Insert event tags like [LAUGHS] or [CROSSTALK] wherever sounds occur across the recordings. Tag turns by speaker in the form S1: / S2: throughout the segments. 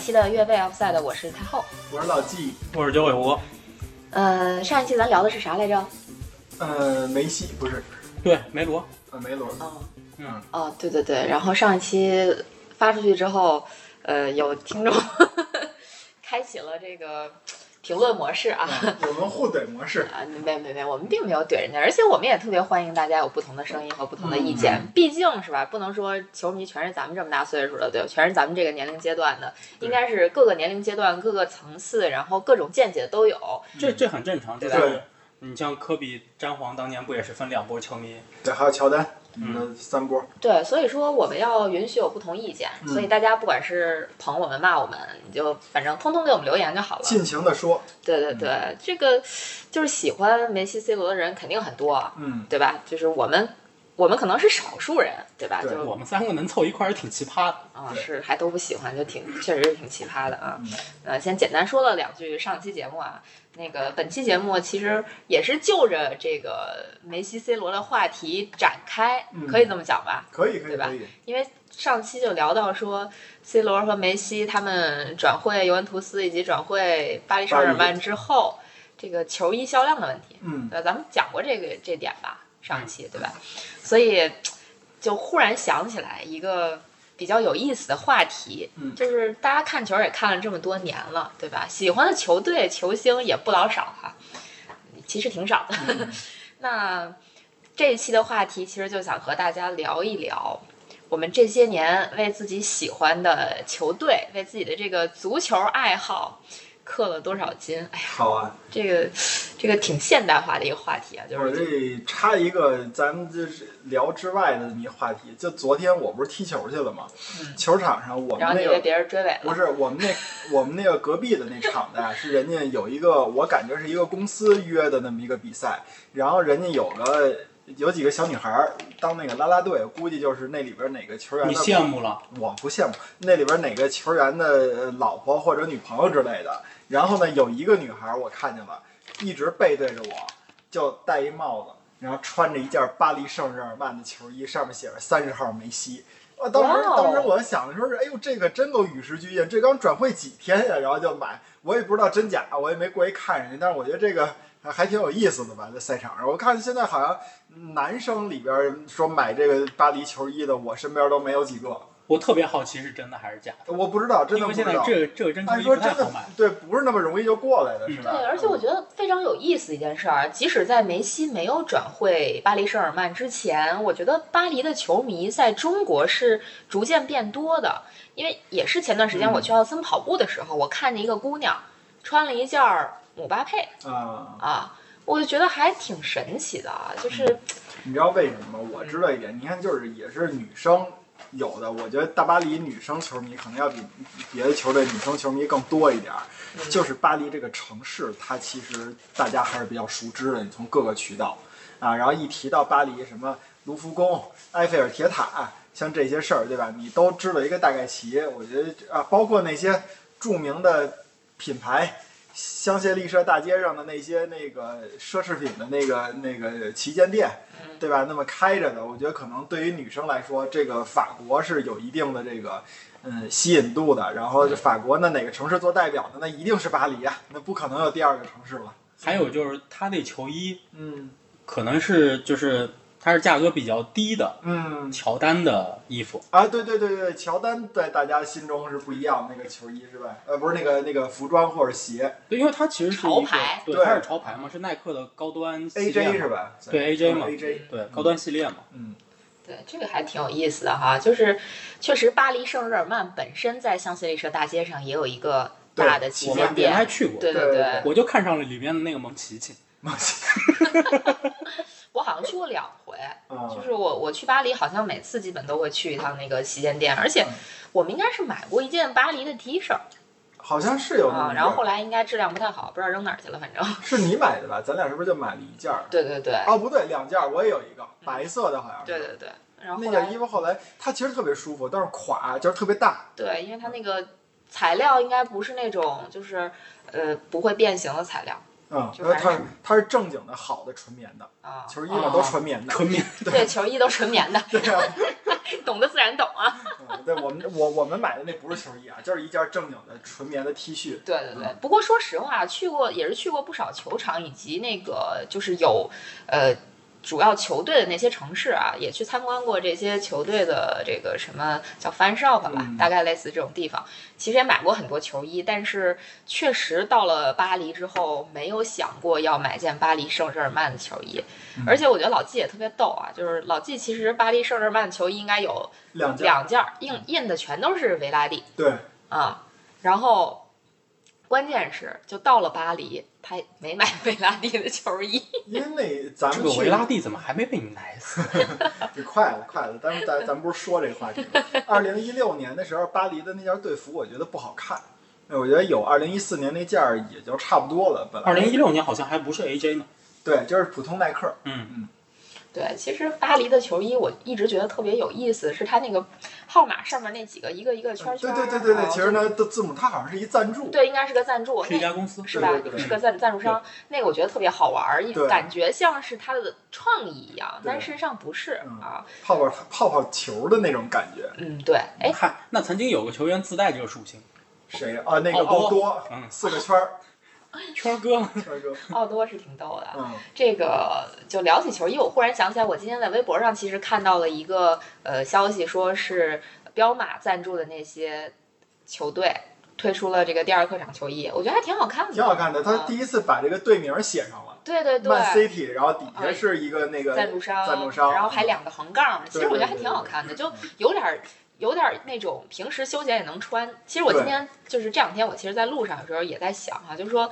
S1: 期的越位 Offside，我是太后。
S2: 我是老纪，
S3: 我是九尾狐，
S1: 呃，上一期咱聊的是啥来着？
S2: 呃，梅西不是，
S3: 对，梅罗，
S2: 呃，梅罗，
S1: 哦，
S3: 嗯，
S1: 哦，对对对，然后上一期发出去之后，呃，有听众 [LAUGHS] 开启了这个评论模式啊。
S2: 我们互怼模式，
S1: 啊，没没没，我们并没有怼人家，而且我们也特别欢迎大家有不同的声音和不同的意见，毕竟是吧，不能说球迷全是咱们这么大岁数的，对吧，全是咱们这个年龄阶段的，应该是各个年龄阶段、各个层次，然后各种见解都有。
S3: 这这很正常，这
S1: 对
S3: 是你像科比、詹皇当年不也是分两波球迷？
S2: [LAUGHS] 对，还有乔丹，
S3: 嗯
S2: 嗯，三波，
S1: 对，所以说我们要允许有不同意见，
S2: 嗯
S1: 所以大家不管是捧我们、骂我们，你就反正通通给我们留言就好了。
S2: 尽情的说，
S1: 对对对，
S2: 嗯
S1: 这个就是喜欢梅西、C 罗的人肯定很多，
S2: 嗯，
S1: 对吧？就是我们，我们可能是少数人，对吧？
S2: 对
S1: 就
S3: 我们三个能凑一块儿挺奇葩的。
S1: 啊，
S2: 对
S1: 是还都不喜欢，就挺确实是挺奇葩的啊
S2: 嗯。
S1: 呃，先简单说了两句上期节目啊，那个本期节目其实也是就着这个梅西、C 罗的话题展开，
S2: 嗯
S1: 可以这么讲吧？
S2: 可以，可以，
S1: 对吧
S2: 可以，
S1: 因为上期就聊到说，C 罗和梅西他们转会尤文图斯以及转会巴黎圣日耳曼之后，这个球衣销量的问题，
S2: 嗯，
S1: 呃，咱们讲过这个这点吧，上期对吧？所以就忽然想起来一个比较有意思的话题，
S2: 嗯
S1: 就是大家看球也看了这么多年了，对吧？喜欢的球队、球星也不老少哈、其实挺少的。[LAUGHS]
S2: 嗯
S1: 那这一期的话题其实就想和大家聊一聊。我们这些年为自己喜欢的球队，为自己的这个足球爱好，氪了多少金？哎呀，
S2: 好啊，
S1: 这个这个挺现代化的一个话题啊，就是
S2: 我这插一个咱们就是聊之外的这么一个话题，就昨天我不是踢球去了吗？
S1: 嗯
S2: 球场上我们
S1: 然后
S2: 那
S1: 你被
S2: 个。
S1: 别人追尾
S2: 不
S1: 了，
S2: 是我们那 [LAUGHS] 我们那个隔壁的那场子啊，是人家有一个我感觉是一个公司约的那么一个比赛，然后人家有个有几个小女孩儿当那个啦啦队，估计就是那里边儿哪个球员
S3: 你
S2: 的
S3: 羡慕了？
S2: 我不羡慕那里边哪个球员的呃老婆或者女朋友之类的。然后呢，有一个女孩我看见了，一直背对着我，就戴一帽子，然后穿着一件巴黎圣日耳曼的球衣，上面写着三十号梅西。我当时
S1: 哇哦
S2: 当时我想的时候是，哎呦，这个真够与时俱进，这刚转会几天呀、然后就买，我也不知道真假，我也没过去看人家，但是我觉得这个还还挺有意思的吧，在赛场上，我看现在好像男生里边说买这个巴黎球衣的，我身边都没有几个。
S3: 我特别好奇是真的还是假的，
S2: 我不知道，真
S3: 因
S2: 的
S3: 为
S2: 不
S3: 现
S2: 知
S3: 在
S2: 道。
S3: 这这个真球
S2: 按
S3: 衣
S2: 说
S3: 不太
S2: 真
S3: 好
S2: 的
S3: 买。
S2: 对，不是那么容易就过来的，
S3: 嗯
S2: 是
S1: 对，
S2: 吧？
S1: 而且我觉得非常有意思一件事儿，即使在梅西没有转会巴黎圣日耳曼之前，我觉得巴黎的球迷在中国是逐渐变多的，因为也是前段时间
S2: 嗯
S1: 我去奥森跑步的时候，我看见一个姑娘穿了一件儿姆巴佩
S2: 啊，
S1: 啊，我就觉得还挺神奇的啊，就是
S2: 你知道为什么吗？我知道一点，你看，就是也是女生有的，我觉得大巴黎女生球迷可能要比别的球队女生球迷更多一点儿。
S1: 嗯
S2: 就是巴黎这个城市，它其实大家还是比较熟知的，你从各个渠道啊，然后一提到巴黎，什么卢浮宫、埃菲尔铁塔，像这些事儿，对吧？你都知道一个大概齐。我觉得啊，包括那些著名的品牌。香榭丽舍大街上的那些那个奢侈品的那个那个旗舰店，对吧？那么开着的，我觉得可能对于女生来说，这个法国是有一定的这个嗯吸引度的。然后这法国那哪个城市做代表的，那一定是巴黎啊，那不可能有第二个城市了。
S3: 还有就是他那球衣
S2: 嗯
S3: 可能是就是它是价格比较低的
S2: 嗯
S3: 乔丹的衣服，
S2: 啊，对对对对，乔丹在大家心中是不一样那个球衣是吧？呃，不是那个那个服装或者鞋
S3: 对，因为它其实是一
S1: 潮
S3: 个
S1: 牌
S3: 对，
S2: 对
S3: 它是潮牌嘛，是耐克的高端系列
S2: ，AJ 是
S3: 嘛，
S2: 吧？
S3: 对 AJ 嘛
S2: ，AJ
S3: 对，高端系列嘛。
S2: 嗯
S1: 对，这个还挺有意思的哈，就是确实巴黎圣日耳曼本身在香榭丽舍大街上也有一个大的旗
S3: 我
S1: 舰
S3: 们我们还
S1: 店，
S3: 去过，
S1: 对
S2: 对
S1: 对
S2: 对，
S3: 我就看上了里面的那个蒙奇奇，
S2: 冒险
S1: 我好像去过两回，
S2: 啊，
S1: 就是我我去巴黎好像每次基本都会去一趟那个旗舰店，而且
S2: 嗯
S1: 我们应该是买过一件巴黎的 T 恤
S2: 好像是有那
S1: 啊
S2: 么，一
S1: 然后后
S2: 件，
S1: 来应该质量不太好，不知道扔哪儿去了，反正
S2: 是你买的吧？咱俩是不是就买了一件儿？
S1: 对对对
S2: 哦，不对，两件儿，我也有一个白色的，好像是。
S1: 对对对，然后
S2: 那
S1: 后
S2: 件
S1: 来
S2: 衣服后来它其实特别舒服，但是垮，就是特别大。
S1: 对，因为它那个材料应该不是那种就是呃不会变形的材料。
S2: 嗯，
S1: 就
S2: 它
S1: 反正
S2: 它是它是正经的好的纯棉的， [LAUGHS]
S1: 啊，
S2: 球衣上都纯棉的。
S3: 纯棉
S1: 对，球衣都纯棉的，
S2: 对啊，
S1: 懂的自然懂啊。
S2: 嗯对我们我我们买的那不是球衣啊，就是一件正经的纯棉的 T 恤。
S1: 对对嗯对，不过说实话，去过也是去过不少球场，以及那个就是有呃主要球队的那些城市啊，也去参观过这些球队的这个什么叫 fan shop 吧，
S2: 嗯
S1: 大概类似这种地方。其实也买过很多球衣，但是确实到了巴黎之后，没有想过要买件巴黎圣日耳曼的球衣。而且我觉得老纪也特别逗啊，就是老纪其实巴黎圣日耳曼球衣应该有
S2: 两件，
S1: 两件儿，印印的全都是维拉利。
S2: 对，
S1: 啊，然后关键是就到了巴黎，他也没买 [LAUGHS] 维拉蒂的球衣，
S2: 因为那咱
S3: 这
S2: 们
S3: 个
S2: 去
S3: 维拉蒂怎么还没被你们
S2: [LAUGHS]
S3: 奶死？
S2: 你快了，快了，咱们咱咱不是说这个话题吗？二零一六年的时候，巴黎的那件队服我觉得不好看，那我觉得有二零一四年那件儿也就差不多了。本来
S3: 二零一六年好像还不是 AJ 呢。
S2: 对，就是普通耐克，
S3: 嗯，
S1: 对，其实巴黎的球衣我一直觉得特别有意思，是它那个号码上面那几个一个一个圈
S2: 对
S1: 圈
S2: 对
S1: 儿。
S2: 嗯
S1: 啊
S2: 对对对
S1: 然
S2: 对，
S1: 后
S2: 其实呢，字字母它好像是一赞助，
S1: 对，应该是个赞
S2: 哎
S1: 助，
S3: 是一
S1: 那
S3: 家公司。
S1: 是吧
S2: 对对？对
S1: 是个赞赞助商，那个我觉得特别好玩儿，一
S2: 对
S1: 感觉像是它的创意一样，
S2: 对
S1: 但事实上不是
S2: 嗯
S1: 啊。
S2: 泡泡泡泡球的那种感觉。
S1: 嗯，对，哎，
S3: 嗨，那曾经有个球员自带这个属性，
S2: 谁啊？那个
S1: 哦
S3: 奥
S2: 奥多，
S3: 嗯，
S2: 四个圈儿，
S3: 圈儿哥
S2: 圈儿哥，
S1: 奥多是挺逗的。啊
S2: 嗯，
S1: 这个就聊起球衣，我忽然想起来，我今天在微博上其实看到了一个呃消息，说是彪马赞助的那些球队推出了这个第二客场球衣，我觉得还挺好看的，
S2: 挺好看的。他
S1: 啊
S2: 第一次把这个队名写上了，
S1: 对对对，
S2: 曼 City，然后底下是一个那个
S1: 赞助商，
S2: 赞助商
S1: 然后还两个横杠，其实我觉得还挺好看的，
S2: 对对
S1: 就
S2: 对
S1: 有点儿。有点儿那种平时休闲也能穿。其实我今天就是这两天，我其实在路上有时候也在想哈、就是说，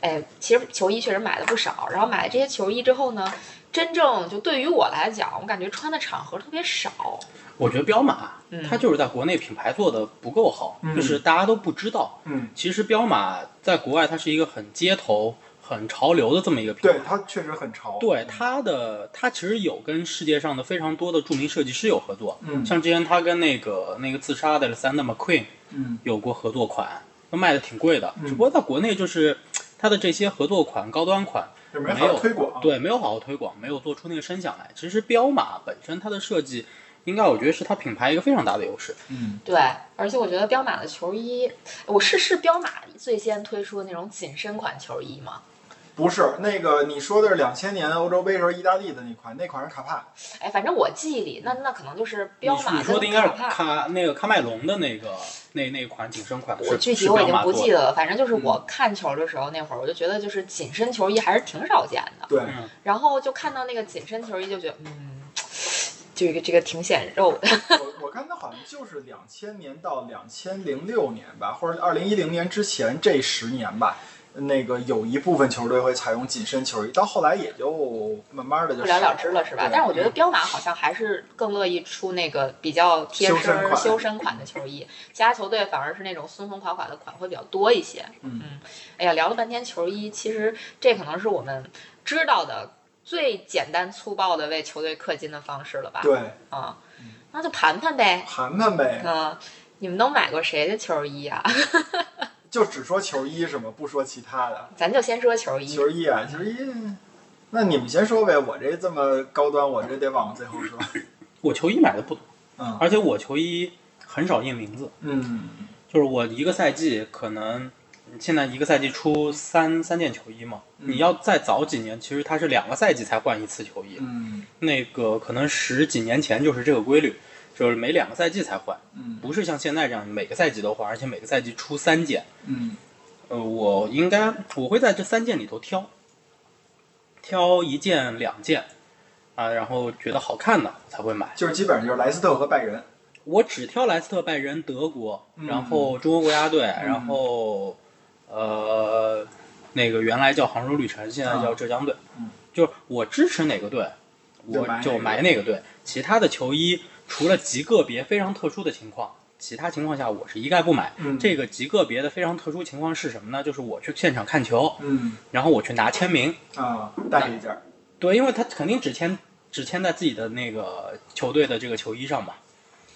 S1: 哎，其实球衣确实买了不少，然后买了这些球衣之后呢，真正就对于我来讲，我感觉穿的场合特别少。
S3: 我觉得彪马
S1: 嗯，
S3: 它就是在国内品牌做的不够好，
S2: 嗯
S3: 就是大家都不知道。
S2: 嗯，
S3: 其实彪马在国外它是一个很街头、很潮流的这么一个品
S2: 对
S3: 牌。
S2: 他确实很潮。嗯
S3: 对它的，它其实有跟世界上的非常多的著名设计师有合作，
S2: 嗯
S3: 像之前它跟那个那个自杀的 Sanda McQueen
S2: 嗯，
S3: 有过合作款，那卖的挺贵的，
S2: 嗯
S3: 只不过在国内就是它的这些合作款、高端款，
S2: 就没
S3: 没
S2: 法
S3: 有
S2: 推广。啊
S3: 对，没有好好推广，没有做出那个声响来。其实彪马本身它的设计，应该我觉得是它品牌一个非常大的优势。
S2: 嗯，
S1: 对，而且我觉得彪马的球衣，我是是彪马最先推出的那种紧身款球衣吗？
S2: 不是那个你说的是两千年欧洲杯时候意大利的那款，那款是卡帕。
S1: 哎，反正我记忆里，那那可能就是
S3: 你
S1: 彪马
S3: 你说的应该是
S1: 跟卡帕
S3: 卡那个卡麦隆的那个那那款紧身款，
S1: 我
S3: 是
S1: 具体
S3: 是
S1: 我已
S3: 彪
S1: 经
S3: 马
S1: 不
S3: 做
S1: 记
S3: 的。
S1: 得了，反正就是我看球的时候那会儿，我就觉得就是紧身球衣还是挺少见的。
S2: 对，
S3: 嗯，
S1: 然后就看到那个紧身球衣，就觉得嗯，这个这个挺显肉的。
S2: 我我看它好像就是两千年到两千零六年吧，或者二零一零年之前这十年吧。那个有一部分球队会采用紧身球衣，到后来也就慢慢的就
S1: 不了
S2: 少
S1: 了之了是吧
S2: 对？
S1: 但是我觉得彪马好像还是更乐意出那个比较贴
S2: 修
S1: 身
S2: 身
S1: 儿
S2: 款
S1: 修身款的球衣，其他球队反而是那种松松垮垮的款会比较多一些。
S2: 嗯
S1: 哎呀，聊了半天球衣，其实这可能是我们知道的最简单粗暴的为球队氪金的方式了吧？
S2: 嗯对
S1: 啊，那就盘盘呗。
S2: 盘盘呗，
S1: 嗯，你们都买过谁的球衣
S2: [LAUGHS]
S1: 啊？
S2: 就只说球衣是吗？不说其他的。
S1: 咱就先说球衣。
S2: 球衣啊，球衣，那你们先说呗，我这这么高端，我这得往最后说。
S3: 我球衣买的不多，
S2: 嗯
S3: 而且我球衣很少印名字，
S2: 嗯
S3: 就是我一个赛季可能现在一个赛季出三三件球衣嘛，
S2: 嗯
S3: 你要再早几年，其实它是两个赛季才换一次球衣，
S2: 嗯
S3: 那个可能十几年前就是这个规律，就是每两个赛季才换，
S2: 嗯
S3: 不是像现在这样每个赛季都换，而且每个赛季出三件。
S2: 嗯
S3: 呃，我应该我会在这三件里头挑，挑一件两件，啊，然后觉得好看的才会买。
S2: 就是基本上就是莱斯特和拜仁。
S3: 我只挑莱斯特、拜仁、德国，
S2: 嗯
S3: 然后中国国家队，然后呃，那个原来叫杭州绿城，现在叫浙江队。
S2: 嗯
S3: 就是我支持哪个队，
S2: 就
S3: 我
S2: 买哪个
S3: 就买哪个队。其他的球衣，除了极个别非常特殊的情况，其他情况下我是一概不买。
S2: 嗯
S3: 这个极个别的非常特殊情况是什么呢？就是我去现场看球，
S2: 嗯
S3: 然后我去拿签名。
S2: 啊，带一件儿。
S3: 对，因为他肯定只签只签在自己的那个球队的这个球衣上嘛。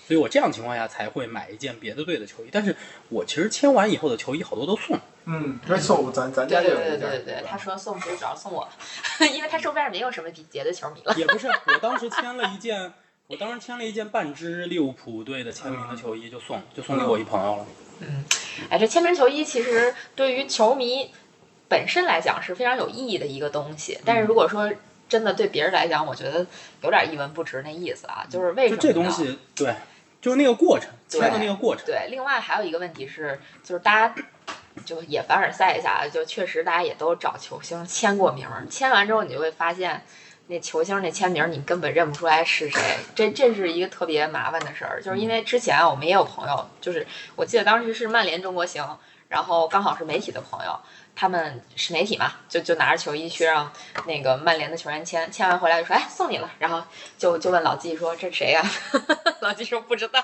S3: 所以我这样情况下才会买一件别的队的球衣。但是我其实签完以后的球衣好多都送了，
S2: 嗯，这送咱咱家就
S1: 对
S2: 有
S1: 对
S2: 一件，
S1: 对对，他说送不主要送我， [LAUGHS] 因为他周边没有什么别的球迷了。
S3: 也不是，我当时签了一件，我当时签了一件半支利物浦队的签名的球衣，就送就送给我一朋友了。
S1: 哎，这签名球衣其实对于球迷本身来讲是非常有意义的一个东西，但是如果说真的对别人来讲，我觉得有点一文不值那意思啊，就是为什
S3: 就
S1: 么
S3: 这东
S1: 呢
S3: 西，对，就是那个过程，
S1: 对
S3: 签的那个过程，
S1: 对，另外还有一个问题是，就是大家就也凡尔赛一下啊，就确实大家也都找球星签过名，儿，签完之后你就会发现，那球星那签名儿你根本认不出来是谁，这这是一个特别麻烦的事儿，就是因为之前啊我们也有朋友，就是我记得当时是曼联中国行，然后刚好是媒体的朋友。他们是媒体嘛，就就拿着球衣去让那个曼联的球员签，签完回来就说：“哎，送你了。”然后就就问老季说：“这谁呀、 [LAUGHS] 老季说：“不知道。”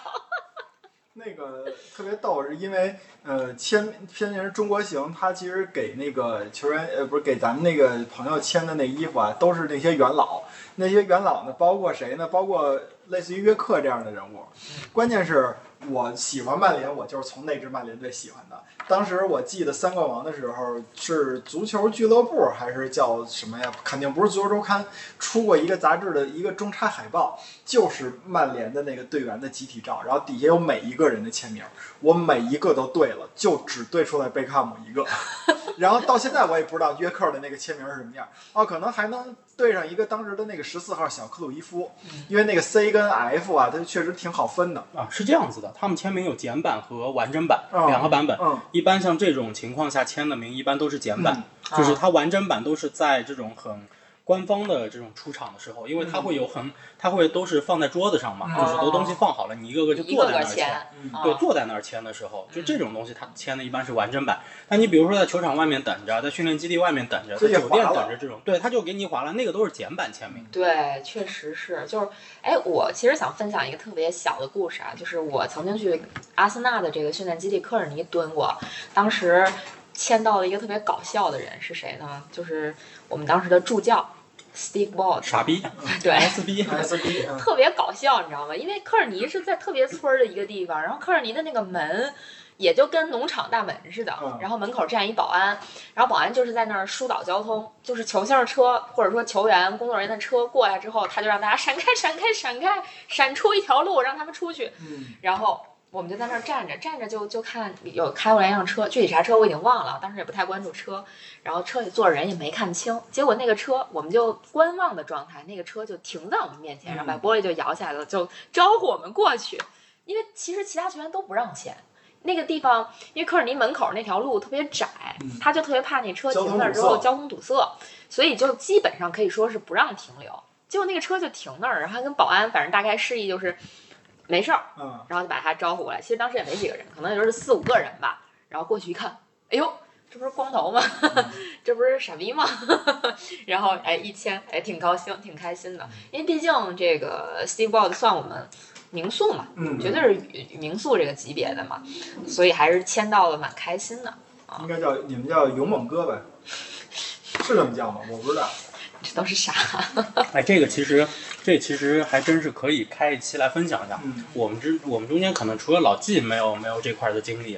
S2: 那个特别逗，是因为呃，签签名中国行，他其实给那个球员呃，不是给咱们那个朋友签的那衣服啊，都是那些元老。那些元老呢，包括谁呢？包括
S1: 嗯
S2: 类似于约克这样的人物。关键是我喜欢曼联，我就是从那支曼联队喜欢的。当时我记得三冠王的时候，是足球俱乐部还是叫什么呀？肯定不是足球周刊出过一个杂志的一个中插海报，就是曼联的那个队员的集体照，然后底下有每一个人的签名，我每一个都对了，就只对出来贝克汉姆
S3: [LAUGHS]
S2: 一个。然后到现在我也不知道约克的那个签名是什么样，哦，可能还能对上一个当时的那个十四号小克鲁伊夫，
S3: 嗯
S2: 因为那个 C 跟 F 啊，它确实挺好分
S3: [LAUGHS]
S2: 的。
S3: 啊，是这样子的，他们签名有简版和完整版、
S2: 哦
S3: 两个版本。
S2: 嗯，
S3: 一般像这种情况下签的名，一般都是简版，
S1: 嗯
S3: 就是
S1: 啊
S3: 它完整版都是在这种很官方的这种出场的时候，因为它会有很，它会都是放在桌子上嘛，
S2: 嗯
S3: 就是都东西放好了，你一个个就
S1: 一
S3: 坐
S1: 个
S3: 在那
S1: 个
S3: 儿
S1: 签，
S2: 嗯
S1: 啊嗯
S3: 对，坐在那儿签的时候，就这种东西，他签的一般是完整版。但你比如说在球场外面等着，在训练基地外面等着，
S2: 这
S3: 在
S2: 也
S3: 酒店
S2: 划了
S3: 等着这种，对，他就给你划了，那个都是简版签名。
S1: 对，确实是，就是，哎，我其实想分享一个特别小的故事啊，就是我曾经去阿森纳的这个训练基地科尔尼蹲过，当时签到了一个特别搞笑的人是谁呢？就是我们当时的助教 Steve Ball，
S3: 傻逼
S2: 嗯
S1: 对，
S2: [LAUGHS]
S3: ，S B，
S2: S B，嗯，
S1: 特别搞笑，你知道吗？因为科尔尼是在特别村儿的一个地方，然后科尔尼的那个门也就跟农场大门似的
S2: 嗯，
S1: 然后门口站一保安，然后保安就是在那儿疏导交通，就是球星的车或者说球员工作人员的车过来之后，他就让大家闪开、闪开、闪开，闪出一条路让他们出去。
S2: 嗯
S1: 然后我们就在那儿站着，站着就就看有开过来一辆车，具体啥车我已经忘了，当时也不太关注车。然后车里坐着人也没看清，结果那个车我们就观望的状态，那个车就停在我们面前，然后
S2: 嗯
S1: 把玻璃就摇下来了，就招呼我们过去。因为其实其他球员都不让前，那个地方因为科尔尼门口那条路特别窄，
S2: 嗯
S1: 他就特别怕那车
S2: 交通
S1: 停那儿
S2: 堵
S1: 之后
S2: 塞
S1: 交通堵塞，所以就基本上可以说是不让停留。结果那个车就停那儿，然后还跟保安反正大概示意就是没事儿，
S2: 嗯，
S1: 然后就把他招呼过来。其实当时也没几个人，可能也就是四五个人吧。然后过去一看，哎呦，这不是光头吗？ [LAUGHS] 这不是傻逼吗？ [LAUGHS] 然后哎一签，哎挺高兴，挺开心的，因为毕竟这个 Steve b o d 算我们名宿嘛，
S2: 嗯
S1: 绝对是名宿这个级别的嘛，所以还是签到了，蛮开心的。
S2: 应该叫你们叫勇猛哥
S3: [LAUGHS]
S2: 呗，是这么叫吗？我不知道。
S1: 这都是啥？
S3: 哎，这个其实，这其实还真是可以开一期来分享一下。
S2: 嗯
S3: 我们之我们中间可能除了老纪没有没有这块儿的经历，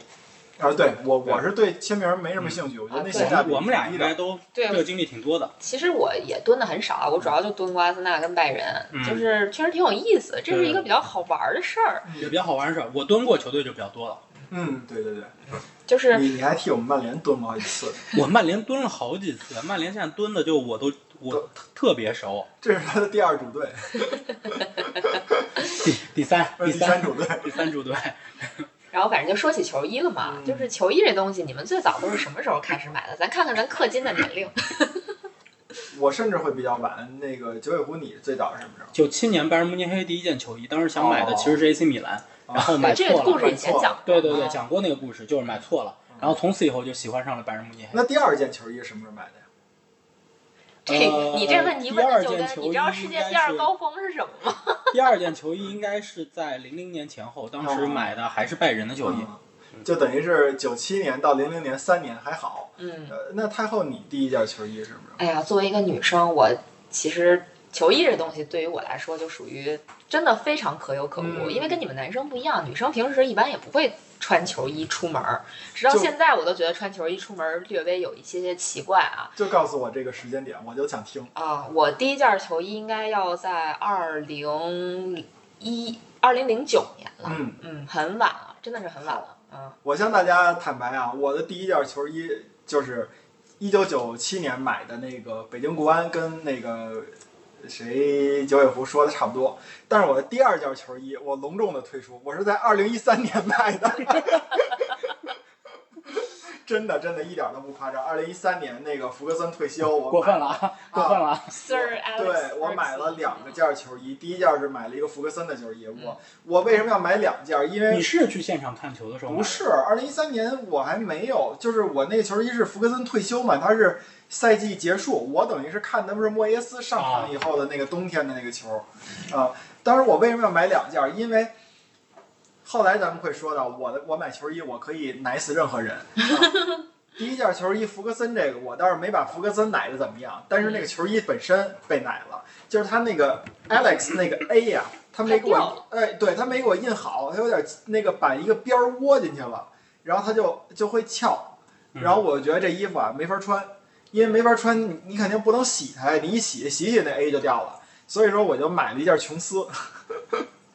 S2: 啊，对我我是对签名没什么兴趣，我觉得那
S1: 啊
S2: 性
S1: 对
S2: 价
S3: 我
S2: 比
S3: 们我们俩
S2: 挺
S3: 应
S2: 低的
S3: 该都
S1: 对啊
S3: 这个经历挺多的。
S1: 其实我也蹲的很少啊，我主要就蹲过阿森纳跟拜仁，
S3: 嗯
S1: 就是确实挺有意思，这是一个比较好玩儿的事儿，
S3: 也比较好玩的事儿，我蹲过球队就比较多了。
S2: 嗯，对对对。
S1: 就是
S2: 你你还替我们曼联蹲过好几次，
S3: 我曼联蹲了好几次，曼联现在蹲的就我都我特别熟。
S2: 这是他的第二主队，
S3: 第第三
S2: 呃
S3: 第
S2: 第三
S3: 三
S2: 主队。
S3: 第三支队，
S1: 然后反正就说起球衣了嘛，
S2: 嗯
S1: 就是球衣这东西，你们最早都是什么时候开始买的？咱看看咱氪金的年龄。
S2: 我甚至会比较晚。那个九尾狐，你最早是什么时候？
S3: 九七年拜仁慕尼黑第一件球衣，当时想买的其实是 AC 米兰，
S2: 哦
S3: 然后买
S1: 这个
S3: 错
S1: 故
S3: 了。
S1: 事以前讲过，
S3: 对对对，
S1: 啊嗯
S3: 讲过那个故事，就是买错了，然后从此以后就喜欢上了拜仁慕尼黑。
S2: 那第二件球衣是什么时候买的呀？
S1: 这
S3: 呃
S1: 你这问题问的就
S3: 第
S1: 跟
S3: 二件球衣
S1: 你知道世界第二高峰是什么吗？
S3: 第二件球衣应该是在零零年前后，当时买的还是拜仁的球衣。
S2: 哦嗯就等于是九七年到零零年三年还好。
S1: 嗯，
S2: 呃，那太后你第一件球衣是什么时候？
S1: 哎呀，作为一个女生，我其实球衣这东西对于我来说就属于真的非常可有可无，
S2: 嗯
S1: 因为跟你们男生不一样，女生平时一般也不会穿球衣出门儿，直到
S2: 就
S1: 现在我都觉得穿球衣出门儿略微有一些些奇怪啊。
S2: 就告诉我这个时间点，我就想听。
S1: 啊，我第一件球衣应该要在二零一二零零九年了，
S2: 嗯
S1: 很晚了，真的是很晚了，嗯，
S2: 我向大家坦白啊，我的第一件球衣就是一九九七年买的那个北京国安跟那个谁九尾狐说的差不多，但是我的第二件球衣我隆重的推出，我是在二零一三年买的。 [LAUGHS] 真的，真的，一点都不夸张。二零一三年那个福格森退休，我
S3: 过
S2: 买
S3: 分了啊，过分了啊。
S1: Sir Alex，
S2: 对，我买了两个件球衣，第一件是买了一个福格森的球衣。我我为什么要买两件？因为
S3: 你是去现场看球的时候
S2: 哦
S3: 吗？
S2: 不是，二零一三年我还没有，就是我那球衣是福格森退休嘛，他是赛季结束，我等于是看的不是莫耶斯上场以后的那个冬天的那个球，啊，当时我为什么要买两件儿？因为后来咱们会说到，我的我买球衣我可以奶死任何人。啊第一件球衣福格森这个，我倒是没把福格森奶的怎么样，但是那个球衣本身被奶了，就是他那个 Alex 那个 A 呀、他没给
S1: 太掉了
S2: 我，哎，对他没给我印好，他有点那个把一个边儿窝进去了，然后他就就会翘，
S3: 嗯
S2: 然后我觉得这衣服啊没法穿，因为没法穿，你你肯定不能洗它呀，你一洗洗洗那 A 就掉了，所以说我就买了一件琼斯。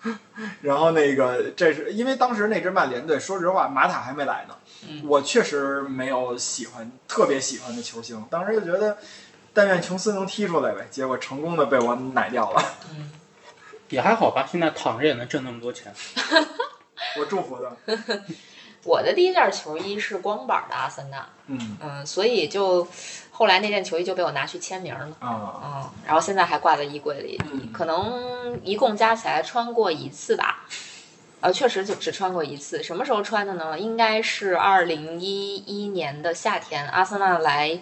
S2: [LAUGHS] 然后那个，这是因为当时那支曼联队，说实话，马塔还没来呢，
S1: 嗯
S2: 我确实没有喜欢特别喜欢的球星，当时就觉得，但愿琼斯能踢出来呗，结果成功的被我奶掉了，
S1: 嗯，
S3: 也还好吧，现在躺着也能挣那么多钱。
S2: 我祝福他。
S1: 我的第一件球衣是光板的阿森纳，
S2: 嗯
S1: 嗯，所以就后来那件球衣就被我拿去签名了，
S2: 啊，
S1: 嗯，然后现在还挂在衣柜里，
S2: 嗯
S1: 可能一共加起来穿过一次吧。呃，确实就只穿过一次。什么时候穿的呢？应该是二零一一年的夏天，阿森纳来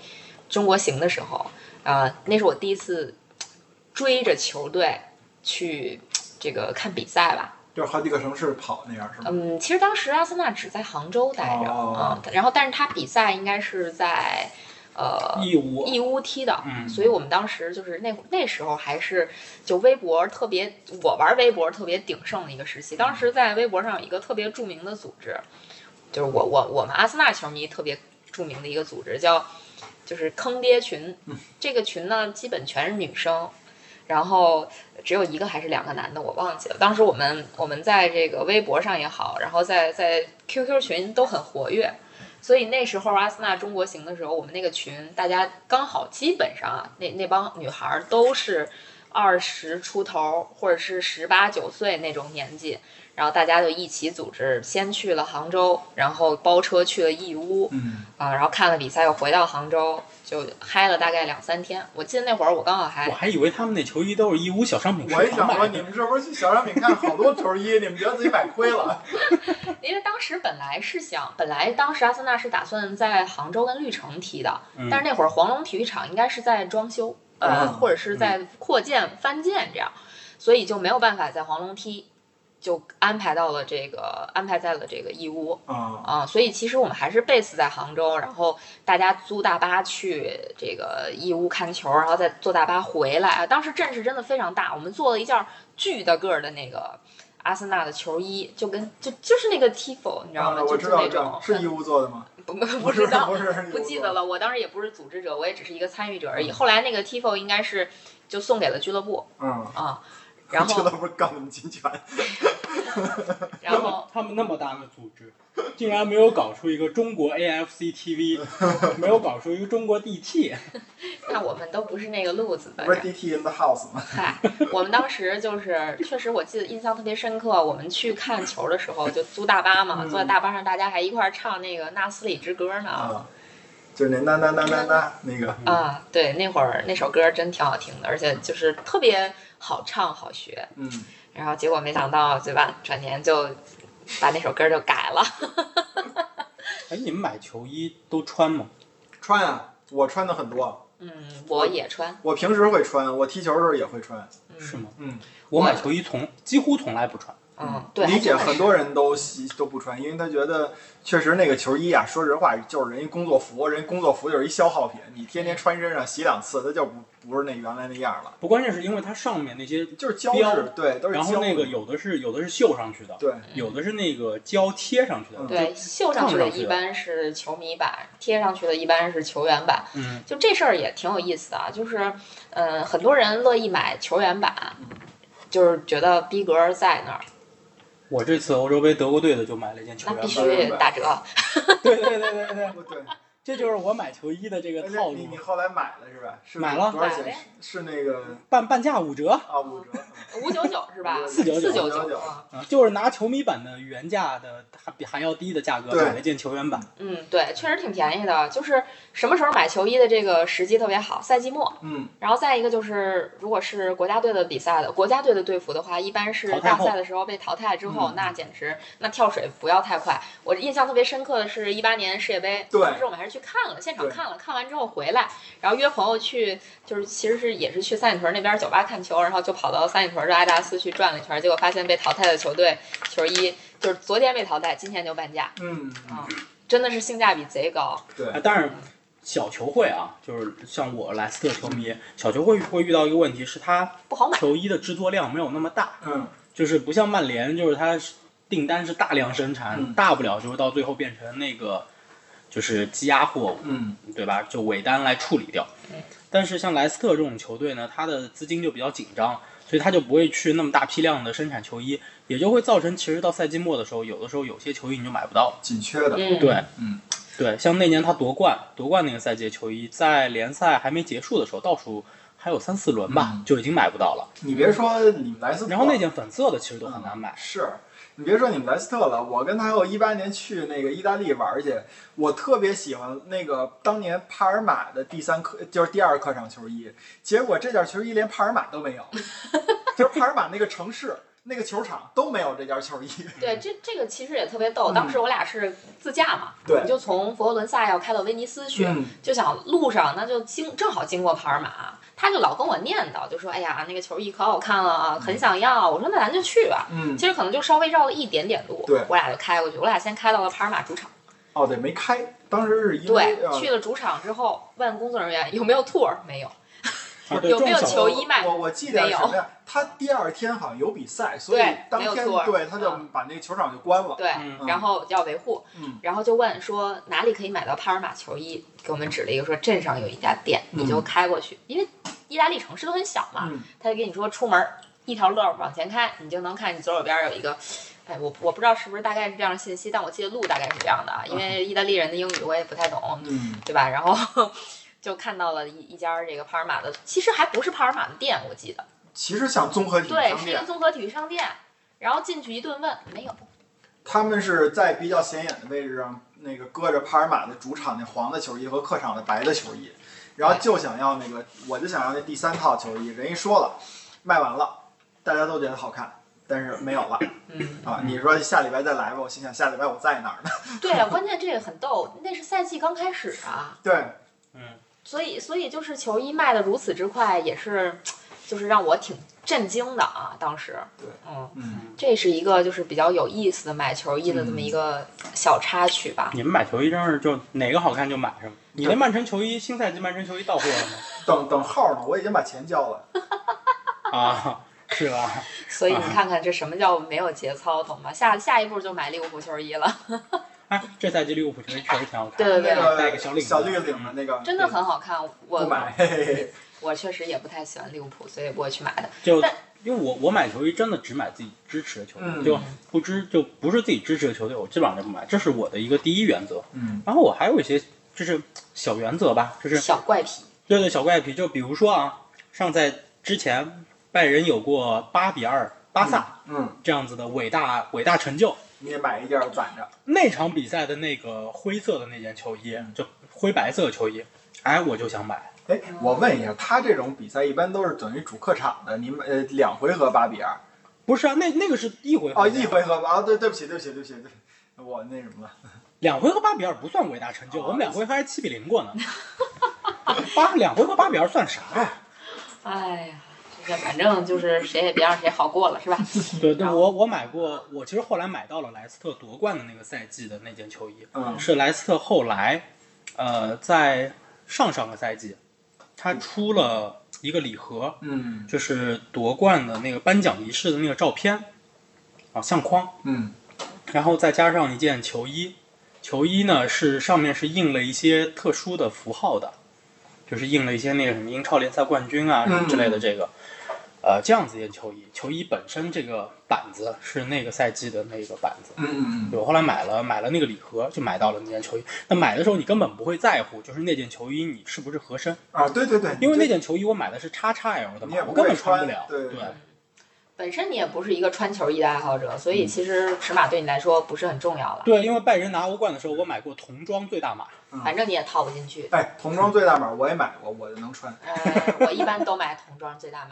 S1: 中国行的时候，呃，那是我第一次追着球队去这个看比赛吧。
S2: 就是好几个城市跑那样是吗？
S1: 嗯，其实当时阿森纳只在杭州待着，
S2: 哦
S1: 嗯，然后但是他比赛应该是在
S2: 啊
S1: 呃
S3: 义乌，
S1: 义乌踢的，
S3: 嗯
S1: 所以我们当时就是那那时候还是就微博特别，我玩微博特别鼎盛的一个时期。当时在微博上有一个特别著名的组织，就是我我我们阿森纳球迷特别著名的一个组织叫就是坑爹群，这个群呢基本全是女生。然后只有一个还是两个男的，我忘记了。当时我们我们在这个微博上也好，然后在在 QQ 群都很活跃，所以那时候阿森纳中国行的时候，我们那个群大家刚好基本上啊，那那帮女孩儿都是二十出头或者是十八九岁那种年纪，然后大家就一起组织，先去了杭州，然后包车去了义乌
S2: 嗯，
S1: 啊，然后看了比赛又回到杭州，就嗨了大概两三天。我记得那会儿我刚好还
S3: 我还以为他们那球衣都是义乌小商品市
S2: 我一
S3: 场
S2: 想说
S3: 买
S2: 你
S3: 的。
S2: 们是不是去小商品看好多球衣，你们觉得自己买亏了？
S1: 因为当时本来是想，本来当时阿森纳是打算在杭州跟绿城踢的，
S3: 嗯
S1: 但是那会儿黄龙体育场应该是在装修，呃，
S2: 嗯
S1: 或者是在扩建、翻建这样，所以就没有办法在黄龙踢，就安排到了这个安排在了这个义乌
S2: 啊，
S1: 啊、所以其实我们还是 base 在杭州，然后大家租大巴去这个义乌看球，然后再坐大巴回来。啊当时阵势真的非常大，我们做了一件巨大个儿的那个。阿森纳的球衣就跟就就是那个 Tifo，你知道吗？
S2: 啊
S1: 就
S2: 我
S1: 是
S2: 知
S1: 那
S2: 道，
S1: 种
S2: 这是义乌做的吗？
S1: 不不
S2: 不
S1: 不知
S2: 是
S1: 道，
S2: 不是，是嗯义乌
S1: 不记得
S2: 做的。
S1: 了，我当时也不是组织者，我也只是一个参与者而已。后来那个 Tifo 应该是就送给了俱乐部
S2: 嗯，
S1: 啊，然
S2: [LAUGHS] 俱乐
S1: 后
S2: 部告你们侵权。
S1: 然后
S3: 他们那么大个组织，竟然没有搞出一个中国
S2: [LAUGHS]
S3: AFC TV，没有搞出一个中国 DT，
S1: 那我们都不是那个路子的
S2: 不是
S1: 人。
S2: DT in the house 吗？
S1: 嗨，我们当时就是确实我记得印象特别深刻，我们去看球的时候就租大巴嘛，
S2: 嗯
S1: 坐在大巴上，大家还一块儿唱那个《纳斯里之歌》呢。
S2: 啊，就是那那那那那那那个，
S1: 啊，对，那会儿那首歌真挺好听的，而且就是特别好唱好学。
S2: 嗯，
S1: 然后结果没想到，对吧？转年就把那首歌就改了。
S3: 哎，你们买球衣都穿吗？
S2: 穿啊，我穿的很多，
S1: 嗯，我也穿。
S2: 我平时会穿，我踢球的时候也会穿。
S1: 嗯
S3: 是吗？
S2: 嗯，
S3: 我买球衣从几乎从来不穿，
S1: 嗯，对，
S2: 理解
S1: 还真的
S2: 很
S1: 是
S2: 多人都喜都不穿，因为他觉得确实那个球衣啊，说实话就是人一工作服，人工作服就是一消耗品，你天天穿身上洗两次，它就不不是那原来那样了，
S3: 不关键是因为它上面那些，
S2: 就是胶
S3: 标
S2: 质，对，都是
S3: 然
S2: 胶
S3: 后那
S2: 质
S3: 个有的是有的是绣上去的，
S2: 对，
S3: 有的是那个胶贴上去的，
S2: 嗯
S1: 对，绣上去的
S3: 上去
S1: 一
S3: 的
S1: 般是球迷版，贴上去的一般是球员版。
S3: 嗯，
S1: 就这事儿也挺有意思的啊，就是，呃，很多人乐意买球员版，就是觉得逼格在那儿，
S3: 我这次欧洲杯德国队的就买了一件球
S1: 那
S3: 员
S1: 必须
S3: 版，
S1: 打折。
S3: [LAUGHS] 对对对对对，
S2: 不对，
S3: 这就是我买球衣的这个
S2: 而且
S3: 套
S2: 你
S3: 路
S2: 你，后来买了是吧？是
S3: 买了
S2: 多少
S1: 买了
S2: 钱
S1: 呀？
S2: 是那个
S3: 半半价五折
S2: 啊五折，
S1: 五九九是 [LAUGHS] 吧？
S3: 499
S1: 四九
S2: 499
S3: 啊，就是拿球迷版的原价的还比还要低的价格
S2: 对
S3: 买了一件球员版，
S1: 嗯，对，确实挺便宜的。就是什么时候买球衣的这个时机特别好，赛季末。
S2: 嗯
S1: 然后再一个就是，如果是国家队的比赛的国家队的队服的话，一般是
S3: 淘汰
S1: 大
S3: 后
S1: 赛的时候被淘汰之后，
S2: 嗯
S1: 那简直那跳水不要太快。我印象特别深刻的是，一八年世界杯，
S2: 对
S1: 当时我们还是去看了，现场
S2: 对
S1: 看了，看完之后回来，然后约朋友去，就是其实是也是去三里屯那边酒吧看球，然后就跑到三里屯的阿达斯去转了一圈，结果发现被淘汰的球队球衣就是昨天被淘汰，今天就半价，
S2: 嗯，嗯
S1: 真的是性价比贼高。
S3: 啊
S2: 对，
S3: 但是小球会啊，就是像我莱斯特球迷，小球会会遇到一个问题是它
S1: 不好买
S3: 球衣的制作量没有那么大，
S2: 嗯
S3: 就是不像曼联，就是它是订单是大量生产，
S2: 嗯
S3: 大不了就是到最后变成那个就是积压货物，
S2: 嗯
S3: 对吧？就尾单来处理掉。但是像莱斯特这种球队呢，它的资金就比较紧张，所以它就不会去那么大批量的生产球衣，也就会造成其实到赛季末的时候，有的时候有些球衣你就买不到了。
S2: 紧缺的，
S1: 嗯，
S3: 对，
S2: 嗯，
S3: 对，像那年他夺冠，夺冠那个赛季的球衣，在联赛还没结束的时候，倒数还有三四轮吧，
S2: 嗯
S3: 就已经买不到了。
S2: 你别说你们莱斯特，
S3: 然后那件粉色的其实都很难买，
S2: 是你别说你们莱斯特了，我跟他有一八年去那个意大利玩儿去，我特别喜欢那个当年帕尔马的第三客，就是第二客场球衣。结果这件球衣连帕尔马都
S1: [LAUGHS]
S2: 没有，就是帕尔马那个城市、那个球场都没有这件球衣。
S1: 对，这这个其实也特别逗。当时我俩是自驾嘛，
S2: 嗯对
S1: 你就从佛罗伦萨要开到威尼斯去，
S2: 嗯
S1: 就想路上那就经正好经过帕尔马，他就老跟我念叨，就说：“哎呀，那个球衣可好看了啊，很想要。”我说：“那咱就去吧。”
S2: 嗯，
S1: 其实可能就稍微绕了一点点路，
S2: 对
S1: 我俩就开过去。我俩先开到了帕尔马主场，
S2: 哦对，没开，当时是因为
S1: 对，
S2: 呃
S1: 去了主场之后问工作人员有没有 tour，没有，
S3: 啊，对，
S1: 嗯有
S3: 这
S1: 没
S3: 种
S1: 有
S3: 小
S1: 球衣卖
S2: 我我记得
S1: 没
S2: 是
S1: 有
S2: 什么呀？他第二天好像有比赛，所以
S1: 对
S2: 当
S1: 没有
S2: 天
S1: 托儿
S2: 对他就
S1: 嗯
S2: 把那个球场就关了。
S1: 对，
S3: 嗯
S1: 然后要维护，
S2: 嗯
S1: 然后就问说哪里可以买到帕尔马球衣，给我们指了一个说镇上有一家店，
S2: 嗯
S1: 你就开过去，因为意大利城市都很小嘛，
S2: 嗯，
S1: 他就跟你说出门儿一条路儿往前开，你就能看见左手边儿有一个。哎，我我不知道是不是大概是这样的信息，但我记得路大概是这样的啊，因为意大利人的英语我也不太懂，
S2: 嗯
S1: 对吧？然后 [LAUGHS] 就看到了一一家这个帕尔马的，其实还不是帕尔马的店，我记得，
S2: 其实像综合体育
S1: 对，
S2: 商
S1: 是一个
S2: 店，
S1: 综合体育商店。然后进去一顿问，没有，
S2: 他们是在比较显眼的位置上，那个搁着帕尔马的主场那黄的球衣和客场的白的球衣，然后就想要那个，我就想要那第三套球衣。人家说了，卖完了，大家都觉得好看，但是没有了
S1: 嗯，
S2: 啊！你说下礼拜再来吧，我心想下礼拜我在哪儿呢？
S1: [LAUGHS]
S2: [LAUGHS]
S1: 对，啊关键这个很逗，那是赛季刚开始啊，
S2: 对，
S3: 嗯，
S1: 所以，所以就是球衣卖的如此之快，也是，就是让我挺震惊的啊！当时，
S2: 对，
S1: 嗯，
S2: 嗯，
S1: 这是一个就是比较有意思的买球衣的这么一个小插曲吧。
S3: 你们买球衣真是就哪个好看就买什么。你
S1: 嗯
S3: 那曼城球衣，新赛季曼城球衣到货了吗？
S2: 等等号呢，我已经把钱交了。
S3: 啊，是吧？
S1: 所以你看看这什么叫没有节操，懂吗？下下一步就买利物浦球衣了，
S3: 哎，这赛季利物浦球衣确实挺好看。
S1: 对对对
S2: 那
S3: 带个小
S2: 个
S3: 领子
S2: 小绿领的那个，
S1: 真的很好看。
S2: 不
S1: 我
S2: 买，嘿嘿嘿，
S1: 我确实也不太喜欢利物浦，所以不会去买的。
S3: 就
S1: 但
S3: 因为我我买球衣真的只买自己支持的球队，
S2: 嗯
S3: 就不支就不是自己支持的球队，我基本上就不买，这是我的一个第一原则。
S2: 嗯
S3: 然后我还有一些就是小原则吧，就是
S1: 小怪癖，
S3: 对对小怪癖，就比如说啊，上赛之前拜仁有过八比二巴萨、
S2: 嗯，
S3: 这样子的伟大伟大成就，
S2: 你也买一件攒着。
S3: 那场比赛的那个灰色的那件球衣
S2: 嗯，
S3: 就灰白色的球衣，哎，我就想买。
S2: 哎，我问一下，他这种比赛一般都是等于主客场的，你们呃两回合八比二
S3: 不是啊，那那个是一回合
S2: 哦，一回合吧啊，对对不起对不起对不起对不起，我那什么了，
S3: 两回合八比二不算伟大成就，
S2: 哦
S3: 我们两回合还七 [LAUGHS] 比零过呢。八两回合八比二算啥呀、
S1: 哎呀，那反正就是谁也别让谁好过了，是吧？ [LAUGHS]
S3: 对对，
S1: 然后
S3: 我我买过，我其实后来买到了莱斯特夺冠的那个赛季的那件球衣，
S2: 嗯
S3: 是莱斯特后来，呃，在上上个赛季，他出了一个礼盒，
S2: 嗯
S3: 就是夺冠的那个颁奖仪式的那个照片，啊相框，
S2: 嗯
S3: 然后再加上一件球衣，球衣呢是上面是印了一些特殊的符号的，就是印了一些那个什么英超联赛冠军啊
S2: 嗯
S3: 什么之类的这个，呃这样子一件球衣，球衣本身这个板子是那个赛季的那个板子。
S2: 嗯嗯
S3: 我后来买了买了那个礼盒，就买到了那件球衣。那买的时候你根本不会在乎，就是那件球衣你是不是合身，
S2: 啊，对对对，
S3: 因为那件球衣我买的是 XXL 的
S2: 你
S3: 嘛
S2: 也，
S3: 我
S2: 不
S3: 根
S2: 会
S3: 本穿不
S2: 穿
S3: 了。
S2: 对
S3: 对，
S1: 本身你也不是一个穿球衣的爱好者，所
S2: 嗯
S1: 以其实尺码对你来说不是很重要了。
S3: 对，因为拜仁拿欧冠的时候，我买过童装最大码，
S2: 嗯
S1: 反正你也套不进去。
S2: 哎，童装最大码我也买过，我就能穿。
S1: 呃，我一般都买童装最大码。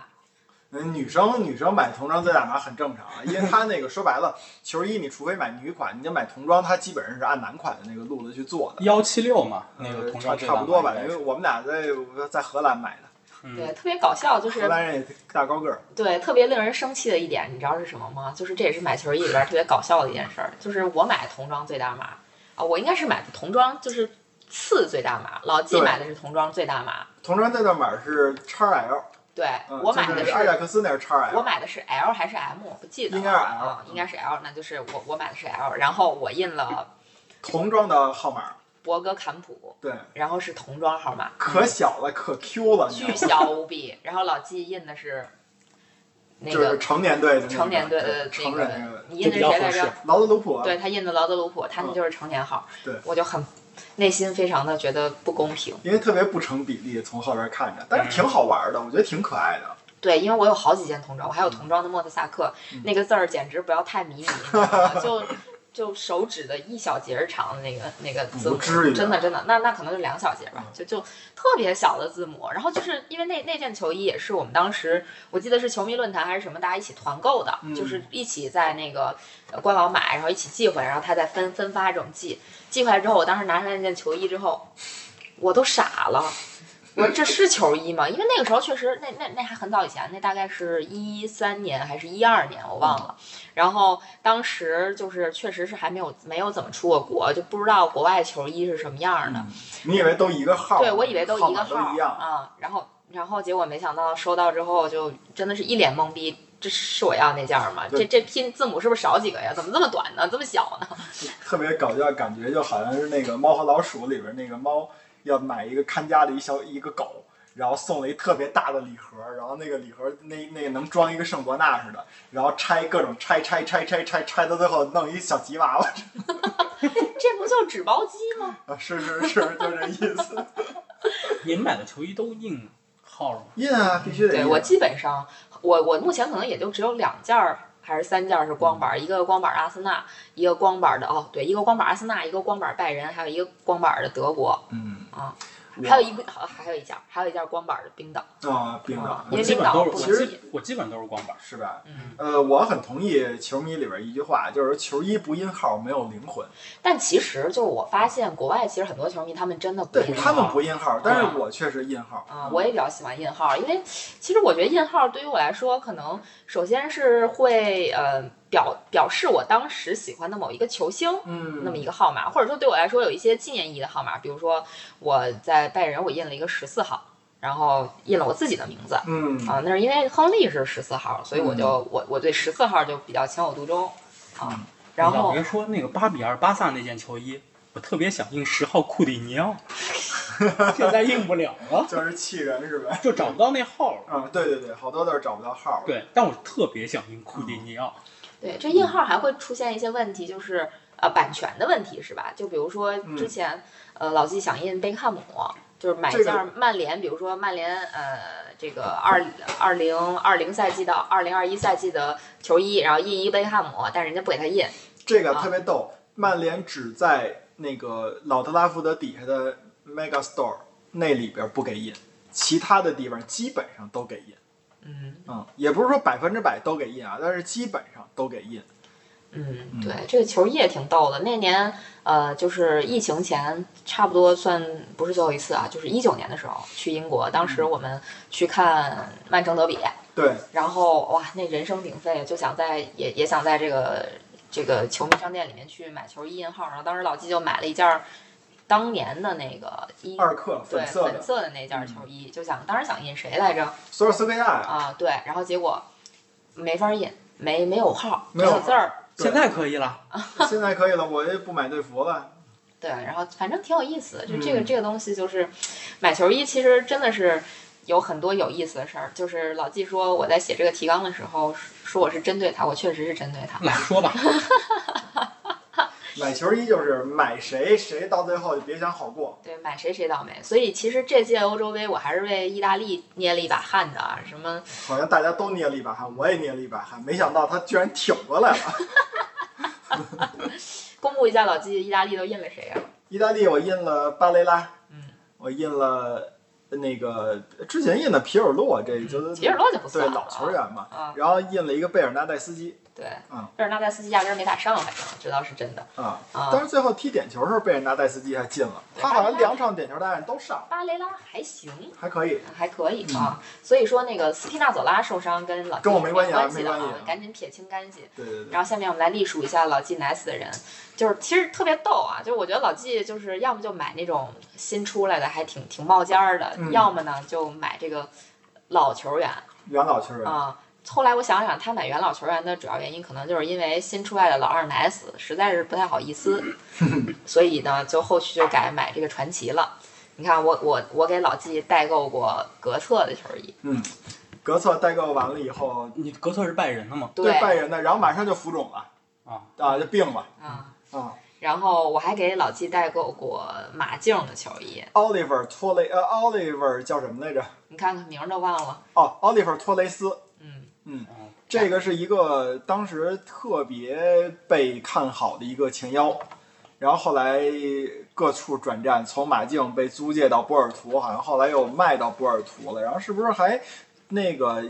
S2: 嗯，女生女生买童装最大码很正常啊，因为它那个说白了，球衣你除非买女款，你就买童装，它基本上是按男款的那个路子去做的。
S3: 幺七六嘛，那个
S2: 呃，
S3: 童
S2: 差
S3: 装最
S2: 差
S3: 大码
S2: 不多吧，
S3: 应该
S2: 因
S3: 是
S2: 为我们俩在在荷兰买的，
S1: 对，特别搞笑，就
S2: 荷
S1: 是
S2: 兰人也大高个儿，
S1: 对特别令人生气的一点，你知道是什么吗？就是这也是买球衣里边儿特别搞笑的一件事儿，就是我买童装最大码啊，我应该是买的童装就是次最大码，老纪
S2: 对
S1: 买的是童装最大码，
S2: 童装最大码是 XL，
S1: 对
S2: 嗯
S1: 我买的
S2: 就是是艾贾克斯那是 XL，
S1: 我买的是 L 还是 M？我不记得了，
S2: 应该是 L
S1: 啊应该是 L，那就是我我买的是 L，然后我印了
S2: 童装的号码，
S1: 博格坎普，
S2: 对，
S1: 然后是童装号码，
S2: 可小了，可 Q 了，你
S1: 嗯
S2: 知
S1: 巨
S2: 道吗？
S1: 小无比，然后老纪印的是那
S2: 就
S1: 个
S2: 是成年队的那个，
S1: 成年队的
S2: 对
S1: 那
S2: 成人那
S1: 个
S2: 个，
S1: 你印的是
S3: 就比较
S1: 谁来
S3: 合
S1: 着
S3: 适？
S2: 劳德鲁普啊，
S1: 对他印的劳德鲁普，他那就是成年号。
S2: 嗯对
S1: 我就很内心非常的觉得不公平。
S2: 因为特别不成比例，从后边看着，但
S1: 嗯
S2: 是挺好玩的，我觉得挺可爱的。
S1: 对，因为我有好几件童装，我还
S2: 嗯
S1: 有童装的莫特萨克，那个字儿简直不要太迷你，你知道吗
S2: [LAUGHS]
S1: 就就手指的一小节儿长的那个那个字母，
S2: 不至于啊
S1: 真的真的，那那可能就两小节吧
S2: 嗯，
S1: 就就特别小的字母。然后就是因为那那件球衣也是我们当时，我记得是球迷论坛还是什么，大家一起团购的，
S2: 嗯
S1: 就是一起在那个呃官网买，然后一起寄回来，然后他再分分发这种寄。寄回来之后，我当时拿上那件球衣之后，我都傻了。我说这是球衣吗？因为那个时候确实，那那那还很早以前，那大概是一三年还是一二年，我忘了。然后当时就是确实是还没有没有怎么出过国，就不知道国外球衣是什么样的。
S2: 你以为都一个号？
S1: 对，我以为都一个
S2: 号码
S1: 号
S2: 都
S1: 儿
S2: 一样。
S1: 啊、然后然后结果没想到收到之后就真的是一脸懵逼，这是我要那件儿吗？这
S2: 对
S1: 这拼字母是不是少几个呀？怎么这么短呢？这么小呢？ [LAUGHS]
S2: 特别搞笑，感觉就好像是那个《猫和老鼠》里边那个猫要买一个看家的一小一个狗，然后送了一特别大的礼盒，然后那个礼盒那那个能装一个圣伯纳似的，然后拆各种拆拆拆拆拆拆到最后弄一小吉娃娃，
S1: 这不就纸包鸡吗？
S2: 啊 [LAUGHS] 是是是，就这意思。
S3: 你们买的球衣都印号了吗？
S2: [LAUGHS] 印啊，必须得
S1: 对
S2: 印。
S1: 我基本上，我我目前可能也就只有两件儿。还是三件儿是光板儿，一个光板儿阿森纳，一个光板儿的哦，对，一个光板儿阿森纳，一个光板儿拜仁，还有一个光板儿的德国，
S2: 嗯
S1: 啊，
S2: 我
S1: 还有一个好还有一件儿，还有一件儿光板儿的冰岛。
S2: 啊，冰岛
S1: 啊
S3: 我
S1: 因为
S3: 基
S1: 冰
S3: 本
S1: 岛
S3: 都是
S1: 不
S3: 我
S1: 能
S3: 基
S1: 寄，
S3: 我基本都是光板。
S2: 是吧？
S1: 嗯，
S2: 呃，我很同意球迷里边一句话，就是球衣不印号没有灵魂。
S1: 但其实就是我发现国外其实很多球迷他们真的不
S2: 对
S1: 印
S2: 他们
S1: 号
S2: 不印号，但是我确实印号。
S1: 啊、我也比较喜欢印号，因为其实我觉得印号对于我来说，可能首先是会呃表表示我当时喜欢的某一个球星。
S2: 嗯，
S1: 那么一个号码，或者说对我来说有一些纪念意义的号码，比如说我在拜仁我印了一个十四号，然后印了我自己的名字啊、
S2: 嗯
S1: 那是因为亨利是十四号，所以我就、我我对十四号就比较情有独钟啊、
S2: 嗯
S1: 然
S3: 你要
S1: 后
S3: 别说那个八比二巴萨那件球衣，我特别想印十号库里尼奥，现在印不了了，
S2: 就是气人
S1: [LAUGHS]
S2: 是吧？
S3: 就找不到那号了。
S2: 啊，对对对，好多都是找不到号。，
S3: 对，但我特别想印库里尼奥。
S2: 哦
S1: 对，
S2: 嗯
S1: 这印号还会出现一些问题，就是呃版权的问题是吧？就比如说
S2: 嗯
S1: 之前、呃老纪想印贝克汉姆，就是买
S2: 这个
S1: 一件曼联，比如说曼联呃这个二二零二零赛季到二零二一赛季的球衣，然后印一贝克汉姆，但人家不给他印，
S2: 这个
S1: 啊
S2: 特别逗。曼联只在那个老特拉福德底下的 Mega Store 那里边不给印，其他的地方基本上都给印。
S1: 嗯
S2: 嗯，也不是说百分之百都给印啊，但是基本上都给印。
S1: 嗯
S2: 嗯，
S1: 对，这个球衣也挺逗的。那年，呃，就是疫情前，差不多算
S2: 嗯
S1: 不是最后一次啊，就是一九年的时候去英国，当时我们去看曼城德比，
S2: 对，
S1: 然后哇，那人声鼎沸，就想在也也想在这个这个球迷商店里面去买球衣印号。然后当时老纪就买了一件儿当年的那个一
S2: 二克
S1: 对
S2: 粉色
S1: 粉
S2: 的，嗯
S1: 色的那件球衣，就想当时想印谁来着
S2: 索尔斯克亚呀，
S1: 啊？对，然后结果没法印，没没有号，
S2: 没
S1: 没
S2: 有号
S1: 字儿。
S2: 对
S3: 现在可以了，
S1: 啊
S2: [LAUGHS] 现在可以了，我也不买队服了。
S1: 对，然后反正挺有意思的，就这个、
S2: 嗯
S1: 这个东西就是买球衣，其实真的是。有很多有意思的事儿，就是老纪说我在写这个提纲的时候说我是针对他，我确实是针对他。
S3: 来说吧，
S2: 买球衣就是买谁谁到最后就别想好过。
S1: 对，买谁谁倒霉。所以其实这届欧洲杯，我还是为意大利捏了一把汗的啊。什么
S2: 好像大家都捏了一把汗，我也捏了一把汗，没想到他居然挺过来了。
S1: 公布一下老季，意大利都印了谁啊？
S2: 意大利我印了巴雷拉，
S1: 嗯，
S2: 我印了那个之前印的皮尔洛，这就是
S1: 嗯皮尔洛就不
S2: 对
S1: 算了
S2: 老球员嘛，
S1: 啊。
S2: 然后印了一个贝尔纳代斯基
S1: 对，
S2: 嗯
S1: 贝尔纳代斯基压根儿没打上，反正这倒是真的
S2: 啊，但
S1: 啊。
S2: 是最后踢点球的时候贝尔纳代斯基还进了，他好像两场点球大战都上，
S1: 巴雷拉还行，
S2: 还可以。
S1: 还可以
S2: 嗯
S1: 啊。所以说那个斯皮纳佐拉受伤跟老季
S2: 跟我没
S1: 没
S2: 关系啊
S1: 系的
S2: 没关系啊
S1: 赶紧撇清干系。
S2: 对对对，
S1: 然后下面我们来隶属一下老纪 nice 的人，就是其实特别逗啊，就是我觉得老纪就是要么就买那种新出来的还挺挺冒尖儿的，
S2: 嗯
S1: 要么呢就买这个老球员
S2: 元老球员，
S1: 啊。后来我想想，他买元老球员的主要原因，可能就是因为新出来的老二 nice 实在是不太好意
S2: [LAUGHS]
S1: 思，所以呢，就后续就改买这个传奇了。你看我我我给老纪代购过格策的球衣，
S2: 嗯，格策代购完了以后，
S3: 你格策是拜仁的吗？
S2: 对拜仁的，然后马上就浮肿了
S3: 啊，
S2: 啊，就病了
S1: 啊，
S2: 啊。
S1: 然后我还给老纪代购过马竞的球衣，
S2: Oliver 托雷呃，Oliver 叫什么来着？
S1: 你看看名儿都忘了，
S2: 哦，Oliver 托雷斯，
S1: 嗯，
S2: 嗯
S3: 哦，
S2: 这个是一个当时特别被看好的一个前腰，然后后来各处转战，从马竞被租借到波尔图，好像后来又卖到波尔图了，然后是不是还那个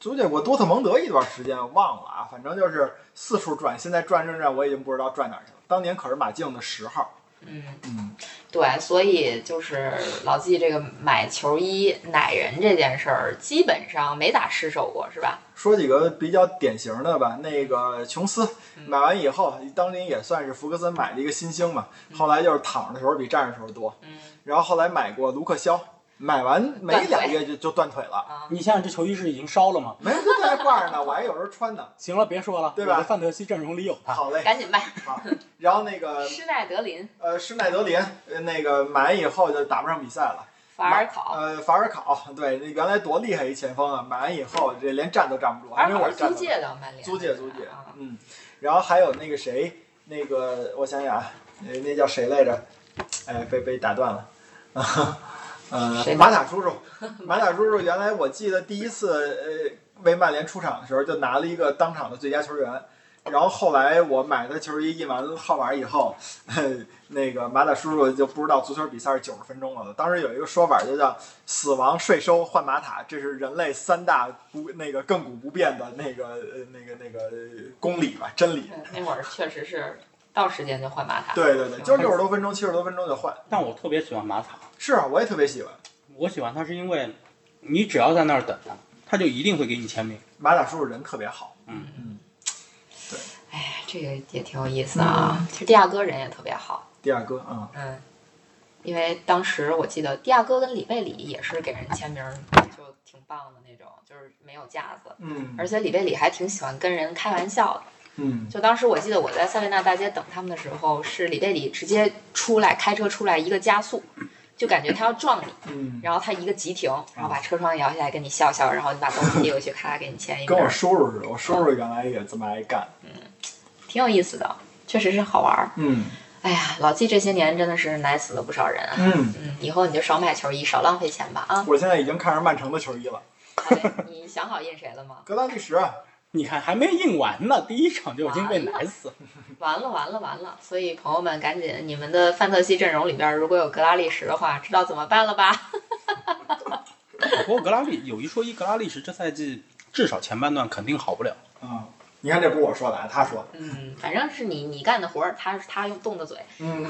S2: 租借过多特蒙德一段时间？忘了啊，反正就是四处转，现在转转转，我已经不知道转哪儿去了。当年可是马竞的十号，
S1: 嗯，
S2: 嗯，
S1: 对，所以就是老纪这个买球衣奶人这件事儿，基本上没咋失手过，是吧？
S2: 说几个比较典型的吧，那个琼斯
S1: 嗯
S2: 买完以后，当年也算是福格森买的一个新星嘛，
S1: 嗯
S2: 后来就是躺着的时候比站着的时候多，
S1: 嗯
S2: 然后后来买过卢克肖，买完没两个月就就断腿了，
S1: 啊，
S3: 你想想这球衣是已经烧了吗？
S2: 没有就在那挂着呢，我还有时候穿
S1: [LAUGHS]
S2: 呢。
S3: 行了，别说了，
S2: 对吧
S3: 我的范特西阵容里有他。
S2: 好嘞，
S1: 赶紧卖。
S2: 好。然后那个
S1: 施耐德林、
S2: 呃施耐德林，呃那个买完以后就打不上比赛了。
S1: 法尔考，
S2: 呃，法尔考，对，那原来多厉害一前锋啊，买完以后这连站都站不住，
S1: 法
S2: 还
S1: 尔
S2: 没
S1: 考
S2: 我
S1: 是
S2: 站
S1: 租
S2: 得住。
S1: 借的曼联，
S2: 租借租借
S1: 啊，，
S2: 嗯，然后还有那个谁，那个我想想啊，那那叫谁来着？哎，被被打断了。 [LAUGHS] 呃
S1: 谁，呢
S2: 马塔叔叔，马塔叔叔，原来我记得第一次呃为曼联出场的时候，就拿了一个当场的最佳球员。然后后来我买的球衣印完号码以后， [LAUGHS] 那个马塔叔叔就不知道足球比赛是九十分钟了。当时有一个说法就叫“死亡税收换马塔”，这是人类三大不那个亘古不变的那个呃那个那个呃公理吧真理。
S1: 对那会儿确实是到时间就换马塔，
S2: 对对对，就是六十多分钟、七十多分钟就换。
S3: 但我特别喜欢马塔，
S2: 是啊，我也特别喜欢
S3: 我喜欢他是因为，你只要在那儿等他，他就一定会给你签名。
S2: 马塔叔叔，人特别好。
S1: 嗯
S2: 嗯，对
S1: 哎，这个也挺有意思的啊。其实迪亚哥人也特别好，
S2: 第二哥，嗯，
S1: 嗯，因为当时我记得迪亚哥跟里贝里也是给人签名儿就挺棒的那种，就是没有架子，
S2: 嗯
S1: 而且里贝里还挺喜欢跟人开玩笑的。
S2: 嗯，
S1: 就当时我记得我在塞维纳大街等他们的时候，是里贝里直接出来开车出来一个加速。就感觉他要撞你，
S2: 嗯，
S1: 然后他一个急停，然后把车窗摇下来跟你笑笑，然后你把东西递回去，咔给你签一
S2: 跟我
S1: 名，
S2: 叔叔似的，我叔叔原来也这么爱干。
S1: 挺有意思的，确实是好玩儿。
S2: 嗯
S1: 哎呀，老纪这些年真的是奶死了不少人啊。
S2: 嗯，
S1: 嗯，以后你就少买球衣，少浪费钱吧啊！
S2: 我现在已经看上曼城的球衣了，
S1: 好嘞，你想好印谁了吗？
S2: 格拉利什啊。
S3: 你看还没印完呢，第一场就已经被奶死了。
S1: 完了完了完了！所以朋友们，赶紧你们的范特西阵容里边如果有格拉利什的话，知道怎么办了吧？
S3: 不过格拉利有一说一，格拉利什这赛季至少前半段肯定好不了。
S2: 啊，你看这不是我说的，啊，他说的。
S1: 嗯，反正是你你干的活儿，他是他用动的嘴。
S2: 嗯，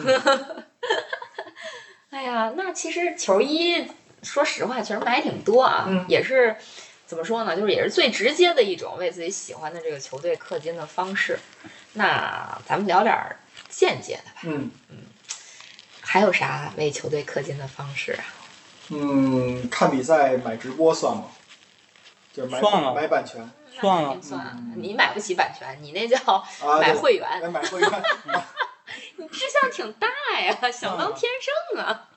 S1: 哎呀，那其实球衣说实话，其实买挺多啊，
S2: 嗯
S1: 也是怎么说呢，就是也是最直接的一种为自己喜欢的这个球队氪金的方式。那咱们聊点儿间接的吧，
S2: 嗯
S1: 还有啥为球队氪金的方式啊？
S2: 嗯，看比赛买直播算吗？就是买
S3: 算了
S2: 买版权
S3: 算了
S1: 那肯定算啊
S2: 嗯
S1: 你买不起版权，你那叫
S2: 啊，
S1: 买
S2: 对
S1: 会员，
S2: 哎买会员，
S1: 你志向挺大呀，
S2: 嗯
S1: 想当天圣啊。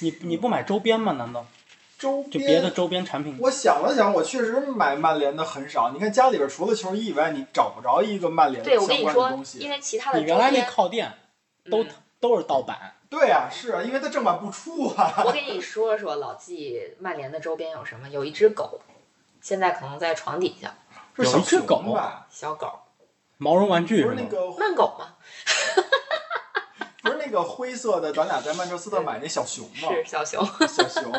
S3: 你你不买周边吗？难道
S2: 周
S3: [LAUGHS] 就别
S2: 边
S3: 的周边产品？
S2: 我想了想，我确实买曼联的很少。你看家里边除了球衣以外，你找不着一个曼联
S1: 对，
S2: 相
S1: 我跟你
S2: 关的
S1: 说
S2: 东，西
S1: 因。为其他的
S3: 你
S1: 周
S3: 原来那
S1: 边
S3: 靠店都、
S1: 嗯
S3: 都是盗版，
S2: 对啊，是啊，因为它正版不出
S3: [LAUGHS]
S2: 啊。
S1: 我给你说说老纪曼联的周边有什么？有一只狗，现在可能在床底下，
S2: 是
S3: 有
S2: 小
S3: 一只
S2: 熊
S3: 狗
S2: 吧？
S1: 小狗，
S3: 毛绒玩具
S2: 不
S3: 是
S2: 是那
S3: 吗？
S2: 个，
S1: 慢狗吗？
S2: 不是那个灰色的，咱俩在曼彻斯特买那小熊吗？
S1: 是小熊， [LAUGHS]
S2: 小熊，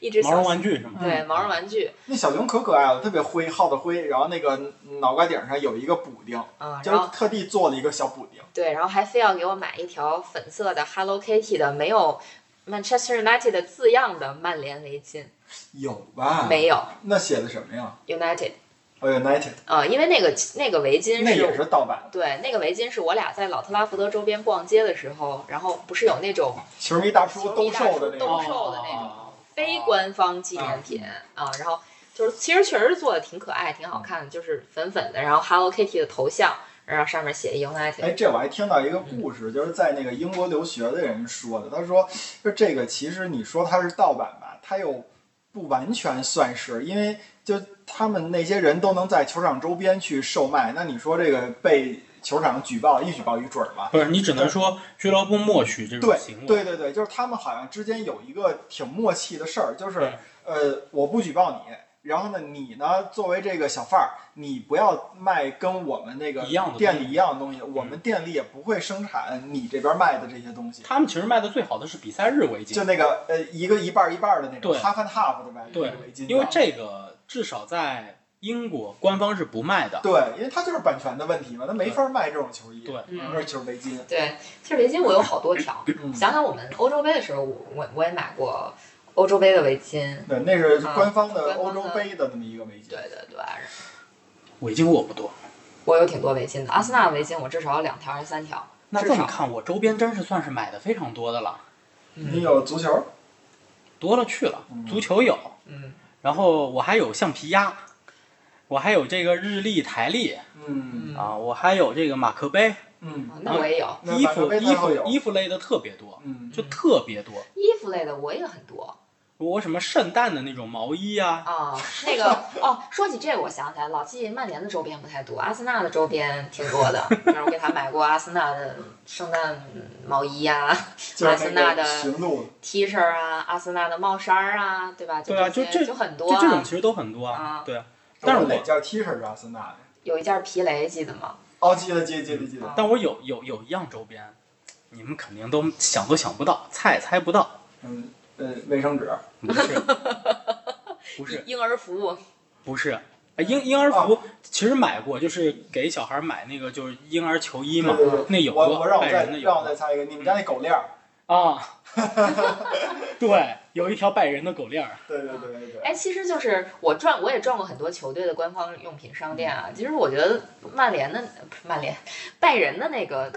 S1: 一只
S3: 毛绒
S1: 小
S3: 玩
S1: 熊。
S3: 具是吗？嗯
S1: 对，毛绒玩具
S2: 那小熊可可爱了，特别灰，耗子灰，然后那个脑瓜顶上有一个补丁，
S1: 啊，
S2: 就
S1: 然后
S2: 是特地做了一个小补丁。
S1: 对，然后还非要给我买一条粉色的 Hello Kitty 的，没有 Manchester United 的字样的曼联围巾，
S2: 有
S3: 啊
S2: 吧？
S1: 没有
S2: 那写的什么呀
S1: United
S2: 哦，United，
S1: 啊，因为那个那个围巾
S2: 那
S1: 是
S2: 也是盗版，
S1: 对，那个围巾是我俩在老特拉福德周边逛街的时候，然后不是有那种
S2: 球迷大叔
S1: 球
S2: 兜
S1: 迷大
S2: 售
S1: 叔
S2: 的那
S1: 兜
S2: 个。
S1: 兜售的那种
S3: 哦
S1: 非官方纪念品啊，然后就是其实确实做的挺可爱、挺好看的，就是粉粉的，然后 Hello Kitty 的头像，然后上面写 United，
S2: 哎，这我还听到一个故事，就是在那个英国留学的人说的。他说，就这个其实你说它是盗版吧，它又不完全算是，因为就他们那些人都能在球场周边去售卖，那你说这个被球场举报一举报一准儿吗？
S3: 不是，你只能说俱乐部默许这种
S2: 对
S3: 行为。
S2: 对对对，就是他们好像之间有一个挺默契的事儿，就是
S3: 嗯
S2: 呃，我不举报你，然后呢，你呢作为这个小贩儿，你不要卖跟我们那个
S3: 一样的
S2: 店
S3: 东嗯
S2: 里一样的东西，我们店里也不会生产你这边卖的这些东西，
S3: 他们其实卖的最好的是比赛日围
S2: 就
S3: 巾，
S2: 那个呃一个一半儿一半儿的那种
S3: 对
S2: half and half 的卖
S3: 对
S2: 围巾的，
S3: 因为这个至少在英国官方是不卖的。
S2: 对，因为它就是版权的问题嘛，它没法卖这种球衣，
S3: 对
S2: 或者就是围巾，
S1: 对，其实围巾我有好多条，
S2: 嗯，
S1: 嗯想想我们欧洲杯的时候，我我我也买过欧洲杯的围巾，
S2: 对，那是
S1: 啊
S2: 官方
S1: 官
S2: 的
S1: 方
S2: 欧洲
S1: 的
S2: 杯的那么一个围巾，
S1: 对对对，
S3: 围巾我不多，
S1: 我有挺多围巾的，阿森纳的围巾我至少有两条还是三条，
S3: 那
S1: 至
S3: 这么
S1: 少
S3: 看，我周边真是算是买的非常多的了，
S2: 你
S1: 嗯
S2: 有足球？
S3: 多了去了
S2: 嗯，
S3: 足球有，
S1: 嗯，
S3: 然后我还有橡皮鸭，我还有这个日历、台历
S2: 嗯
S1: 嗯
S3: 啊，我还有这个马克杯，
S2: 嗯
S1: 哦那我也有，
S2: 那
S3: 衣
S2: 马克
S3: 服、
S2: 杯
S3: 衣
S2: 它会有
S3: 服、衣服类的特别多，
S2: 嗯，
S3: 就特别多。
S1: 衣服类的我也很多
S3: 我什么圣诞的那种毛衣啊，
S1: 啊。那个哦，说起这个我想起来，老纪曼联的周边不太多，阿森纳的周边挺多的，但是我给他买过阿森纳的圣诞毛衣啊、
S2: 就是那
S1: 阿森纳的
S2: 个驯鹿，
S1: T 恤啊、阿森纳的帽衫儿啊，对吧？
S3: 对啊
S1: 就
S3: 就
S1: 些
S3: 这
S1: 就很多、
S3: 就
S1: 啊。
S3: 这种其实都很多
S1: 啊
S3: 对啊。但是
S2: 哪
S3: 我
S2: 件 T 恤是阿森纳的？
S1: 有一件皮雷，记得吗？
S2: 哦，记得记得记得记得，
S3: 但我有有有一样周边，你们肯定都想都想不到，猜也猜不到，
S2: 嗯呃，卫生纸，
S3: 不
S2: [LAUGHS]
S3: 是，不是，
S1: 婴儿服，
S3: 不是。哎婴婴儿
S2: 哦
S3: 服其实买过，就是给小孩买那个就是婴儿球衣嘛
S2: 对对对，
S3: 那有
S2: 我
S3: 过
S2: 我让我
S3: 拜
S2: 再
S3: 仁的有
S2: 让我
S3: 过
S2: 再猜一个，你们家那狗链儿？
S3: 啊，
S2: [LAUGHS]
S3: 对，有一条拜仁的狗链儿，
S2: 对对对对对。
S1: 哎，其实就是我转，我也转过很多球队的官方用品商店啊。其实我觉得曼联的不是曼联，拜仁的那个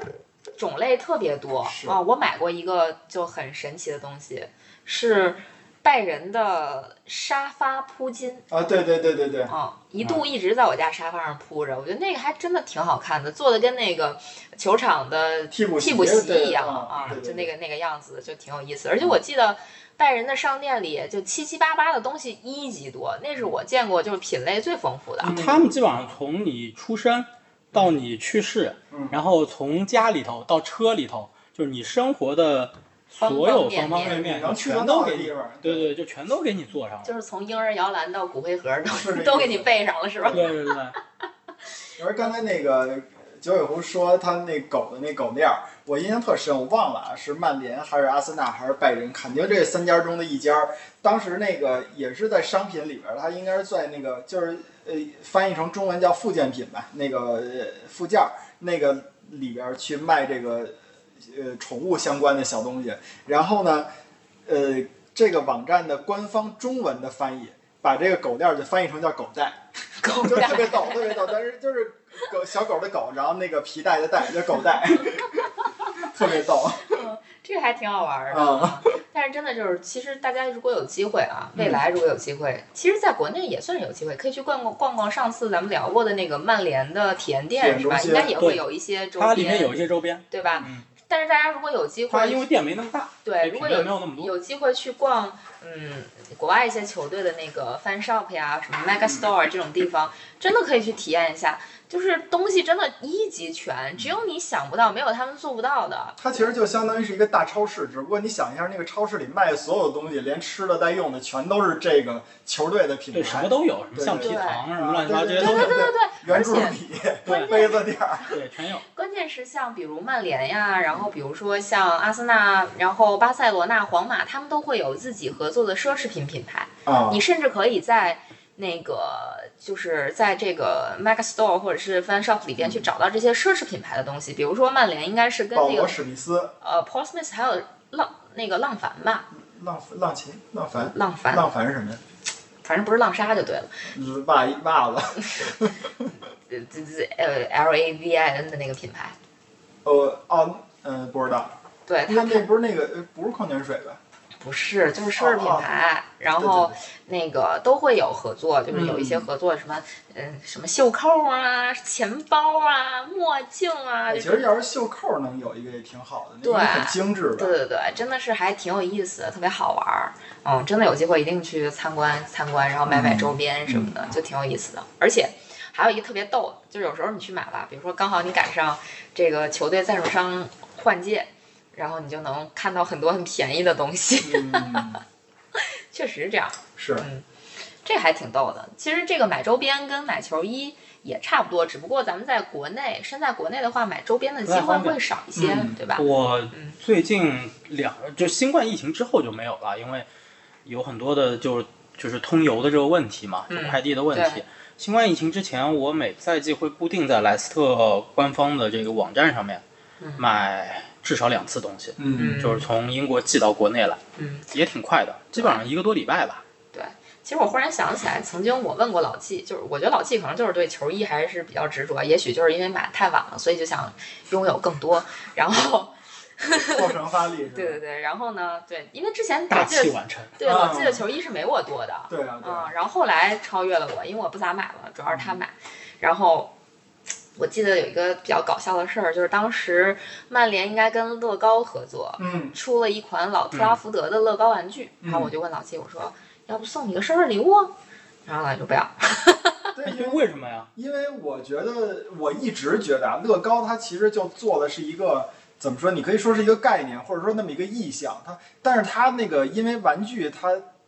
S1: 种类特别多
S2: 是
S1: 啊。我买过一个就很神奇的东西，是拜仁的沙发铺巾
S2: 啊，对对对对对，
S1: 啊，一度一直在我家沙发上铺着。我觉得那个还真的挺好看的，做的跟那个球场的
S2: 替补
S1: 替补席
S2: 对
S1: 一样啊，，
S2: 啊对对
S1: 就那
S2: 对
S1: 个那个样子，就挺有意思。而且我记得拜仁的商店里，就七七八八的东西一级多，那是我见过就是品类最丰富的。
S2: 嗯
S3: 他们基本上从你出生到你去世
S2: 嗯，
S3: 然后从家里头到车里头，就是你生活的所有
S1: 方方
S3: 方方
S1: 面
S3: 面
S2: 你
S3: 面
S2: 能，去得
S3: 全
S2: 到
S3: 都
S2: 的
S3: 给你
S2: 地，方，
S3: 对对，就全都给你做上了。
S1: 就是从婴儿摇篮到骨灰盒
S2: 是这
S1: 都
S2: 意思
S1: 都给你备上了，是吧？
S3: 对对对，
S2: 你说刚才那个九尾狐说他那狗的那狗链儿，我印象特深，我忘了啊，是曼联还是阿森纳还是拜仁，肯定这三家中的一家儿。当时那个也是在商品里边儿，它应该是在那个就是呃翻译成中文叫附件品吧，那个呃附件儿那个里边儿去卖这个呃宠物相关的小东西。然后呢，呃，这个网站的官方中文的翻译把这个狗链儿就翻译成叫狗带，
S1: [LAUGHS] 狗
S2: [LAUGHS] 就
S1: 带
S2: 特别逗，特别逗。但是就是狗小狗的狗，然后那个皮带的带叫狗带， [LAUGHS] 特别逗。
S1: 这个还挺好玩儿的。
S2: 嗯
S1: [LAUGHS] 但是真的就是，其实大家如果有机会啊，
S2: 嗯
S1: 未来如果有机会，其实在国内也算是有机会，可以去逛逛逛逛。上次咱们聊过的那个曼联的体验
S2: 体
S1: 店
S2: 验
S1: 是吧？
S2: 中心
S1: 应该也会
S3: 对
S1: 有一些周
S3: 它里面有一
S1: 边，
S3: 些周边，
S1: 对吧？
S3: 嗯，
S1: 但是大家如果有机
S3: 它
S1: 会
S3: 因为店没那么大，
S1: 对，
S3: 所以
S1: 如果
S3: 品类
S1: 有
S3: 没有那么多，
S1: 有机会去逛，嗯，国外一些球队的那个 fan shop 呀，什么
S2: 嗯
S1: mega store 这种地方，真的可以去体验一下。就是东西真的一级全，只有你想不到，没有他们做不到的。
S2: 它其实就相当于是一个大超市，只不过你想一下，那个超市里卖的所有的东西，连吃的带用的，全都是这个球队的品牌，
S3: 对，什么都有，什么
S2: 对
S3: 橡
S2: 对
S3: 皮
S1: 对
S3: 糖什
S2: 啊
S3: 么乱七八糟这
S2: 对
S3: 些都
S1: 对
S3: 有，
S1: 对对对，
S2: 圆珠
S1: 而
S2: 笔、
S1: 关键
S2: 杯子垫儿，
S3: 对，全有。
S1: 关键是像比如曼联呀，然后比如说像阿森纳，然后巴塞罗那、皇马，他们都会有自己合作的奢侈品品牌。
S2: 啊
S1: 你甚至可以在那个就是在这个 Mac Store 或者是 Fan Shop 里边去找到这些奢侈品牌的东西。比如说曼联应该是跟
S2: 嗯保
S1: 那
S2: 罗
S1: 个
S2: 史密斯、
S1: 呃 Paul Smith 还有浪那个浪凡吧，
S2: 浪浪琴、浪凡、
S1: 浪凡，
S2: 浪凡是什么呀？
S1: 反正不是浪莎就对了。
S2: 嗯袜一袜子， [LAUGHS]
S1: 呃，这这呃 L A V I N 的那个品牌，
S2: 呃哦，嗯，不知道，
S1: 对，他
S2: 那
S1: 们
S2: 那不是那个呃不是矿泉水吧？
S1: 不是就是奢侈品
S2: 哦哦
S1: 牌，然
S2: 对对
S1: 后。
S2: 对
S1: 那个都会有合作，就是有一些合作，什么嗯什么袖扣啊、钱包啊、墨镜啊，
S2: 我
S1: 就
S2: 觉
S1: 是
S2: 哎得要是袖扣能有一个也挺好的，那
S1: 对
S2: 个很精致吧
S1: 对？对对，真的是还挺有意思的，特别好玩儿。嗯，真的有机会一定去参观参观，然后买买
S2: 嗯
S1: 周边什么的，就挺有意思的。而且还有一个特别逗的，就是有时候你去买吧，比如说刚好你赶上这个球队赞助商换届，然后你就能看到很多很便宜的东西， [LAUGHS]
S2: 嗯，
S1: 确实是这样。
S2: 是，
S1: 这还挺逗的。其实这个买周边跟买球衣也差不多，只不过咱们在国内，身在国内的话，买周边的机会会少一些，
S2: 嗯
S1: 对吧？
S3: 我最近两就新冠疫情之后就没有了，因为有很多的就就是通邮的这个问题嘛，就
S1: 嗯
S3: 快递的问题
S1: 对。
S3: 新冠疫情之前，我每赛季会固定在莱斯特官方的这个网站上面
S1: 嗯
S3: 买至少两次东西，
S1: 嗯
S3: 就是从英国寄到国内来，
S1: 嗯，
S3: 也挺快的，基本上一个多礼拜吧。
S1: 其实我忽然想起来，曾经我问过老纪，就是我觉得老纪可能就是对球衣还是比较执着，也许就是因为买得太晚了，所以就想拥有更多。然后，
S2: 造成发力是吧？
S1: 对对对，然后呢，对，因为之前老
S3: 大
S1: 纪
S3: 器
S1: 的
S3: 晚成，
S1: 对老纪的球衣是没我多的，
S2: 对啊，对啊，
S1: 嗯，然后后来超越了我，因为我不咋买了，主要是他买。然后我记得有一个比较搞笑的事儿，就是当时曼联应该跟乐高合作，
S2: 嗯，
S1: 出了一款老特拉福德的乐高玩具。
S2: 嗯
S1: 然后我就问老季，我说要不送你个生日礼物？啊然后老季说不要。
S2: 嗯对，因为
S3: 哎为什么呀？
S2: 因为我觉得，我一直觉得啊，乐高它其实就做的是一个怎么说？你可以说是一个概念，或者说那么一个意象。它，但是它那个因为玩具它。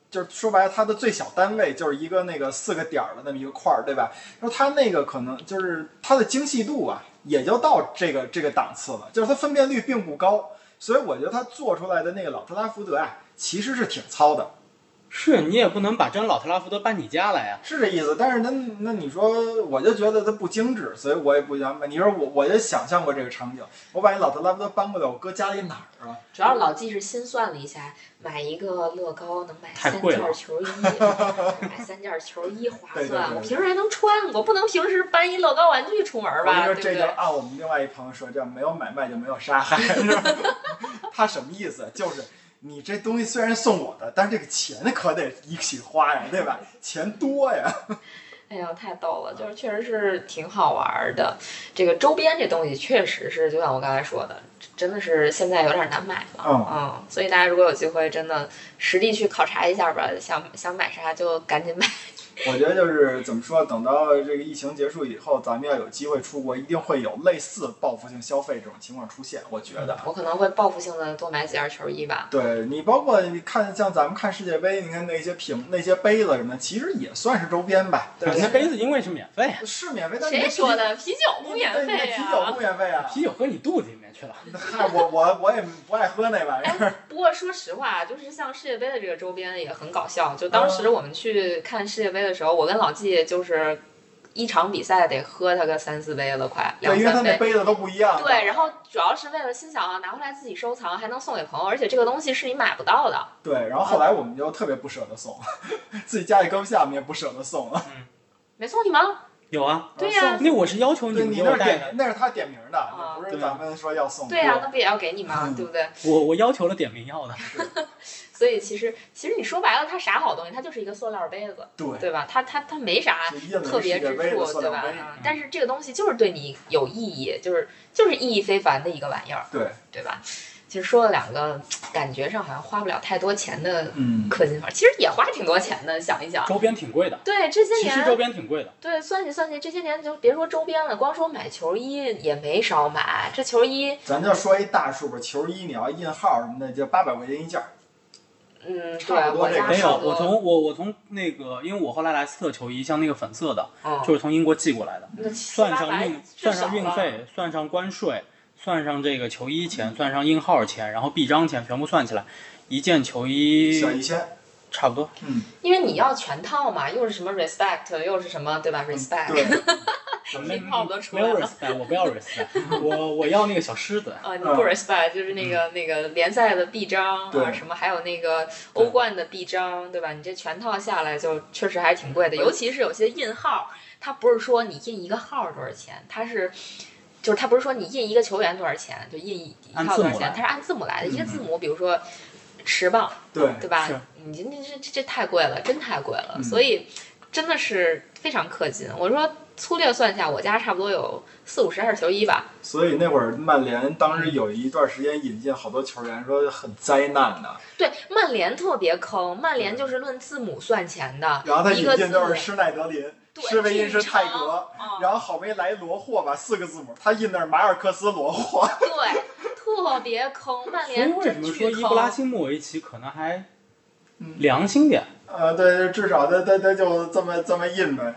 S2: 就是说白了，它的最小单位就是一个那个四个点儿的那么一个块儿，对吧？然后它那个可能就是它的精细度啊，也就到这个这个档次了，就是它分辨率并不高，所以我觉得它做出来的那个老特拉福德啊，其实是挺糙的。
S3: 是你也不能把真老特拉福德搬你家来呀。
S2: 是这意思，但是那那你说，我就觉得它不精致，所以我也不想买。你说我我就想象过这个场景，我把那老特拉福德搬过来，我搁家里哪儿啊？
S1: 主要老季是心算了一下，买一个乐高能买
S3: 太
S1: 三
S3: 贵
S1: 件
S3: 了 [LAUGHS]
S1: 球衣，买三件球衣划算。
S2: 对对对
S1: 我平时还能穿，我不能平时搬一乐高玩具出门儿吧？
S2: 我
S1: 对不
S2: 跟你说，这
S1: 对
S2: 就？按我们另外一朋友说，叫没有买卖就没有
S1: [LAUGHS]
S2: 杀害，是吧？他什么意思？就是你这东西虽然送我的，但是这个钱可得一起花呀，对吧？钱多呀，
S1: 哎呀，太逗了，就是确实是挺好玩儿的。这个周边这东西确实是，就像我刚才说的，真的是现在有点难买了。
S2: 嗯
S1: 嗯，所以大家如果有机会，真的实地去考察一下吧，想想买啥就赶紧买。
S2: 我觉得就是怎么说，等到这个疫情结束以后，咱们要有机会出国，一定会有类似报复性消费这种情况出现。我觉得。
S1: 我可能会报复性的多买几件球衣吧。
S2: 对你，包括你看，像咱们看世界杯，你看那些瓶、那些杯子什么的，其实也算是周边吧，对
S3: 那
S2: 吧？
S3: 杯子因为是免费，啊
S2: 是免费，但
S1: 谁说？的？啤酒不
S2: 你
S1: 免
S2: 对你的
S1: 费
S2: 啤酒
S1: 啊！
S2: 不免费啊！
S3: 啤酒喝你肚子里面去了。
S2: 嗨，我我我也不爱喝那玩意儿。
S1: 不过说实话，啊就是像世界杯的这个
S2: 嗯
S1: 周边也很搞笑。就当时我们去看世界杯的时候，我跟老纪就是。一场比赛得喝它个三四杯了，快两
S2: 对，因为它
S1: 三
S2: 那
S1: 杯。
S2: 杯子都不一样。
S1: 对，然后主要是为了欣赏啊，拿回来自己收藏，还能送给朋友，而且这个东西是你买不到的。
S2: 对，然后后来我们就特别不舍得送，自己家里搁不下，我们也不舍得送了。
S1: 没送你吗？
S3: 有啊，
S1: 对呀、
S3: 那我是要求你
S2: 对
S3: 们
S2: 你
S3: 给
S2: 那
S3: 我
S2: 是
S3: 带
S2: 点
S3: 的，
S2: 那是他点名的，那不是
S3: 对
S2: 咱们说要送。
S1: 对呀、那不也要给你吗？
S2: 嗯
S1: 对不对？
S3: 我我要求了点名要的。
S1: 所以其实其实你说白了，它啥好东西？它就是一个塑料杯子，
S2: 对，
S1: 对吧？它它它没啥
S2: 就印了
S1: 特别
S2: 世界
S1: 之
S2: 杯的
S1: 处，
S2: 塑
S1: 对
S2: 料
S1: 吧？
S2: 杯。嗯
S1: 啊但是这个东西就是对你有意义，就是就是意义非凡的一个玩意儿，
S2: 对，
S1: 对吧？其实说了两个，感觉上好像花不了太多钱的
S2: 嗯，
S1: 氪金玩，其实也花挺多钱的。想一想，
S3: 周边挺贵的，
S1: 对这些
S3: 其实周
S1: 年，
S3: 边挺贵的。
S1: 对算计算计，这些年就别说周边了，光说买球衣也没少买。这球衣，
S2: 咱就说一大数吧，球衣你要印号什么的，就八百块钱一件儿。
S1: 嗯，
S2: 差
S1: 对
S2: 不多
S1: 我
S2: 这个
S1: 家
S3: 没有，
S1: 差不
S3: 我
S1: 多，
S3: 从我我从那个，因为我后来莱斯特球衣，像那个粉色的，
S1: 嗯，
S3: 就是从英国寄过来的，
S1: 那七
S3: 算
S1: 八
S3: 上
S1: 百至
S3: 运算
S1: 少
S3: 上运
S1: 吧，
S3: 费，算上关税，算上这个球衣钱，算上印号钱，然后臂章钱，全部算起来，一件球
S1: 嗯
S3: 衣
S2: 小一千，
S3: 差不多。
S1: [LAUGHS]
S2: 嗯，
S1: 因为你要全套嘛，又是什么 respect，又是什么，对吧？respect，、
S3: 嗯
S2: 对，
S3: 没
S1: 一套都出
S3: 没
S1: 来
S3: 有
S1: 了
S3: respect，我不要 respect，我我要那个小狮
S1: [LAUGHS]
S3: 子。
S1: 啊，你不 respect 就是那
S3: 嗯
S1: 个、那个联赛的臂章啊，
S2: 对
S1: 什么还有那个欧冠的臂章，对吧？你这全套下来就确实还挺
S3: 嗯
S1: 贵的，尤其是有些印号，它不是说你印一个号多少钱，它是。就是它不是说你印一个球员多少钱，就印一一
S3: 按
S1: 套多
S3: 字
S1: 少
S3: 母
S1: 钱
S3: 来，
S1: 它是按字母来的。一个
S2: 嗯
S1: 字母，比如说十磅，
S2: 对，
S1: 对吧
S3: 是？
S1: 你这这这这太贵了，真太贵了，
S2: 嗯
S1: 所以真的是非常氪金。我说粗略算一下，我家差不多有四五十件球衣吧。
S2: 所以那会儿曼联当时有一段时间引进好多球员，说很灾难的，
S1: 对，曼联特别坑，曼联就是论字母算钱的，
S2: 然后他
S1: 一
S2: 引
S1: 个字
S2: 进都
S1: 母
S2: 是，施耐德林、
S1: 对
S2: 施维因是泰
S1: 俊
S2: 格，
S1: 啊
S2: 然后好没来罗霍吧，四个字母，他印的是马尔克斯罗霍。
S1: 对，特别坑。曼
S3: 所以
S1: 联
S3: 为什
S1: 真
S3: 么说
S1: 巨
S3: 伊布拉
S1: 坑。
S3: 辛莫维奇可能还
S2: 嗯
S3: 良心点？
S2: 呃，对，至少他他他就这么这么印呗。
S1: 哎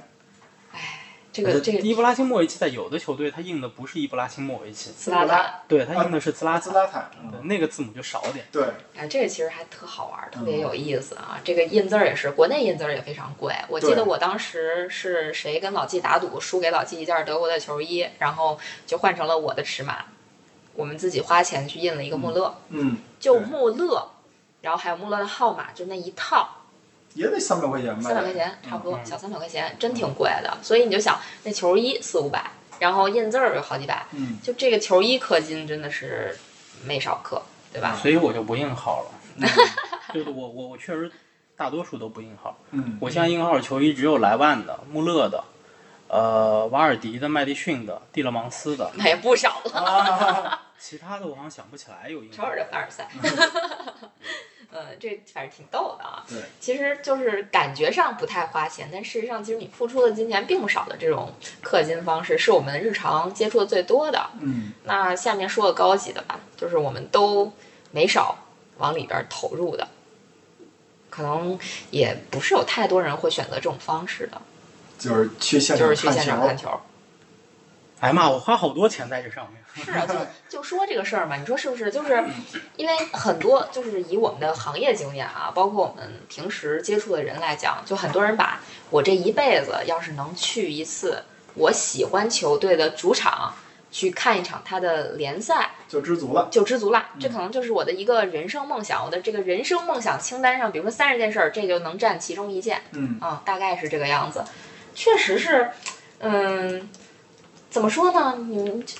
S1: 这
S2: 呃
S1: 个这个
S3: 伊布拉辛莫维奇在有的球队他印的不是伊布拉辛莫维奇，
S1: 斯拉塔，
S3: 对他印的是兹啊拉
S2: 兹
S3: 塔，
S2: 拉塔，
S3: 对
S2: 嗯
S3: 那个字母就少点。
S2: 对，
S1: 哎，这个其实还特好玩儿，特
S2: 嗯
S1: 别有意思啊！这个印字儿也是，国内印字儿也非常贵。我记
S2: 对
S1: 得我当时是谁跟老纪打赌，输给老纪一件德国的球衣，然后就换成了我的尺码，我们自己花钱去印了一个穆勒，
S2: 嗯，
S1: 就
S2: 对
S1: 穆勒，然后还有穆勒的号码，就那一套，
S2: 也得三百块钱吧，
S1: 三百块钱差不多，
S3: 嗯
S1: 小三百块钱，真挺贵的。所以你就想，那球衣四五百，然后印字儿有好几百，
S2: 嗯，
S1: 就这个球衣氪金真的是没少氪，对吧？
S3: 所以我就不印号了。嗯就是我我我确实大多数都不印号，
S2: 嗯，
S3: 我现在印号球衣只有莱万的、穆勒的、呃瓦尔迪的、麦迪逊的、蒂勒芒斯的，
S2: 嗯
S1: 那也不少了。
S2: 啊，
S3: 其他的我好像想不起来有印
S1: 首
S3: 号
S1: 尔。的凡尔赛。 [LAUGHS] 呃，这反正挺逗的啊。
S2: 对，
S1: 其实就是感觉上不太花钱，但事实上，其实你付出的金钱并不少的这种氪金方式，是我们日常接触的最多的。
S2: 嗯，
S1: 那下面说个高级的吧，就是我们都没少往里边儿投入的，可能也不是有太多人会选择这种方式的，
S2: 就是去现
S1: 就
S2: 场
S1: 是去
S2: 看
S1: 现场看
S2: 球，
S1: 球。
S3: 哎呀妈，我花好多钱在这上
S1: [LAUGHS]
S3: 面。
S1: 是啊，就
S2: [LAUGHS]
S1: 就说这个事儿嘛，你说是不是？就是因为很多，就是以我们的行业经验啊，包括我们平时接触的人来讲，就很多人把我这一辈子要是能去一次我喜欢球队的主场去看一场他的联赛，
S2: 就知足了。
S1: 就知足了。
S2: 嗯
S1: 这可能就是我的一个人生梦想，我的这个人生梦想清单上，比如说三十件事儿，这就能占其中一件。
S2: 嗯，
S1: 啊，大概是这个样子。确实是，嗯，怎么说呢？你这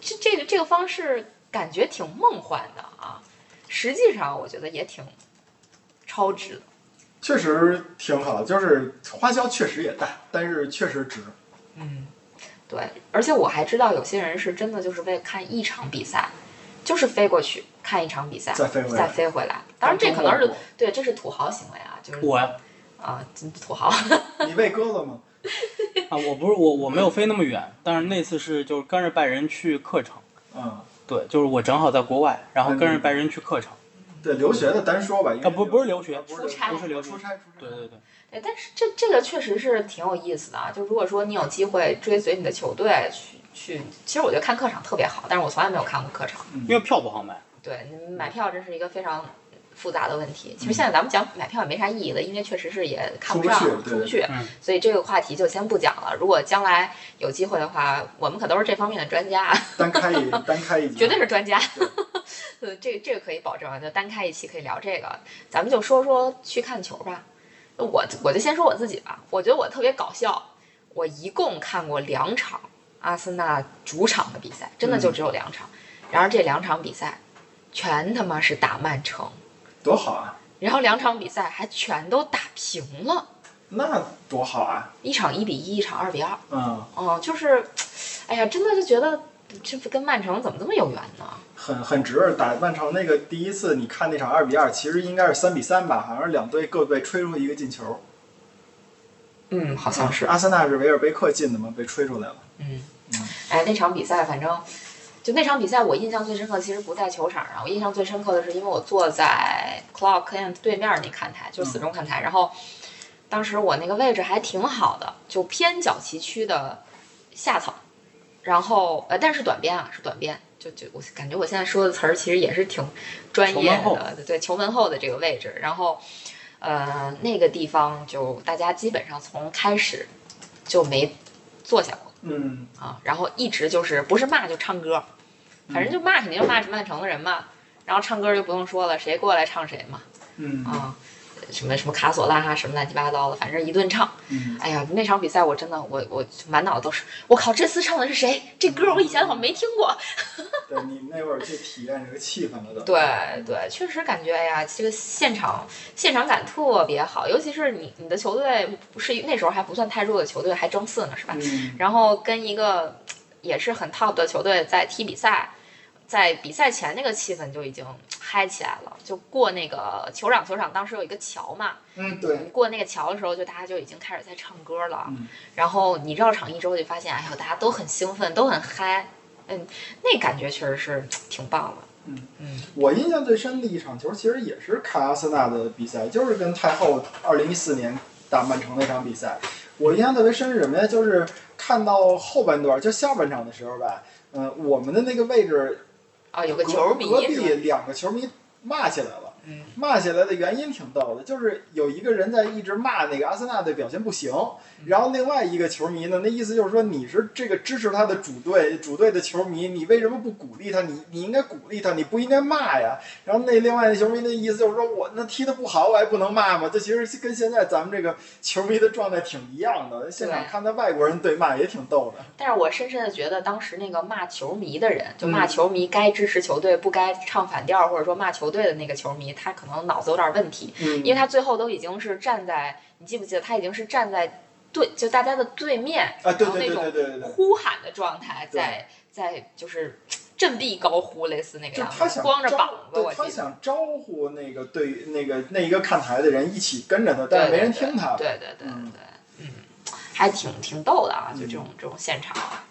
S1: 这这个这个方式感觉挺梦幻的啊，实际上我觉得也挺超值的。
S2: 确实挺好，就是花销确实也大，但是确实值。
S1: 嗯，对，而且我还知道有些人是真的就是为了看一场比赛，就是飞过去看一场比赛，
S2: 再飞回来
S1: 再飞回来。当然，这可能是对，这是土豪行为啊，就是
S3: 我啊，
S1: 啊，真土豪。 [LAUGHS]
S2: 你喂鸽子吗？
S3: 我不是我我没有飞那么远，但是那次是就是跟着拜仁去客场，
S2: 嗯，
S3: 对，就是我正好在国外，然后跟着拜仁去客场。
S2: 对，留学的单说吧，因为
S3: 啊不不是留学
S2: 不是留
S1: 出差
S3: 不是留学
S2: 出差出差，
S3: 对对对，
S1: 对，但是这这个确实是挺有意思的啊。就如果说你有机会追随你的球队去去，其实我觉得看客场特别好，但是我从来没有看过客场。
S2: 嗯
S3: 因为票不好买。
S1: 对，你买票真是一个非常复杂的问题。其实现在咱们讲买票也没啥意义了，因为确实是也看
S2: 出不
S1: 上，
S2: 去
S1: 出不
S2: 对
S1: 去
S3: 嗯，
S1: 所以这个话题就先不讲了。如果将来有机会的话，我们可都是这方面的专家，啊
S2: 单开一单开一集，
S1: 绝对是专家
S2: 对。
S1: [LAUGHS] 呃，这这个可以保证啊，就单开一期可以聊这个。咱们就说说去看球吧。我我就先说我自己吧，我觉得我特别搞笑。我一共看过两场阿森纳主场的比赛，真的就只有两场。然而这两场比赛全他妈是打曼城，
S2: 多好啊！
S1: 然后两场比赛还全都打平了，
S2: 那多好啊！
S1: 一场一比一，一场二比二。
S2: 嗯，
S1: 哦，就是，哎呀，真的就觉得这不跟曼城怎么这么有缘呢？
S2: 很很值。打曼城那个第一次，你看那场二比二，其实应该是三比三吧，好像是两队各被吹出一个进球。
S1: 嗯，好像是。
S2: 阿森纳是维尔贝克进的嘛，被吹出来了。
S1: 嗯
S2: 嗯，
S1: 哎，那场比赛反正就那场比赛，我印象最深刻其实不在球场上，我印象最深刻的是因为我坐在 Clock End 对面那看台，就是死忠看台，然后当时我那个位置还挺好的，就偏角旗区的下层，然后呃，但是短边啊，是短边。就就我感觉我现在说的词儿其实也是挺专业
S3: 球门
S1: 的，对球门后的这个位置，然后呃那个地方就大家基本上从开始就没坐下过，
S2: 嗯，
S1: 啊，然后一直就是不是骂就唱歌，反正就骂肯定就骂曼城的人嘛，然后唱歌就不用说了，谁过来唱谁嘛，
S2: 嗯
S1: 啊，什么什么卡索拉啊，什么乱七八糟的，反正一顿唱。
S2: 嗯，
S1: 哎呀，那场比赛我真的我我满脑子都是，我靠，这次唱的是谁？这歌我以前好像没听过。
S2: 对你那会儿去体验这个气氛了都。
S1: 对对，确实感觉哎呀，这个现场现场感特别好，尤其是你你的球队不是那时候还不算太弱的球队，还争四呢是吧？
S2: 嗯，
S1: 然后跟一个也是很 top 的球队在踢比赛，在比赛前那个气氛就已经嗨起来了。就过那个球场，球场当时有一个桥嘛，
S2: 嗯，对，
S1: 过那个桥的时候，就大家就已经开始在唱歌了。
S2: 嗯
S1: 然后你绕场一周，就发现，哎呦，大家都很兴奋，都很嗨。嗯，那感觉确实是挺棒的。
S2: 嗯
S1: 嗯
S2: 我印象最深的一场球，其实也是看阿森纳的比赛，就是跟太后二零一四年打曼城那场比赛。我印象特别深是什么呀？就是看到后半段，就下半场的时候吧，嗯、我们的那个位置
S1: 啊，有个
S2: 隔
S1: 球
S2: 隔
S1: 迷
S2: 壁
S1: 是吧？
S2: 两个球迷骂起来了。
S1: 嗯
S2: 骂起来的原因挺逗的，就是有一个人在一直骂那个阿森纳队表现不行，
S1: 嗯
S2: 然后另外一个球迷呢，那意思就是说你是这个支持他的主队，主队的球迷，你为什么不鼓励他？你你应该鼓励他，你不应该骂呀。然后那另外那球迷的意思就是说我那踢得不好，我还不能骂吗？这其实跟现在咱们这个球迷的状态挺一样的。现场
S1: 对
S2: 看到外国人对骂也挺逗的。
S1: 但是我深深的觉得，当时那个骂球迷的人，就
S2: 嗯
S1: 骂球迷该支持球队，不该唱反调，或者说骂球队的那个球迷，他可能脑子有点问题，
S2: 嗯
S1: 因为他最后都已经是站在，你记不记得，他已经是站在对，就大家的对面，
S2: 啊，对
S1: 然后
S2: 对
S1: 那
S2: 对对
S1: 种
S2: 对对对。
S1: 呼喊的状态，
S2: 对
S1: 在在就是振臂高呼，类似那个
S2: 就是
S1: 样
S2: 他想
S1: 子，光着
S2: 招
S1: 膀子，
S2: 对
S1: 我
S2: 他
S1: 记得。
S2: 想招呼那个对那个那一个看台的人一起跟着他，但是没人听他。
S1: 对对对对对
S2: 嗯，
S1: 嗯，还挺挺逗的啊，就这种、
S2: 嗯
S1: 这种现场。啊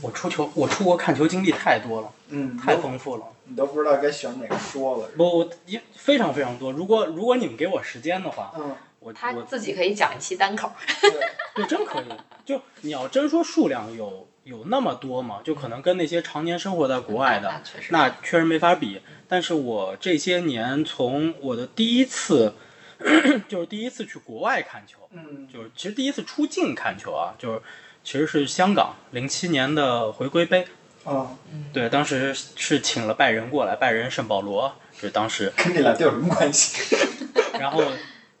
S3: 我出球，我出国看球经历太多了，
S2: 嗯，
S3: 太
S2: 你都
S3: 丰富了。
S2: 你都不知道该选哪个说了。
S3: 我我也非常非常多。如果如果你们给我时间的话，
S2: 嗯，
S3: 我
S1: 他
S3: 我
S1: 自己可以讲一期单口，
S3: 对真可以。就你要真说数量有有那么多嘛，就可能跟那些常年生活在国外的
S1: 那嗯确实
S3: 那确实没法比。但是我这些年从我的第一次 [CLEARS THROAT] 就是第一次去国外看球，
S2: 嗯，
S3: 就是其实第一次出境看球啊，就是其实是香港零七年的回归杯，
S2: 啊，
S3: 对，当时是请了拜仁过来，拜仁圣保罗，就是当时，
S2: 跟这俩队有什么关系？ [LAUGHS]
S3: 然后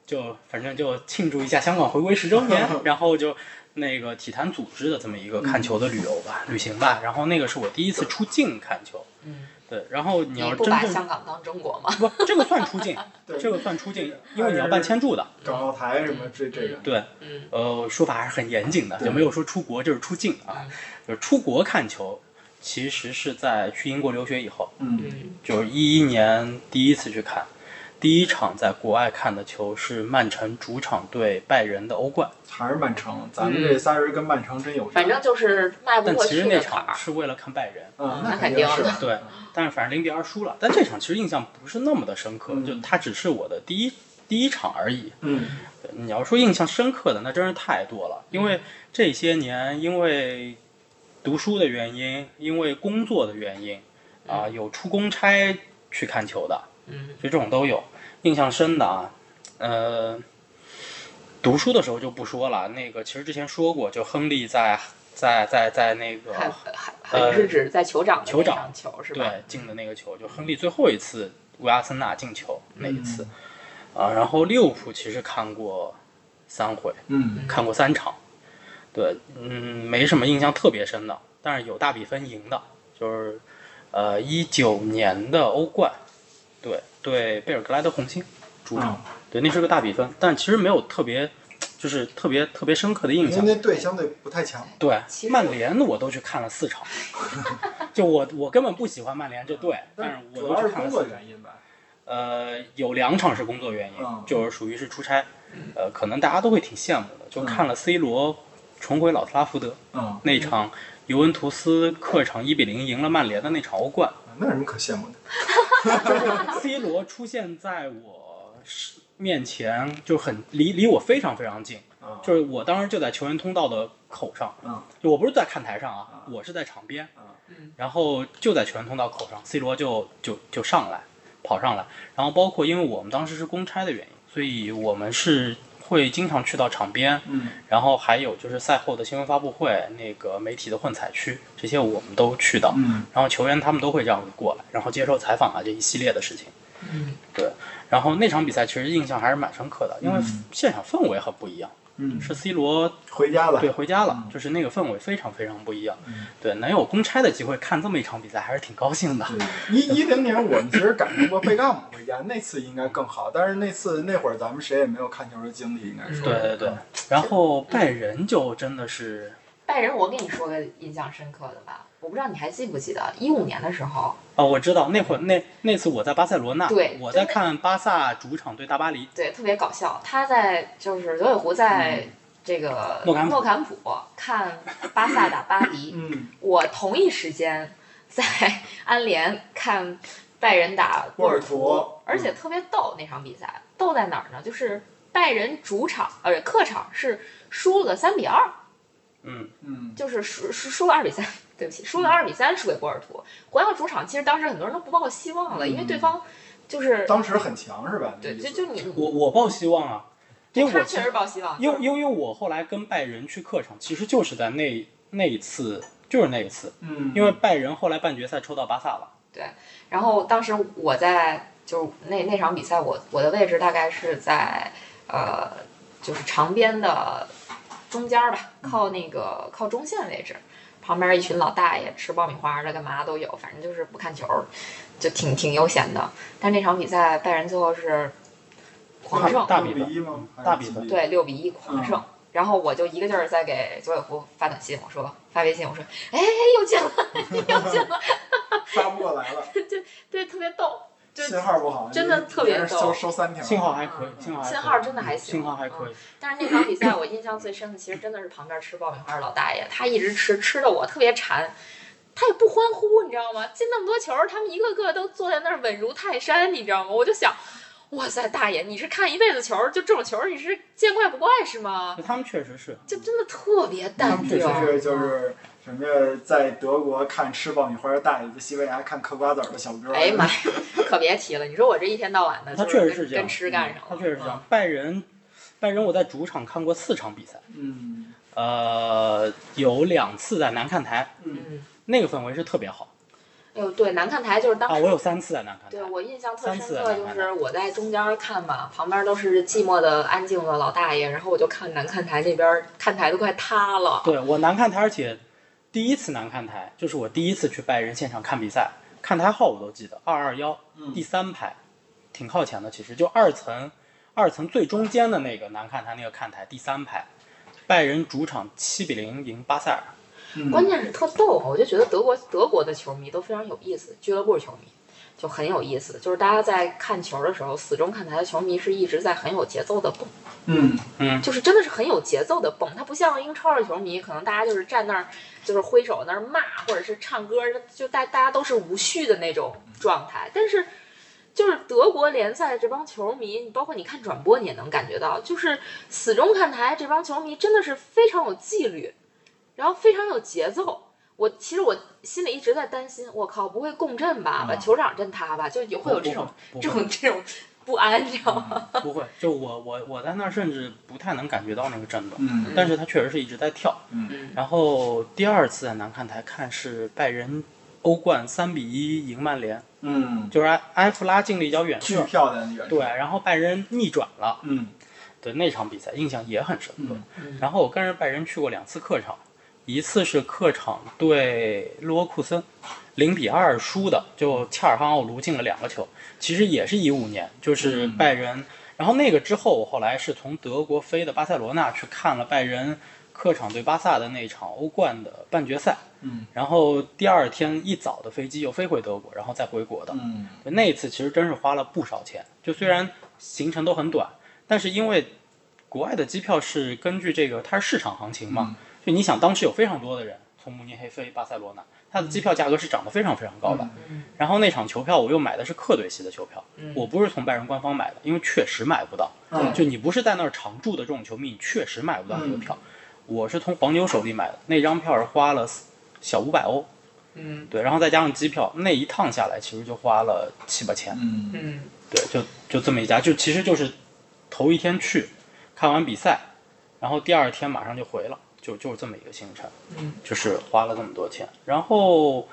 S3: 就反正就庆祝一下香港回归十周
S2: [LAUGHS]
S3: 年，然后就那个体坛组织的这么一个看球的旅游吧，旅行吧，然后那个是我第一次出境看球，
S1: 嗯，
S3: 对，然后你要
S1: 不
S3: 真
S1: 把
S3: 正
S1: 香港当中国吗？
S3: 不这个算出境，
S2: [LAUGHS] 对
S3: 这个算出境，因为你要办签注的，
S2: 港澳台什么这这个？
S3: 对，
S1: 嗯
S3: 呃，说法还是很严谨的，
S2: 对嗯
S3: 就没有说出国就是出境啊，就是出国看球，其实是在去英国留学以后，
S2: 嗯
S1: 嗯
S3: 就是一一年第一次去看，第一场在国外看的球是曼城主场对拜仁的欧冠，
S2: 还是曼城，咱们这仨人跟曼城真有
S1: 嗯
S2: 缘。
S1: 反正就是迈不
S3: 但
S1: 过
S3: 其
S1: 去
S3: 实那
S1: 的坎
S3: 场
S1: 儿。
S3: 是为了看拜仁。
S2: 嗯，
S1: 那
S2: 肯
S1: 肯
S2: 定
S1: 定
S2: 是。
S3: 对，但是反正零比二输了，但这场其实印象不是那么的深刻，
S2: 嗯
S3: 就它只是我的第一第一场而已。
S2: 嗯
S3: 对你要说印象深刻的，那真是太多了。因为这些年，因为读书的原因，因为工作的原因，啊、有出公差去看球的，
S1: 嗯
S3: 就这种都有。印象深的啊，呃，读书的时候就不说了。那个其实之前说过，就亨利在在在在那个
S1: 还还还是指在酋长的
S3: 呃酋
S1: 那
S3: 长
S1: 场球是吧？
S3: 对进的那个球，就亨利最后一次为阿森纳进球那一次啊。然后利物浦其实看过三回，
S2: 嗯，
S3: 看过三场，对，嗯，没什么印象特别深的，但是有大比分赢的，就是呃一九年的欧冠，对对，贝尔格莱德红星主场，
S2: 嗯
S3: 对，那是个大比分，但其实没有特别，就是特别特别深刻的印
S2: 因为嗯
S3: 象。
S2: 那队相对不太强，
S3: 对
S1: 其，实
S3: 曼联我都去看了四场， [LAUGHS] 就我我根本不喜欢曼联这队，但是我
S2: 主
S3: 都
S2: 要
S3: 去
S2: 是
S3: 看
S2: 工
S3: 了四场
S2: 作。原因吧。
S3: 呃，有两场是工作原因，
S2: 嗯
S3: 就是属于是出差，呃，可能大家都会挺羡慕的，就看了 C 罗重回老特拉福德
S2: 嗯，
S3: 那场尤文图斯客场一比零赢了曼联的那场欧冠
S2: 那有什么可羡慕的？
S3: ，C 罗出现在我是面前就很离离我非常非常近，
S2: 啊，
S3: 就是我当时就在球员通道的口上，
S2: 嗯
S3: 就我不是在看台上啊，
S2: 嗯
S3: 我是在场边
S2: 嗯，
S1: 嗯
S3: 然后就在球员通道口上，C 罗就就就上来跑上来，然后包括因为我们当时是公差的原因，所以我们是会经常去到场边，
S2: 嗯
S3: 然后还有就是赛后的新闻发布会、那个媒体的混采区，这些我们都去到，
S2: 嗯
S3: 然后球员他们都会这样子过来，然后接受采访啊这一系列的事情。
S1: 嗯，
S3: 对，然后那场比赛其实印象还是蛮深刻的，因为
S2: 嗯
S3: 现场氛围很不一样，
S2: 嗯，
S3: 是 C 罗
S2: 回家了。
S3: 对，回家了
S2: 嗯，
S3: 就是那个氛围非常非常不一样
S2: 嗯。
S3: 对，能有公差的机会看这么一场比赛，还是挺高兴的。
S2: 嗯一一零年，我们其实赶上过贝克汉姆回家，那次应该更好。但是那次那会儿咱们谁也没有看球的经历，应该是。
S3: 对对对，然后拜仁就真的是，
S1: 拜仁，我跟你说个印象深刻的吧，我不知道你还记不记得，一五年的时候，
S3: 哦，我知道那会儿那那次我在巴塞罗那，
S1: 对
S3: 我在
S1: 就那
S3: 看巴萨主场对大巴黎，
S1: 对，特别搞笑。他在就是罗尾狐在这个
S3: 嗯诺坎普
S1: 诺坎普看巴萨打巴黎，
S2: 嗯，
S1: 我同一时间在安联看拜仁打
S2: 沃尔
S1: 图
S2: 图，
S1: 而且特别逗那场比赛，逗在哪儿呢？就是拜仁主场呃客场是输了三比二，
S3: 嗯，
S2: 嗯，
S1: 就是输输输了二比三，对不起，输了二比三输给波尔图。回到主场，其实当时很多人都不抱希望了，因为对方就是
S2: 当时很强是吧？
S1: 对，
S2: 那
S1: 就
S2: 意思
S1: 就你
S3: 我我抱希望啊，因为
S1: 他
S3: 我其
S1: 确
S3: 实
S1: 实抱希望，
S3: 因
S1: 就
S3: 为
S1: 是
S3: 因为因为我后来跟拜仁去客场，其实就是在那那一次，就是那一次，
S2: 嗯，
S3: 因为拜仁后来半决赛抽到巴萨了。
S1: 然后当时我在就是那那场比赛我，我的位置大概是在呃就是长边的中间儿吧，靠那个靠中线位置，旁边一群老大爷吃爆米花的，干嘛都有，反正就是不看球儿，就挺挺悠闲的。但那场比赛拜仁最后是狂胜，
S3: 大
S2: 六
S3: 比分
S2: 比一吗？还是
S3: 大比分
S2: 几，
S1: 对，六比一狂
S2: 嗯
S1: 胜。然后我就一个劲儿在给左尾狐发短信，我说发微信，我说，哎，又进了， [LAUGHS] 又进了，
S2: 发不过来了，
S1: 对，特别逗， [LAUGHS] 就
S2: 信号不好，
S1: 真的特别
S2: 一人
S1: 逗
S2: 收收三条，
S3: 信号还可以，信号还
S1: 信
S3: 可
S1: 号
S3: 以
S1: 真的还行嗯
S3: 信号还可以。
S1: 但是那场比赛我印象最深的，其实真的是旁边吃爆米花的老大爷，他一直吃，吃的我特别馋。他也不欢呼，你知道吗？进那么多球，他们一个个都坐在那儿稳如泰山，你知道吗？我就想，哇塞，大爷，你是看一辈子球，就这种球你是见怪不怪是吗？
S3: 他们确实是，
S1: 就真的特别淡定，
S2: 确实是就是什么在德国看吃爆米花的大爷，在西班牙看嗑瓜子儿的小哥。
S1: 哎呀
S3: [LAUGHS]
S1: 妈呀，可别提了！你说我这一天到晚的，
S3: 他
S1: 就
S3: 确
S1: 跟
S3: 实是这样
S1: 跟吃干上了。
S3: 他确实是这
S1: 嗯
S3: 样。拜仁，拜仁，我在主场看过四场比赛，
S2: 嗯
S3: 呃，有两次在南看台，
S1: 嗯，
S3: 那个氛围是特别好
S1: 哎呦，对，南看台就是当
S3: 啊。
S1: 时
S3: 我有三次在南看
S1: 对
S3: 台，
S1: 我印象特
S3: 三
S1: 深
S3: 次
S1: 刻，
S3: 啊
S1: 就是我在中间看嘛，旁边都是寂寞的、安静的老大爷，然后我就看南看台那边，看台都快塌了。
S3: 对我南看台，而且第一次南看台就是我第一次去拜仁现场看比赛，看台号我都记得，二二幺
S2: 嗯，
S3: 第三排，挺靠前的，其实就二层，二层最中间的那个南看台那个看台第三排，拜仁主场七比零赢
S1: [LAUGHS]
S3: 巴塞尔。
S2: 嗯
S1: 关键是特逗，啊我就觉得德国德国的球迷都非常有意思，俱乐部球迷就很有意思，就是大家在看球的时候，死忠看台的球迷是一直在很有节奏的蹦，
S2: 嗯，
S3: 嗯，
S1: 就是真的是很有节奏的蹦，他不像英超的球迷，可能大家就是站那儿就是挥手那儿骂，或者是唱歌，就大大家都是无序的那种状态。但是就是德国联赛这帮球迷，你包括你看转播，你也能感觉到，就是死忠看台这帮球迷真的是非常有纪律，然后非常有节奏。我其实我心里一直在担心，我靠，不会共振吧？把
S2: 嗯
S1: 球场震塌吧？就有会有这种
S3: 不会
S1: 这种这种不安，你知道吗？
S3: 嗯不会，就我我我在那儿甚至不太能感觉到那个震动，
S2: 嗯
S3: 但是它确实是一直在跳。
S1: 嗯
S3: 然后第二次在南看台看是拜仁欧冠三比一赢曼联，
S2: 嗯，
S3: 就是埃埃弗拉进了一脚远
S2: 巨
S3: 射，
S2: 漂亮的远
S3: 对，，然后拜仁逆转了，
S2: 嗯
S3: 对那场比赛印象也很深刻。
S2: 嗯
S3: 然后我跟着拜仁去过两次客场，一次是客场对洛沃库森，零比二输的，就恰尔汗奥卢进了两个球，其实也是一五年，就是
S2: 嗯
S3: 拜仁。然后那个之后，我后来是从德国飞的巴塞罗那去看了拜仁客场对巴萨的那场欧冠的半决赛，
S2: 嗯
S3: 然后第二天一早的飞机又飞回德国，然后再回国的。
S2: 嗯
S3: 对那一次其实真是花了不少钱，就虽然行程都很短，但是因为国外的机票是根据这个它是市场行情嘛，就你想当时有非常多的人从慕尼黑飞巴塞罗那，它的机票价格是涨得非常非常高的。然后那场球票我又买的是客队席的球票，我不是从拜仁官方买的，因为确实买不到。
S2: 嗯
S3: 就你不是在那儿常住的这种球迷，你确实买不到那个票。我是从黄牛手里买的，那张票是花了四小五百欧，
S1: 嗯
S3: 对，然后再加上机票，那一趟下来其实就花了七八千。
S2: 嗯
S1: 嗯
S3: 对，就就这么一家，就其实就是头一天去看完比赛，然后第二天马上就回了，就就是这么一个行程，
S1: 嗯，
S3: 就是花了这么多钱。然后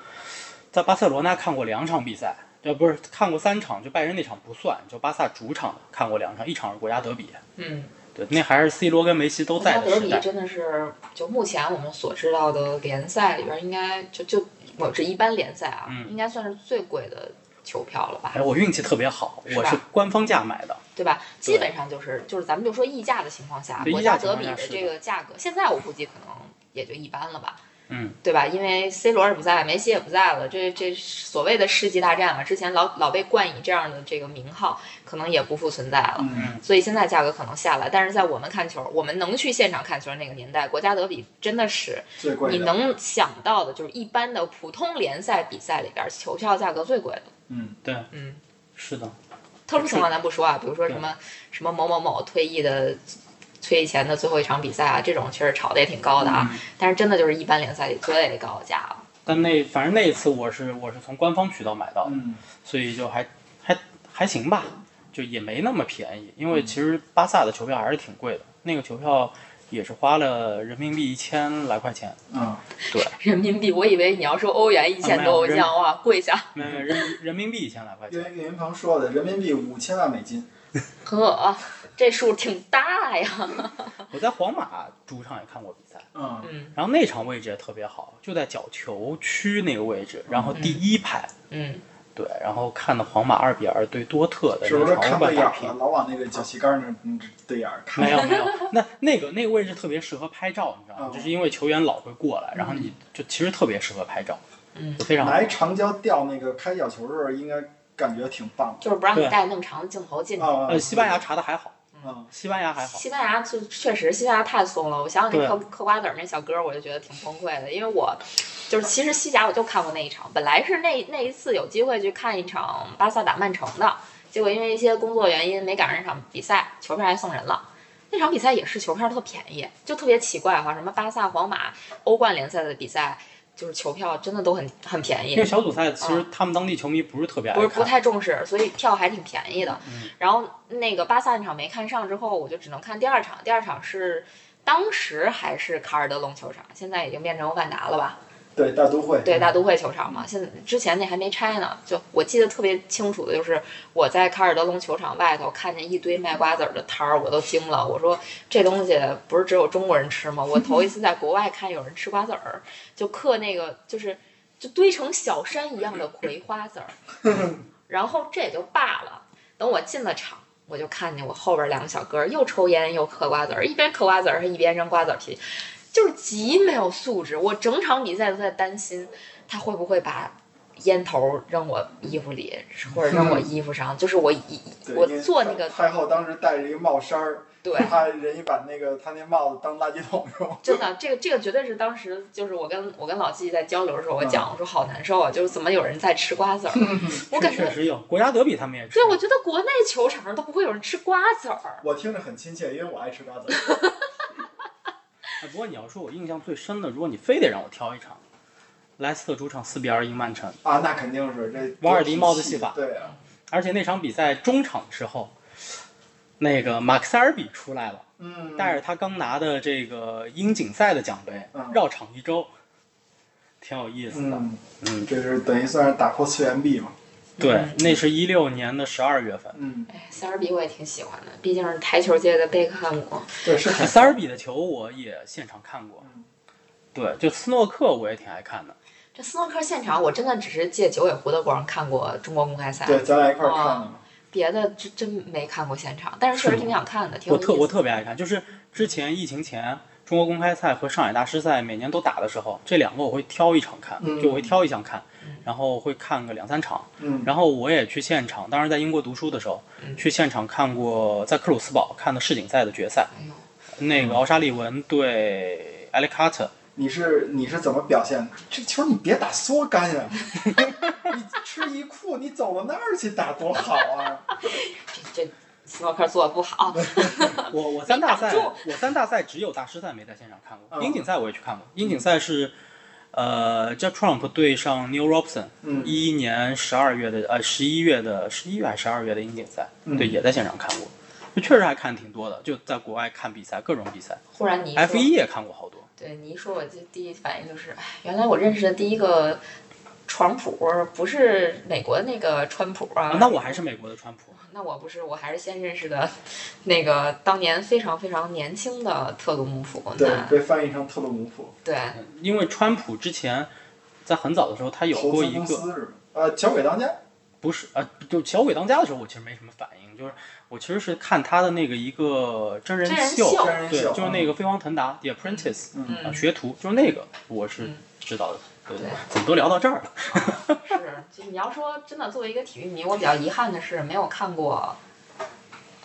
S3: 在巴塞罗那看过两场比赛，呃，不是看过三场，就拜仁那场不算，就巴萨主场的看过两场，一场是国家德比，
S1: 嗯，
S3: 对，那还是 C 罗跟梅西都
S1: 国家
S3: 在的
S1: 德
S3: 时
S1: 比
S3: 代，
S1: 真的是，就目前我们所知道的联赛里边，应该就就我这一般联赛啊，
S3: 嗯
S1: 应该算是最贵的球票了吧
S3: 哎，？我运气特别好，
S1: 是
S3: 我
S1: 吧
S3: 是官方价买的，
S1: 对吧？基本上就是就是咱们就说溢价的情况下，
S3: 对
S1: 国
S3: 溢
S1: 家
S3: 价
S1: 德
S3: 情
S1: 比
S3: 况下
S1: 的
S3: 是
S1: 这
S3: 的
S1: 个价格，现在我估计可能也就一般了吧，
S3: 嗯，
S1: 对吧？因为 C 罗也不在，梅西也不在了，这这所谓的世纪大战嘛，啊之前老老被冠以这样的这个名号，可能也不复存在了。
S2: 嗯
S1: 所以现在价格可能下来，但是在我们看球，我们能去现场看球的那个年代，国家德比真的是
S2: 最贵
S1: 你
S2: 的，
S1: 能想到的，就是一般的普通联赛比赛里边，球票价格最贵的。
S2: 嗯
S3: 对，
S1: 嗯，
S3: 是的，
S1: 特殊情况咱不说啊，比如说什么什么某某某退役的退役前的最后一场比赛啊，这种确实炒的也挺高的啊。
S3: 嗯
S1: 但是真的就是一般联赛里最高的价了。
S3: 但那反正那一次我是我是从官方渠道买到的。
S2: 嗯
S3: 所以就还还还行吧，就也没那么便宜，因为
S2: 嗯
S3: 其实巴萨的球票还是挺贵的，那个球票也是花了人民币一千来块钱，
S2: 嗯
S1: 人民币，我以为你要说欧元一千多，
S3: 啊
S1: 我
S3: 没有
S1: 想哇跪下，
S3: 没有没有人人民币一千来块
S2: 岳
S3: 钱，
S2: 云岳云鹏说的，人民币五千万美金，
S1: 呵、啊，这数挺大呀。
S3: 我在皇马主场也看过比赛，
S2: 嗯
S1: 嗯
S3: 然后那场位置也特别好，就在角球区那个位置，然后第一排。
S1: 嗯，
S3: 对，然后看的皇马二比二对多特的
S2: 是不
S3: 那
S2: 是
S3: 场欧
S2: 看对
S3: 冠
S2: 眼
S3: 打
S2: 儿
S3: 平
S2: 了，，老往那个脚旗杆儿那嗯对眼儿看？
S3: [LAUGHS] 没有没有，
S1: [LAUGHS]
S3: 那那个那个位置特别适合拍照，你知
S1: 哦
S3: 道吗
S2: 嗯？
S3: 就是因为球员老会过来，然后你就其实特别适合拍照，
S1: 嗯
S3: 就非常好
S2: 拿一长焦吊那个开角球的时候，应该感觉挺棒
S1: 就是不让你
S3: 对
S1: 带那么长的镜头进
S2: 的。
S1: 去。
S2: 啊，
S3: 呃，西班牙查的还好，
S2: 嗯，
S3: 西班牙还好，
S1: 西班牙就确实，西班牙太松了。我想想那
S3: 对
S1: 嗑嗑瓜子儿那小哥，我就觉得挺崩溃的，因为我就是其实西甲我就看过那一场，本来是那那一次有机会去看一场巴萨打曼城的，结果因为一些工作原因没赶上那场比赛，球票还送人了。那场比赛也是球票特便宜，就特别奇怪哈，什么巴萨、皇马欧冠联赛的比赛，就是球票真的都很很便宜
S3: 因为。小组赛其实他们当地球迷不是特别
S1: 嗯不
S3: 爱
S1: 是不
S3: 看，
S1: 太重视，所以票还挺便宜的。
S3: 嗯
S1: 然后那个巴萨那场没看上之后，我就只能看第二场。第二场是当时还是卡尔德隆球场，现在已经变成万达了吧？
S2: 对，大都会，
S1: 对，大都会球场嘛。现在之前那还没拆呢。就我记得特别清楚的就是，我在卡尔德隆球场外头看见一堆卖瓜子儿的摊儿，我都惊了。我说这东西不是只有中国人吃吗？我头一次在国外看有人吃瓜子儿，就嗑那个就是就堆成小山一样的葵花籽儿。然后这也就罢了。等我进了场，我就看见我后边两个小哥又抽烟又嗑瓜子儿，一边嗑瓜子儿还一边扔瓜子儿皮，就是极没有素质。我整场比赛都在担心他会不会把。烟头扔我衣服里，或者扔我衣服上，就是我
S3: [LAUGHS]
S1: 一
S2: 对
S1: 我
S2: 因为
S1: 做那个
S2: 太后当时戴着一个帽衫儿，
S1: 对，
S2: 他人一把那个他那帽子当垃圾桶用。
S1: 真的，这个这个绝对是当时就是我跟我跟老季在交流的时
S3: 嗯
S1: 候，我讲我说好难受啊，就是怎么有人在吃瓜子儿，我感
S3: 确
S1: 觉
S3: 实有国家德比他们也吃
S1: 对，我觉得国内球场上都不会有人吃瓜子儿，
S2: 我听着很亲切，因为我爱吃瓜子。
S3: 哎不过你要说我印象最深的，如果你非得让我挑一场，莱斯特主场四比二赢曼城，
S2: 啊，那肯定是这
S3: [LAUGHS] 瓦尔迪帽子戏法
S2: 对啊，
S3: 而且那场比赛中场之后，那个马克塞尔比出来了，
S2: 嗯，
S3: 带着他刚拿的这个英锦赛的奖杯
S2: 嗯
S3: 绕场一周，挺有意思的。
S2: 嗯，
S3: 嗯，
S2: 这是等于算是打破次元壁嘛，
S3: 对
S1: 嗯，
S3: 那是一六年的十二
S2: [LAUGHS]
S3: 月份。
S2: 嗯，
S1: 哎塞尔比我也挺喜欢的，毕竟是台球界的贝克汉姆。
S2: 对，是很
S3: 塞尔比的球我也现场看过
S2: 嗯，
S3: 对，就斯诺克我也挺爱看的。
S1: 这斯诺克现场，我真的只是借九尾狐的光看过中国公开赛，
S2: 对，咱俩一
S1: 哦
S2: 块儿看的嘛，
S1: 别的真真没看过现场，但是确实挺想看的，挺
S3: 我
S1: 有意思
S3: 特我特别爱看，就是之前疫情前中国公开赛和上海大师赛每年都打的时候，这两个我会挑一场看，
S2: 嗯
S3: 就我会挑一项看
S1: 嗯，
S3: 然后会看个两三场。
S2: 嗯，
S3: 然后我也去现场，当时在英国读书的时候，
S1: 嗯
S3: 去现场看过在克鲁斯堡看的世锦赛的决赛，
S1: 哎呦，
S3: 那个
S2: 嗯
S3: 奥沙利文对埃利卡特，
S2: 你是你是怎么表现的？这球你别打缩杆呀， [LAUGHS] 你吃一库，你走到那儿去打多好
S1: [LAUGHS]
S2: 啊！
S1: 这这斯诺克做的不
S3: [LAUGHS]
S1: 好，
S3: 我我三大赛
S1: 没挡
S3: 我三大赛只有大师赛没在现场看过，
S2: 嗯
S3: 英锦赛我也去看过，英锦赛是。呃，叫 Trump 对上 Neil Robson，
S2: 嗯
S3: 一一年十二月的呃十一月的十一月还是十二月的英锦赛，
S2: 嗯
S3: 对，也在现场看过，就确实还看挺多的，就在国外看比赛，各种比赛
S1: 忽然你一
S3: ，F
S1: 说，
S3: 一也看过好多，
S1: 对你一说，我就第一反应就是，哎，原来我认识的第一个床谱不是美国那个川普啊
S3: 啊，那我还是美国的川普，
S1: 那我不是，我还是先认识的，那个当年非常非常年轻的特鲁姆普，
S2: 对
S1: 那，
S2: 被翻译成特鲁姆普，
S1: 对，
S3: 因为川普之前在很早的时候，他有
S2: 投
S3: 过
S2: 资
S3: 一
S2: 公
S3: 个
S2: 司是吧？呃，小鬼当家，
S3: 不是啊，就小鬼当家的时候，我其实没什么反应，就是我其实是看他的那个一个真人
S1: 真人
S3: 秀，
S1: 秀
S2: 真人
S3: 对，
S2: 秀，
S3: 就是那个飞黄腾达 The Apprentice，、
S2: 嗯，
S3: 啊，
S1: 嗯，
S3: 学徒，就是那个我是
S1: 嗯
S3: 知道的。对
S1: 对，
S3: 怎么都聊到这儿了？
S1: 是，就你要说真的，作为一个体育迷，我比较遗憾的是没有看过，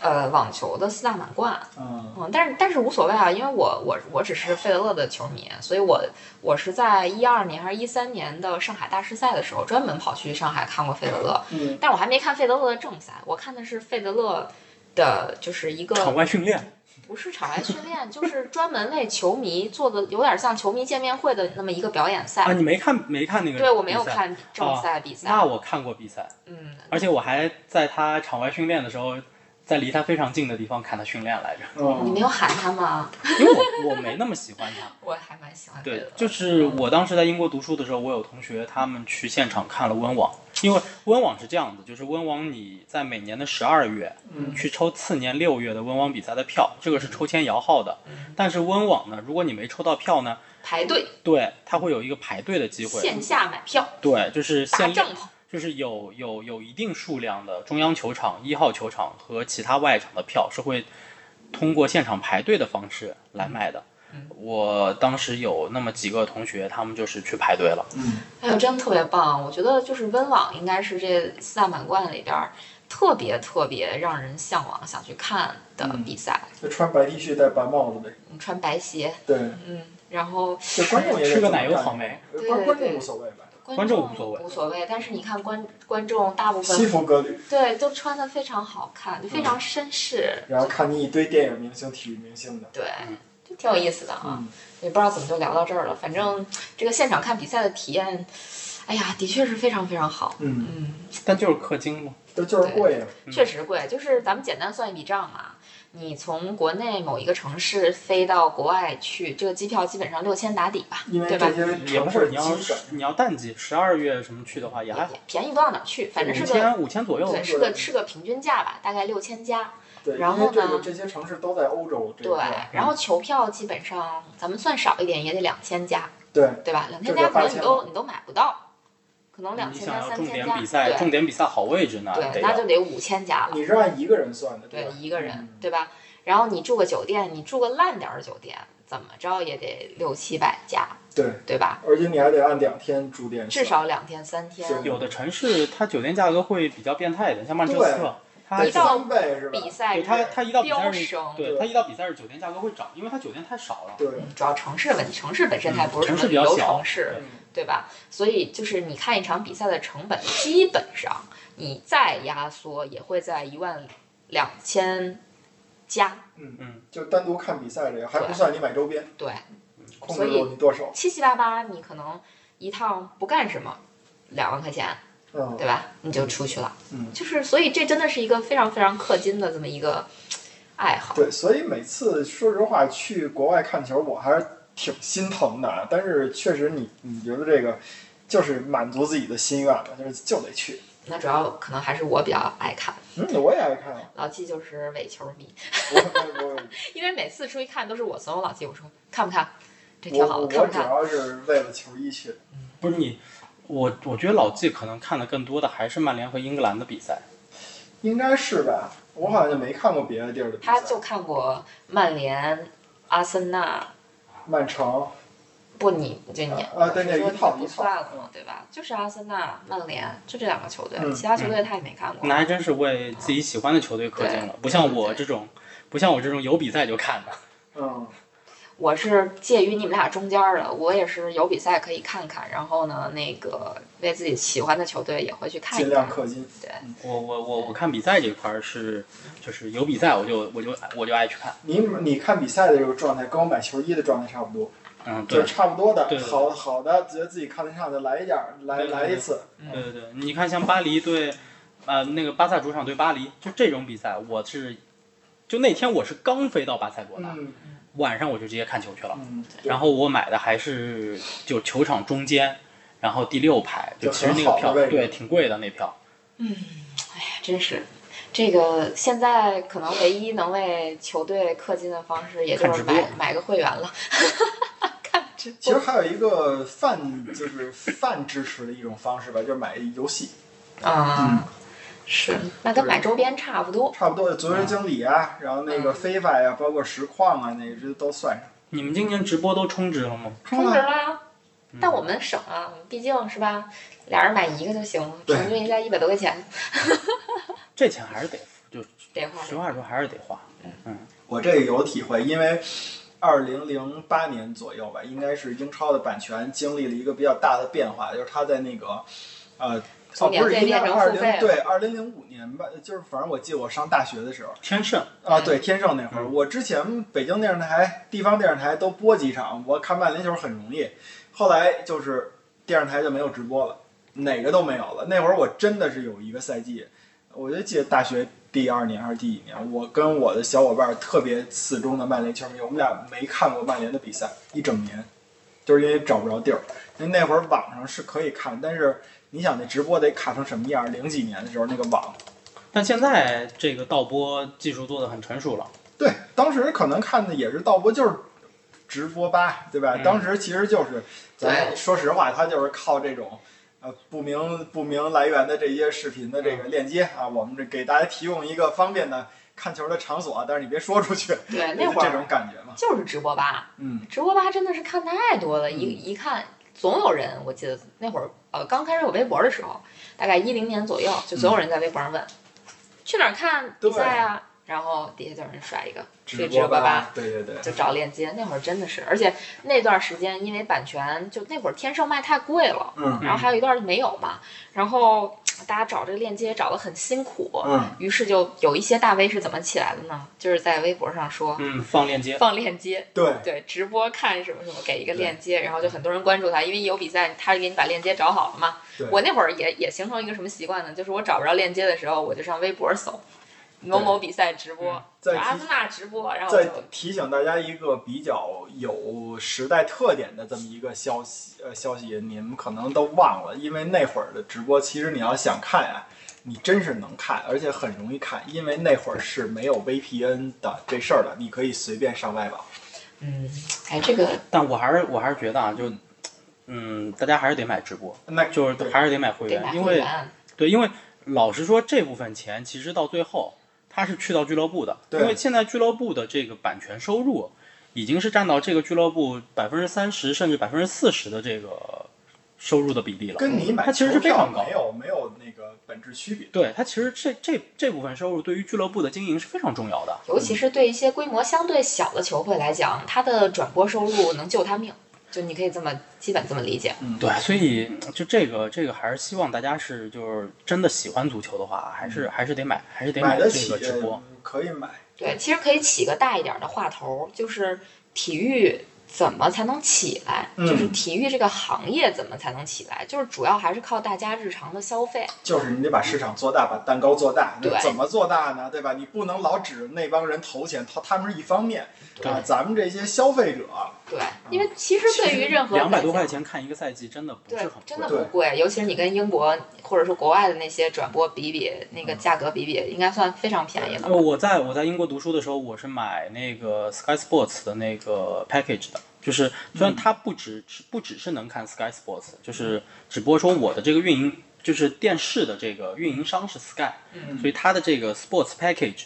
S1: 呃，网球的四大满贯，
S2: 嗯
S1: 嗯，但是但是无所谓啊，因为我我我只是费德勒的球迷，所以我我是在一二年还是一三年的上海大师赛的时候，专门跑去上海看过费德勒，
S2: 嗯，
S1: 但我还没看费德勒的正赛，我看的是费德勒的，就是一个
S3: 场外训练，
S1: 不是场外训练，就是专门为球迷做的，有点像球迷见面会的那么一个表演赛。
S3: 啊，你没看没看那个？
S1: 对我没有。看正赛比赛，
S3: 那我看过比赛，
S1: 嗯，
S3: 而且我还在他场外训练的时候，在离他非常近的地方看他训练来着，
S1: 你
S2: 嗯
S1: 没有喊他吗？
S3: 因为我我没那么喜欢他。
S1: 我还蛮喜欢
S3: 对
S1: 的，，
S3: 就是我当时在英国读书的时候，我有同学他们去现场看了温网，因为温网是这样子，就是温网你在每年的十二月
S2: 嗯
S3: 去抽次年六月的温网比赛的票，这个是抽签摇号的。但是温网呢，如果你没抽到票呢，
S1: 排队
S3: 对，它会有一个排队的机会，
S1: 线下买票
S3: 对，就是
S1: 搭
S3: 限量，
S1: 帐篷，
S3: 就是有有有一定数量的中央球场、一号球场和其他外场的票是会通过现场排队的方式来卖的。我当时有那么几个同学，他们就是去排队了。
S2: 嗯
S1: 哎呦，真的特别棒！我觉得就是温网应该是这四大满贯里边儿特别特别让人向往、想去看的
S3: 嗯
S1: 比赛。
S2: 就穿白 T 恤戴白帽子呗，
S1: 嗯、穿白鞋，
S2: 对，
S1: 嗯，然后
S2: 就观众也
S3: 吃
S2: 得这
S3: 个
S2: 么
S3: 奶油
S2: 干
S3: 草莓，
S2: 呃
S1: 对
S2: 观
S1: 对
S2: 观
S1: 对
S2: 众无所谓吧，
S1: 观
S3: 观众无所谓
S1: 无所谓，但是你看观观众大部分
S2: 西服革履，
S1: 对，都穿的非常好
S3: 嗯
S1: 看，就非常绅士，
S2: 然后看你一堆电影明星、体育明星的，
S1: 对
S3: 嗯，
S1: 就挺有意思的啊。
S2: 嗯，
S1: 也不知道怎么就聊到这儿了，反正这个现场看比赛的体验，哎呀，的确是非常非常好。
S2: 嗯，
S1: 嗯，
S3: 但就是氪金嘛。
S2: 这就是贵啊呀，
S3: 嗯
S1: 确实贵，就是咱们简单算一笔账嘛。你从国内某一个城市飞到国外去，这个机票基本上六千打底吧，
S2: 因为
S1: 对吧
S2: 这？些
S3: 也
S2: 城
S3: 不
S2: 市
S3: 是，你
S2: 基
S3: 要
S2: 本
S3: 是
S2: 上
S3: 你要淡季，十二月什么去的话也还好，
S1: 也便宜不到哪儿去，反正是
S3: 五
S1: 个
S3: 千五千左右
S1: 对，。是个是个平均价吧，大概六千加。
S2: 对，
S1: 然
S2: 因为
S1: 后
S2: 这
S1: 呢
S2: 个这些城市都在欧洲这一
S1: 对
S2: 块，，
S1: 然后球票基本上咱们算少一点也得两千加，
S2: 对，
S1: 对吧？两
S2: 这
S1: 千
S2: 就
S1: 加可能
S2: 8000
S1: 你都你都买不到，可能两
S3: 你
S1: 千
S3: 想
S1: 加
S3: 要
S1: 三
S3: 重
S1: 千
S3: 点
S1: 加，
S3: 比赛，重
S1: 对
S3: 点比赛好位置呢，得
S1: 对，那
S3: 要
S1: 就得五千加了。
S2: 你是按一个人算的，
S1: 对
S2: 吧，
S1: 一个人
S2: 嗯，
S1: 对吧？然后你住个酒店，你住个烂点儿的酒店，怎么着也得六七百加，
S2: 对，
S1: 对吧？
S2: 而且你还得按两天住店，
S1: 至少两天三天，
S2: 是
S3: 有的城市它酒店价格会比较变态一点，像曼彻斯特，它
S2: 得
S1: 一到
S2: 三倍是吧？
S1: 比赛
S3: 对
S1: 日
S3: 它它一到比赛
S1: 飙
S3: 日，
S1: 升，
S3: 对
S2: 对
S3: 它一到比赛日酒店价格会涨，因为它酒店太少了。
S2: 对，
S1: 主要城市问题，城市本身它也不是什
S3: 城
S1: 么
S3: 市
S1: 旅
S3: 比较
S1: 游
S3: 小
S1: 城市，
S2: 嗯
S1: 对吧？所以就是你看一场比赛的成本，基本上你再压缩也会在一万两千加，
S3: 嗯，
S2: 就单独看比赛这个，还不算你买周边，
S1: 对，
S2: 控
S1: 所
S2: 制
S1: 以
S2: 住你剁手，
S1: 七七八八你可能一趟不干什么，两万块钱，
S2: 嗯
S1: 对吧？你就出去了。
S2: 嗯
S1: 就是所以这真的是一个非常非常氪金的这么一个爱好。
S2: 对，所以每次说实话去国外看球，我还是挺心疼的。但是确实你，你觉得这个就是满足自己的心愿吧，就是就得去。
S1: 那主要可能还是我比较爱看，
S2: 嗯，我也爱看啊，
S1: 老季就是伪球迷，
S2: 我
S1: [LAUGHS]
S2: 我
S1: 因为每次出去看都是我怂恿老季，我说看不看，这挺
S2: 我
S1: 好
S2: 我
S1: 的，
S2: 我
S1: 看不
S2: 主
S1: 看？
S2: 要是为了球衣去。
S3: 不是你，我我觉得老季可能看的更多的还是曼联和英格兰的比赛。
S2: 应该是吧？我好像就没看过别的地儿的比赛。
S1: 他就看过曼联、阿森纳。
S2: 曼城，
S1: 不，你就你
S2: 啊对那
S1: 说
S2: 一套
S1: 你不
S2: 一套
S1: 算了嘛，对吧？就是阿森纳、曼联，就这两个球队，
S2: 嗯
S1: 其他球队他也没看过。
S3: 那还真是为自己喜欢的球队氪金了，不像我这种，不像我这种有比赛就看的。
S2: 嗯，
S1: 我是介于你们俩中间儿的，我也是有比赛可以看看，然后呢，那个为自己喜欢的球队也会去看
S2: 尽
S1: 一
S2: 量
S1: 看。
S2: 氪金。
S3: 我我我我看比赛这块儿是，就是有比赛我就我就我就爱去看。
S2: 你你看比赛的这个状态，跟我买球衣的状态差不多，
S3: 嗯，对
S2: 就是，差不多的
S3: 对。对
S2: 好好的，觉得自己看得上的来一点儿，来
S3: 对对
S2: 来一次。
S3: 对对对，你看像巴黎对，呃，那个巴萨主场对巴黎，就这种比赛，我是，就那天我是刚飞到巴塞罗那，
S2: 嗯
S3: 晚上我就直接看球去了。
S2: 嗯，
S3: 然后我买的还是就球场中间，然后第六排，就
S2: 就
S3: 其实
S2: 很
S3: 那个
S2: 好
S3: 票
S2: 的位置
S3: 对挺贵的那票。
S1: 真是，这个现在可能唯一能为球队氪金的方式，也就
S3: 看
S1: 是
S3: 直播
S1: 买买个会员了。看直
S2: 其
S1: 播
S2: 实还有一个泛就是泛支持的一种方式吧，就是买游戏，嗯
S1: 啊，是，那跟
S2: 对
S1: 买周边差不多。
S2: 差不多足球经理啊，然后那个
S1: 嗯
S2: 非法呀，包括实况啊，那个这都算上。
S3: 你们今年直播都充值了吗？
S1: 充值
S2: 了，
S1: 了呀。但我们省啊，毕竟是吧，俩人买一个就行了，平均一下一百多块钱，
S3: 这钱还是得付，就
S1: 这块
S3: 实话说还是得花。
S2: 我这个有体会，因为二零零八年左右吧，应该是英超的版权经历了一个比较大的变化，就是它在那个呃。哦，
S1: 从免
S2: 不是
S1: 费
S2: 应该
S1: 变成
S2: 二
S1: 付
S2: 零
S1: 费了
S2: 对二零零五年吧，就是反正我记得我上大学的时候
S3: 天盛，
S2: 啊，对天盛那会儿，我之前北京电视台、地方电视台都播几场，我看曼联球很容易，后来就是电视台就没有直播了，哪个都没有了。那会儿我真的是有一个赛季，我就记得大学第二年还是第一年，我跟我的小伙伴儿特别死忠的曼联球迷，我们俩没看过曼联的比赛一整年，就是因为找不着地儿。那那会儿网上是可以看，但是你想那直播得卡成什么样儿？零几年的时候那个网，
S3: 但现在这个盗播技术做的很成熟了。
S2: 对，当时可能看的也是盗播，就是直播吧，对吧？
S3: 嗯
S2: 当时其实就是，咱
S1: 对
S2: 说实话，他就是靠这种。呃，不明不明来源的这些视频的这个链接啊，我们这给大家提供一个方便的看球的场所，但是你别说出去，
S1: 对，
S2: 就
S1: 那
S2: 是
S1: 会
S2: 这
S1: 儿
S2: 种感觉嘛。
S1: 就是直播吧，
S2: 嗯，
S1: 直播吧真的是看太多了，一
S2: 嗯
S1: 一看总有人，我记得那会儿呃刚开始有微博的时候，大概一零年左右，就总有人在微博上问、去哪儿看比赛啊，然后底下就有人甩一个去直播吧。，
S2: 对对对，
S1: 就找链接，那会儿真的是，而且那段时间因为版权，就那会儿天盛卖太贵了，
S2: 嗯
S1: 然后还有一段没有嘛，然后大家找这个链接找的很辛苦，
S2: 嗯，
S1: 于是就有一些大 V 是怎么起来的呢？就是在微博上说。
S3: 嗯，放链接。
S1: 放链接，
S2: 对，
S1: 对，直播看什么什么，给一个链接，然后就很多人关注他，因为有比赛，他给你把链接找好了嘛
S2: 对。
S1: 我那会儿也也形成一个什么习惯呢？就是我找不着链接的时候，我就上微博搜某某比赛直播，
S2: 再
S1: 阿
S2: 提
S1: 森纳直播，然后我
S2: 再
S1: 就
S2: 提醒大家一个比较有时代特点的这么一个消息，呃，消息你们可能都忘了，因为那会儿的直播，其实你要想看啊，你真是能看，而且很容易看，因为那会儿是没有 VPN 的这事儿的，你可以随便上外网。
S1: 嗯，哎，这个
S3: 但我还是我还是觉得啊，就嗯，大家还是得买直播，
S2: 那
S3: 就是还是得买会
S1: 得买
S3: 员，因
S1: 会
S3: 为
S1: 员，
S3: 对，因为老实说，这部分钱其实到最后它是去到俱乐部的，因
S2: 对
S3: 为现在俱乐部的这个版权收入已经是占到这个俱乐部百分之三十甚至百分之四十的这个收入的比例了。
S2: 跟你买
S3: 嗯它其实是非常
S2: 球
S3: 高
S2: 票没有没有那个本质区别。
S3: 对它其实这这这部分收入对于俱乐部的经营是非常重要的。
S1: 尤其是对一些规模相对小的球会来讲，它的转播收入能救他命，就你可以这么基本这么理解。
S3: 嗯对，所以就这个这个还是希望大家是就是真的喜欢足球的话，还是还是得买，还是得
S2: 嗯买得
S3: 这
S2: 起
S3: 个直播。
S2: 可以买，
S1: 对，其实可以起个大一点的话头，就是体育怎么才能起来，
S2: 嗯
S1: 就是体育这个行业怎么才能起来，就是主要还是靠大家日常的消费。
S2: 就是你得把市场做大，把蛋糕做大。那
S1: 对
S2: 怎么做大呢？对吧？你不能老指那帮人投钱，他他们是一方面
S3: 对
S2: 啊，咱们这些消费者，
S1: 对，因为其实对于
S2: 呃
S1: 任何
S3: 嗯两百
S1: 国
S3: 多块
S1: 家
S3: 钱看一个赛季，真的嗯不是
S1: 对
S3: 很，贵。
S1: 真的不贵，尤其是你跟英国或者说国外的那些转播比比，那
S3: 嗯
S1: 个价格比比，应该算非常便宜了
S3: 呃，。我在我在英国读书的时候，我是买那个 Sky Sports 的那个 package 的，就是虽然它不只、不只是能看 Sky Sports，就是只不过说我的这个运营就是电视的这个运营商是 Sky，、所以它的这个 Sports package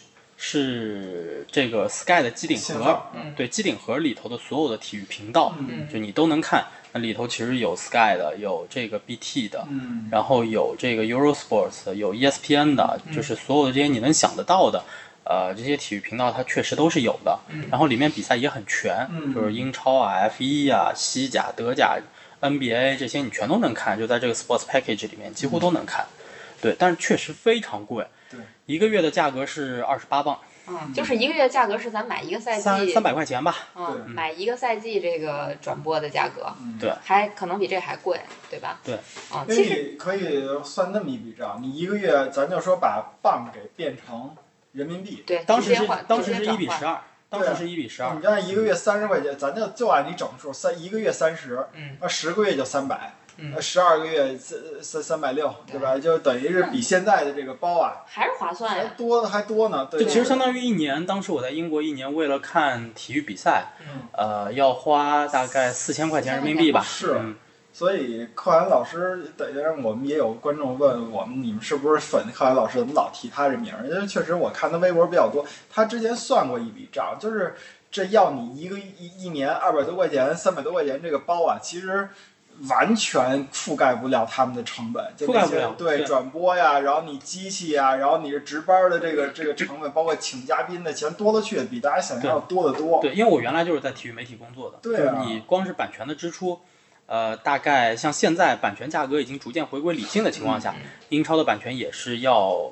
S3: 是这个 Sky 的机顶
S2: 信
S3: 盒
S2: 号，
S3: 对机顶盒里头的所有的体育频道，就你都能看。那里头其实有 Sky 的，有这个 BT 的，
S2: 嗯，
S3: 然后有这个 Eurosports 的，有 E ESPN 的，就是
S2: 嗯
S3: 所有的这些你能想得到的，呃，这些体育频道它确实都是有的。然后里面比赛也很全，
S2: 嗯
S3: 就是英超啊、F 1啊、西甲、德甲、NBA 这些你全都能看，就在这个 Sports Package 里面几乎都能看。对，但是确实非常贵，
S2: 嗯对，
S3: 一个月的价格是二十八磅，
S1: 嗯，就是一个月价格是咱买一个赛
S3: 三
S1: 季，
S3: 三百块钱吧。
S2: 对
S1: 嗯，买一个赛季这个转播的价格，
S3: 对
S1: 还可能比这还贵，对吧？
S3: 对，
S1: 嗯，
S2: 因
S1: 其实
S2: 为你可以算那么一笔账，你一个月，咱就说把磅给变成人民币，
S1: 对，
S3: 当
S1: 直
S3: 时
S1: 接
S3: 是
S1: 换
S3: 当
S1: 直接
S3: 时是一
S1: 转
S3: 比
S1: 换
S3: 十二，当时是一啊比十二
S2: 你。就按一个月三十块钱，咱就就按你整数，三一个月三十，
S1: 嗯，
S2: 那十个月就三百
S1: 嗯，
S2: 那十二个月三三三百六，对吧？就等于是比现在的这个包啊，
S1: 还是划算
S2: 还
S1: 哎呀。
S2: 多还多呢。对，
S3: 就其实相当于一年，当时我在英国一年，为了看体育比赛，
S2: 嗯
S3: 呃，要花大概四千块钱人民币吧。
S2: 是
S3: 嗯
S2: 所以寇涵老师，等于我们也有观众问我们，你们是不是粉寇涵老师？怎么老提他这名儿？因为确实我看他微博比较多，他之前算过一笔账，就是这要你一个一一年二百多块钱、三百多块钱这个包啊，其实完全覆盖不了他们的成本，就那
S3: 覆盖不
S2: 些
S3: 了
S2: 对
S3: 对
S2: 转播呀，然后你机器呀，然后你这值班的这个这个成本，包括请嘉宾的钱多了去，比大家想象要多得多。
S3: 对，因为我原来就是在体育媒体工作的，
S2: 对啊
S3: 就是你光是版权的支出，呃，大概像现在版权价格已经逐渐回归理性的情况下，英超的版权也是要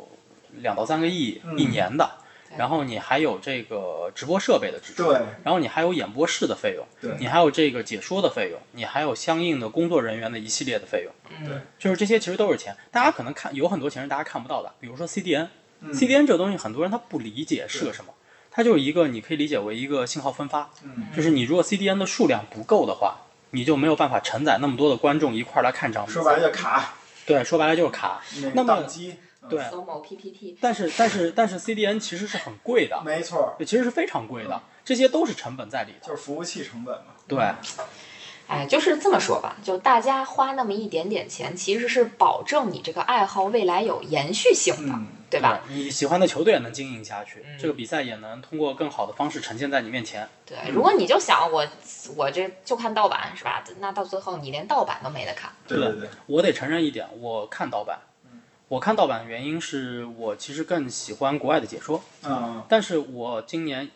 S3: 两到三个亿
S2: 嗯
S3: 一年的，
S1: 对
S3: 然后你还有这个直播设备的支出，
S2: 对，
S3: 然后你还有演播室的费用，
S2: 对
S3: 你还有这个解说的费用，你还有相应的工作人员的一系列的费用，
S2: 对
S1: 嗯，
S3: 就是这些其实都是钱，大家可能看有很多钱是大家看不到的，比如说 CDN，
S2: 嗯
S3: CDN 这个东西很多人他不理解是个什么，它就是一个你可以理解为一个信号分发，
S2: 嗯
S3: 就是你如果 CDN 的数量不够的话，你就没有办法承载那么多的观众一块儿来看场比赛。
S2: 说白了就卡，
S3: 对，说白了就是卡。
S2: 那
S3: 那
S2: 个
S3: 么
S2: 宕机，嗯
S3: 对，
S1: 搜某 PPT，
S3: 但是但是但是 CDN 其实是很贵的，
S2: 没错儿，
S3: 其实是非常贵的，这些都是成本在里
S2: 就
S3: 头。
S2: 是服务器成本嘛。
S3: 对，
S1: 哎，就是这么说吧，就大家花那么一点点钱，其实是保证你这个爱好未来有延续性的，
S2: 嗯
S1: 对吧？
S3: 对？你喜欢的球队也能经营下去，
S1: 嗯
S3: 这个比赛也能通过更好的方式呈现在你面前。
S1: 对，如果你就想我我这就看盗版是吧？那到最后你连盗版都没得看。
S2: 对对对，
S3: 我得承认一点，我看盗版，
S2: 嗯
S3: 我看盗版的原因是我其实更喜欢国外的解说，
S2: 嗯
S3: 但是我今年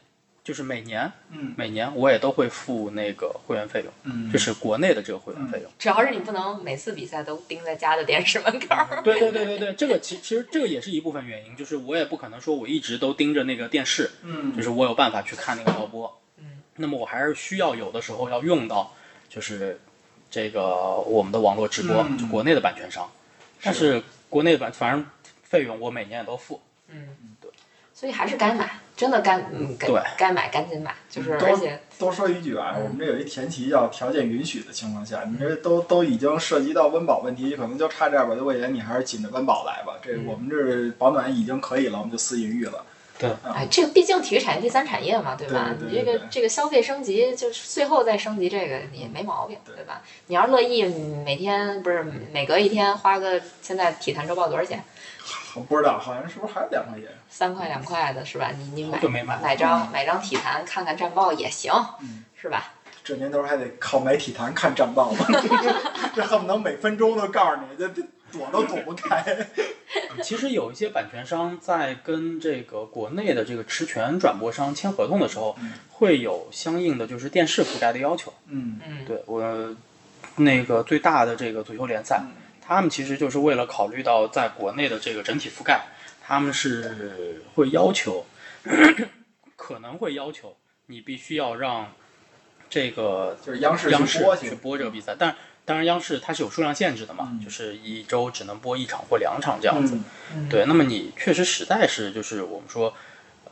S3: 就是每年
S2: 嗯
S3: 每年我也都会付那个会员费用。
S2: 嗯，
S3: 就是国内的这个会员费用。
S1: 主要是你不能每次比赛都盯在家的电视门口儿。 [LAUGHS]
S2: 嗯
S3: 对对对对对，这个其其实这个也是一部分原因，就是我也不可能说我一直都盯着那个电视，就
S2: 嗯
S3: 是我有办法去看那个导播。
S1: 嗯，
S3: 那么我还是需要有的时候要用到，就是这个我们的网络直播，
S2: 嗯
S3: 就国内的版权商，但是国内版反正费用我每年也都付。
S1: 嗯，对，所以还是该买，真的该嗯该
S3: 对嗯
S1: 该买赶紧买，就是
S2: 都
S1: 而且
S2: 多说一句啊，我们这有一前提叫条件允许的情况下，你这都都已经涉及到温饱问题，可能就差这二百多块钱，你还是紧着温饱来吧。这我们这保暖已经可以了，我们就私淫欲了。
S1: 哎，这个毕竟体育产业第三产业嘛，对吧？
S2: 对对
S1: 你
S2: 对
S1: 这
S2: 对
S1: 个这个消费升级，就是最后再升级这个也没毛病，对吧？你要是乐意，每天不是每隔一天花个，现在体坛周报多少钱？
S2: 我不知道，好像是不是还是两块钱？
S1: 三块两块的是吧？你你买
S3: 就没买
S1: 买张买张体坛看看战报也行，
S2: 嗯
S1: 是吧？
S2: 这年头还得靠买体坛看战 [LAUGHS] 报吧，这恨不能每分钟都告诉你，这这躲都躲不开。
S3: 其实有一些版权商在跟这个国内的这个持权转播商签合同的时候，会有相应的就是电视覆盖的要求。
S2: 嗯
S1: 嗯，
S3: 对我那个最大的这个足球联赛，他们其实就是为了考虑到在国内的这个整体覆盖，他们是 [CLEARS THROAT] 会要求，可能会要求你必须要让这个
S2: 就是央视
S3: 央
S2: 去
S3: 视
S2: 播
S3: 去
S2: 去。
S3: 播这个比赛，但当然央视它是有数量限制的嘛，
S2: 嗯
S3: 就是一周只能播一场或两场这样子。
S2: 嗯，
S3: 对，那么你确实实在是就是我们说，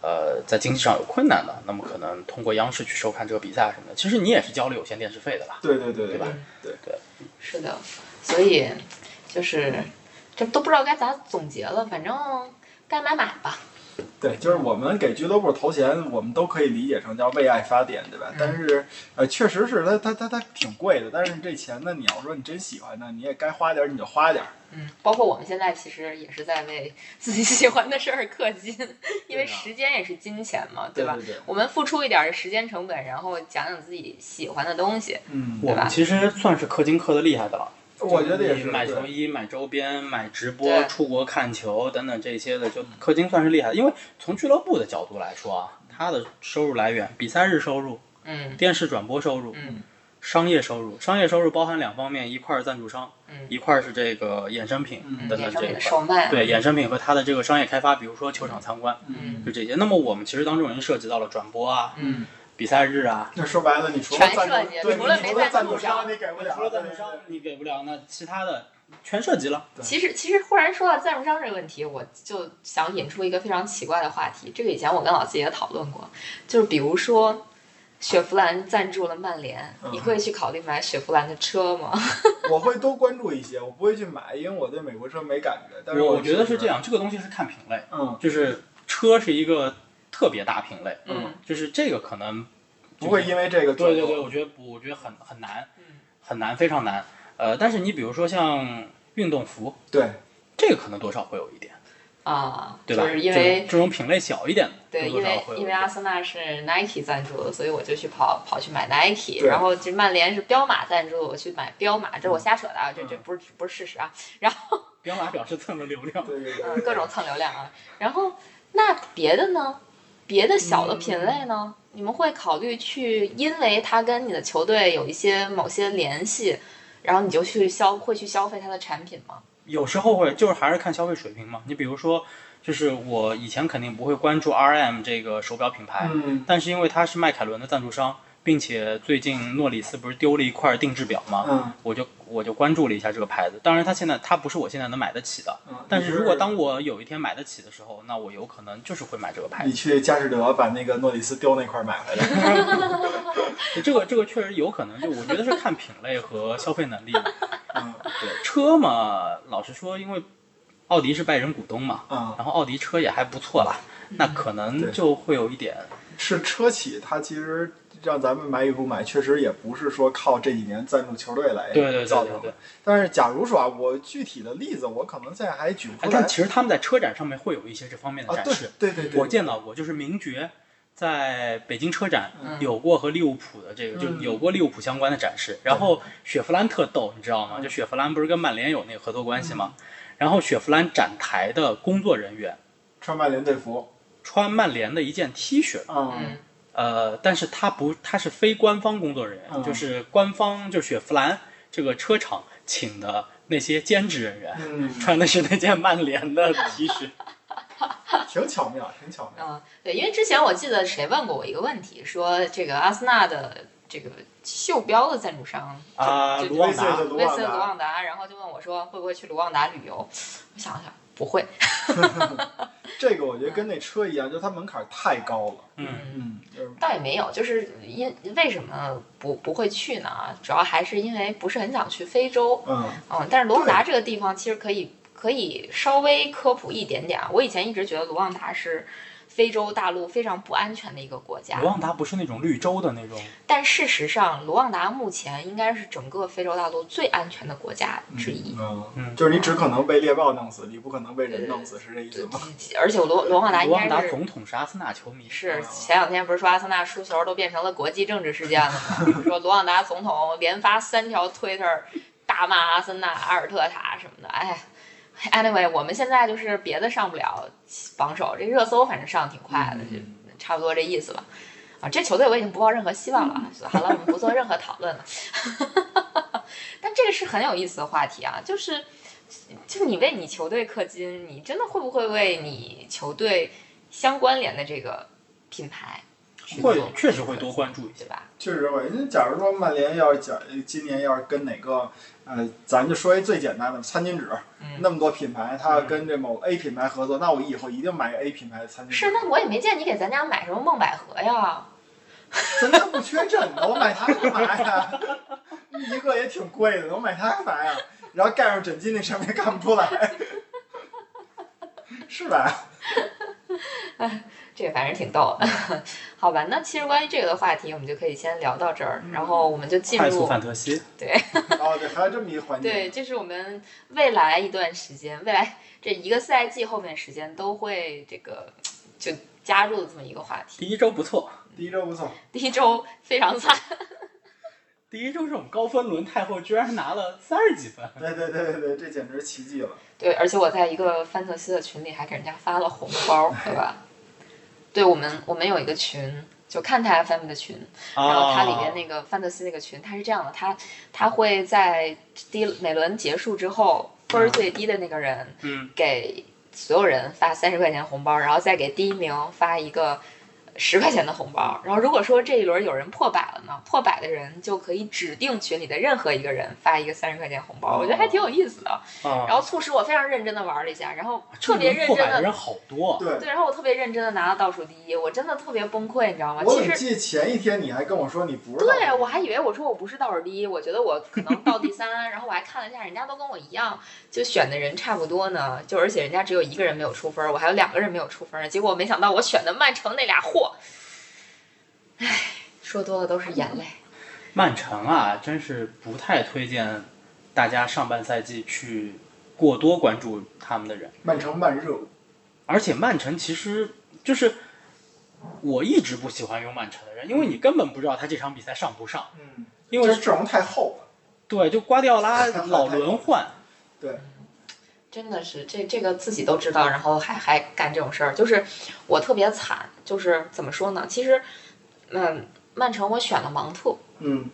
S3: 呃，在经济上有困难的，那么可能通过央视去收看这个比赛什么的，其实你也是交了有线电视费的啦。
S2: 对对对对
S3: 对吧
S2: 对，
S1: 是的，所以就是这都不知道该咋总结了，反正该买买吧。
S2: 对，就是我们给俱乐部投钱，我们都可以理解成叫为爱发电，对吧？但是，呃，确实是它它它它挺贵的，但是这钱呢，你要说你真喜欢呢，你也该花点儿你就花点儿。
S1: 嗯，包括我们现在其实也是在为 [LAUGHS] 自己喜欢的事儿氪金，因为时间也是金钱嘛，
S2: 对
S1: 吧？
S2: 对对，
S1: 我们付出一点儿时间成本，然后讲讲自己喜欢的东西。
S2: 嗯，
S3: 我们其实算是氪金氪的厉害的了，
S2: 我觉得也
S3: 你
S2: 是。
S3: 买
S2: 对
S3: 球衣、买周边、买直播、
S1: 对
S3: 出国看球等等这些的，就氪金算是厉害的。因为从俱乐部的角度来说啊，它的收入来源，比赛日收入、
S1: 嗯
S3: 电视转播收入、
S1: 嗯
S3: 商业收入，商业收入包含两方面，一块儿赞助商，
S1: 嗯，
S3: 一块儿是这个衍生品
S2: 嗯
S3: 等
S1: 衍
S3: 等
S1: 生
S3: 这一
S1: 品的
S3: 块。
S1: 售卖，
S3: 对衍生品和它的这个商业开发，比如说球场参观，
S2: 嗯
S3: 就这些。那么我们其实当中已经涉及到了转播啊、
S1: 嗯，
S3: 比赛日啊，
S2: 那说白了，你除了赞
S1: 全
S2: 助
S1: 设计，
S2: 对，
S1: 除了
S2: 你
S1: 没
S2: 除了
S1: 赞
S2: 赞
S1: 助
S2: 助
S1: 商
S2: 商，你给不了。
S3: 除了赞助商你给不了，那其他的全涉及了。
S1: 其实，其实忽然说到赞助商这个问题，我就想引出一个非常奇怪的话题。这个以前我跟老四也讨论过，就是比如说，雪佛兰赞助了曼联，
S2: 嗯
S1: 你会去考虑买雪佛兰的车吗？ [LAUGHS]
S2: 我会多关注一些，我不会去买，因为我对美国车没感觉。但是
S3: 我
S2: 我
S3: 觉得是这，样，这个东西是看品类，
S2: 嗯，
S3: 就是车是一个特别大品类，
S2: 嗯，
S3: 就是这个可能
S2: 不会因为这个
S3: 对对
S2: 左
S3: 对，
S2: 右，
S3: 我觉得不，我觉得很很难
S1: 嗯，
S3: 很难，非常难。呃，但是你比如说像运动服，
S2: 对，
S3: 这个可能多少会有一点，
S1: 啊，
S3: 对吧？
S1: 就是因为
S3: 这种品类小一点的，
S1: 对，
S3: 多
S1: 因
S3: 多少
S1: 为
S3: 少会有一
S1: 因为啊
S3: 点
S1: 阿。森纳是 Nike 赞助的，所以我就去跑跑去买 Nike，
S2: 对
S1: 然后这曼联是彪马赞助的，我去买彪马，这我瞎扯的啊，这这
S2: 嗯
S1: 不是不是事实啊，
S3: 彪马表示蹭了流量，
S2: 对对对
S1: 嗯，各种蹭流量啊。然后那别的呢？别的小的品类呢？你们会考虑去，因为它跟你的球队有一些某些联系，然后你就去消会去消费它的产品吗？
S3: 有时候会，就是还是看消费水平嘛。你比如说，就是我以前肯定不会关注 RM 这个手表品牌，
S2: 嗯，
S3: 但是因为它是迈凯伦的赞助商，并且最近诺里斯不是丢了一块定制表吗？
S2: 嗯
S3: 我就我就关注了一下这个牌子。当然，它现在它不是我现在能买得起的，
S2: 嗯
S3: 但是如果
S2: 你
S3: 当我有一天买得起的时候，那我有可能就是会买这个牌
S2: 你
S3: 子。
S2: 去佳士得把那个诺里斯丢那块儿买回来，
S3: 就这个这个确实有可能，就我觉得是看品类和消费能力的。
S2: 嗯
S3: 对车嘛，老实说，因为奥迪是拜仁股东嘛，
S2: 嗯，
S3: 然后奥迪车也还不错啦，那可能就会有一点，
S2: 是车企，它其实让咱们买与不买，确实也不是说靠这几年赞助球队来
S3: 对对对
S2: 造
S3: 对
S2: 成
S3: 对
S2: 的。。但是假如说啊，我具体的例子，我可能现在还举不
S3: 哎，
S2: 出来
S3: 但其实他们在车展上面会有一些这方面的
S2: 啊，
S3: 展
S2: 对
S3: 示，
S2: 对对对，
S3: 我见到过，就是名爵在北京车展
S1: 嗯
S3: 有过和利物浦的这个，就
S2: 嗯
S3: 有过利物浦相关的展示。然后雪佛兰特逗，你知道吗？
S2: 嗯
S3: 就雪佛兰不是跟曼联有那个合作关系吗？然后雪佛兰展台的工作人员
S2: 穿曼联队服，
S3: 穿曼联的一件 T 恤，
S2: 嗯，
S3: 呃，但是他不，他是非官方工作人员，
S2: 嗯
S3: 就是官方就雪佛兰这个车厂请的那些兼职人员，
S2: 嗯，
S3: 穿的是那件曼联的
S2: [LAUGHS]
S3: T 恤。
S2: 挺巧妙，挺巧妙，
S1: 嗯，对，因为之前我记得谁问过我一个问题，说这个阿森纳的这个袖标的赞助商
S3: 啊
S1: 就就
S3: 卢旺
S2: 类似
S3: 达
S2: 的卢
S1: 嗯类似
S2: 旺
S1: 卢
S2: 达，
S1: 旺达，然后就问我说会不会去卢旺达旅游？我想了想，不会。
S2: 这个我觉得
S1: 嗯
S2: 跟那车一样，就它门槛太高了，
S3: 嗯，
S2: 嗯，就是
S1: 倒也没有，就是因为什么不不会去呢？主要还是因为不是很想去非洲。
S2: 嗯，
S1: 嗯，但是卢旺达这个地方其实可以可以稍微科普一点点啊。我以前一直觉得卢旺达是非洲大陆非常不安全的一个国家
S3: 卢，旺达不是那种绿洲的那种，
S1: 但事实上，卢旺达目前应该是整个非洲大陆最安全的国家之一。
S2: 嗯，
S3: 嗯
S2: 就是你只可能被猎豹弄死，你不可能被人弄死，是这意思吗？
S1: 嗯而且卢卢旺达
S3: 卢
S1: 应
S3: 旺达
S1: 该是
S3: 总统是阿森纳球迷，
S1: 是
S2: 啊
S1: 前两天不是说阿森纳输球都变成了国际政治事件了
S2: [LAUGHS]
S1: 吗？说卢旺达总统连发三条 Twitter 大骂阿森纳、阿尔特塔什么的，哎。Anyway，我们现在就是别的上不了榜首，这热搜反正上挺快的，就
S2: 嗯
S1: 差不多这意思吧。啊，这球队我已经不抱任何希望了。啊。
S2: 嗯
S1: 好了，我们不做任何讨论了。 [LAUGHS] 但这个是很有意思的话题啊，就是，就你为你球队氪金，你真的会不会为你球队相关联的这个品牌去
S3: 会
S1: 做
S3: 确实会多关注一下。
S1: 对吧？
S2: 确实会。那假如说曼联要假今年要是跟哪个呃，咱就说一最简单的餐巾纸，
S1: 嗯
S2: 那么多品牌，它要跟这某 A 品牌合作，那我以后一定买个 A 品牌的餐巾纸。
S1: 是，那我也没见你给咱家买什么梦百合呀。
S2: 咱家不缺枕头，我买它干嘛呀？ [LAUGHS] 一个也挺贵的，我买它干嘛呀？然后盖上枕巾，那上面看不出来，
S1: [LAUGHS]
S2: 是吧？
S1: 这个反正挺逗的， [LAUGHS] 好吧？那其实关于这个的话题，我们就可以先聊到这儿，然后我们就进
S3: 快速
S1: 入
S3: 反特西，
S2: 哦，对，还有这么一环节。
S1: 对，这是我们未来一段时间，未来这一个赛季后面时间都会这个就加入的这么一个话题。
S3: 第一周不错，
S2: 第一周不错，
S1: 第一周非常惨，
S3: 第一周是我们高分轮太后居然拿了三十几分，
S2: 对对对对对，这简直是奇迹了。
S1: 对，而且我在一个范特西的群里还给人家发了红包，对吧？对我们我们有一个群，就看台 FM 的群，然后它里
S3: 哦
S1: 面那个范特西那个群，它是这样的，它它会在第一每轮结束之后，分儿最低的那个人
S3: 嗯，
S1: 给所有人发三十块钱红包，然后再给第一名发一个十块钱的红包。然后如果说这一轮有人破百了呢，破百的人就可以指定群里的任何一个人发一个三十块钱红包，我觉得还挺有意思的。
S3: 啊，
S1: 然后促使我非常认真的玩了一下，然后
S3: 这
S1: 特别
S3: 轮
S1: 认
S3: 破
S1: 真
S3: 百的
S1: 的
S3: 人好多，啊
S2: 对，
S1: 对，然后我特别认真的拿到倒数第一，我真的特别崩溃，你知道吗？
S2: 我
S1: 其
S2: 怎么
S1: 实。
S2: 记得前一天你还跟我说你不是？
S1: 对，啊我还以为我说我不是倒数第一，我觉得我可能到第三，然后我还看了一下，人家都跟我一样，就选的人差不多呢，就而且人家只有一个人没有出分儿，我还有两个人没有出分儿呢，结果没想到我选的曼城那俩货，唉，说多了都是眼泪。
S3: 曼城啊，真是不太推荐大家上半赛季去过多关注他们的人。
S2: 曼城慢热，
S3: 而且曼城其实就是我一直不喜欢用曼城的人，因为你根本不知道他这场比赛上不上。
S2: 嗯，因
S3: 因
S2: 为
S3: 为
S2: 阵容太厚了。
S3: 对，就瓜迪奥 [LAUGHS] 拉老轮换，
S1: 真的是这这个自己都知道，然后还还干这种事儿，就是我特别惨，就是怎么说呢？其实，嗯，曼城我选了芒特
S2: 嗯，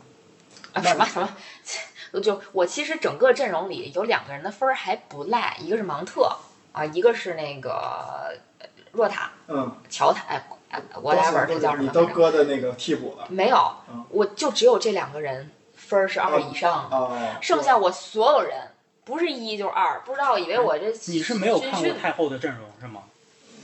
S1: 啊，什么什么， [LAUGHS] 就我其实整个阵容里有两个人的分儿还不赖，一个是芒特啊，一个是那个呃若塔、
S2: 嗯，
S1: 乔塔，哎哎
S2: 我
S1: ，whatever，这叫什
S2: 你
S1: 么？
S2: 都搁在那个替补了。
S1: 没有
S2: 嗯，
S1: 我就只有这两个人分儿是二以上，
S2: 哦，
S1: [LAUGHS] 剩下我所有人不是一就是二，不知道以为我这
S3: 哎你是没有看
S1: 军
S3: 过
S1: 训
S3: 太后的阵容是吗？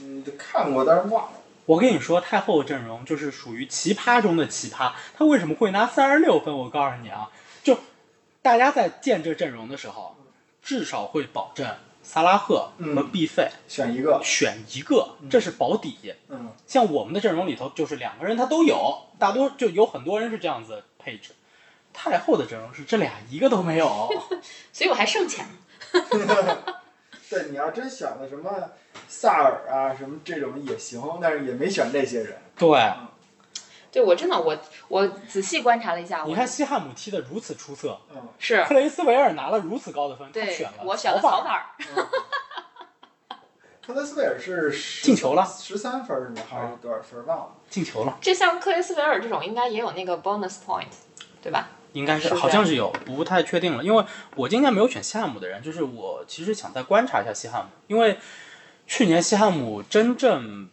S2: 嗯，看过，但是忘了。
S3: 我跟你说，太后的阵容就是属于奇葩中的奇葩。他为什么会拿三十六分？我告诉你啊，就大家在见这阵容的时候，至少会保证萨拉赫和
S2: 嗯
S3: 毕费
S2: 选一个，
S3: 选一个，
S2: 嗯
S3: 这是保底。
S2: 嗯，
S3: 像我们的阵容里头，就是两个人他都有，大多就有很多人是这样子配置。太后的阵容是这俩一个都
S1: [LAUGHS]
S3: 没有，
S1: 所以我还剩钱。
S2: 对，你要真选了什么萨尔啊，什么这种也行，但是也没选这些人。
S3: 对，
S1: 对我真的我我仔细观察了一下，
S3: 你
S1: 我
S3: 看西汉姆踢得如此出色，
S2: 嗯，
S1: 是
S3: 克雷斯维尔拿了如此高的分，他
S1: 对
S3: 了，
S1: 我选
S3: 选
S1: 了
S3: 法
S1: 曹
S3: 尔，
S1: 法儿，
S2: 嗯
S3: [LAUGHS]
S2: 克嗯雷斯贝尔是10
S3: 进球了哦
S2: 十三分是吗？还是多少分忘了？
S3: 进球了，
S1: 这像克雷斯维尔这种应该也有那个 bonus point，对吧？
S3: 应该是
S1: 是的
S3: 好像是有，不太确定了，因为我今天没有选西汉姆的人，就是我其实想再观察一下西汉姆，因为去年西汉姆真正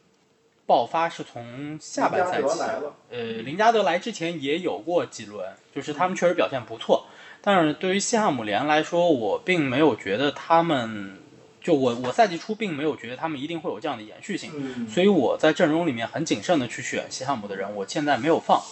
S3: 爆发是从下半赛
S2: 林加
S3: 季
S2: 德来了，
S3: 呃，林加德来之前也有过几轮，就是他们确实表现不错，但是对于西汉姆联来说，我并没有觉得他们，就我我赛季初并没有觉得他们一定会有这样的延续性，
S2: 嗯，
S3: 所以我在阵容里面很谨慎的去选西汉姆的人，我现在没有放。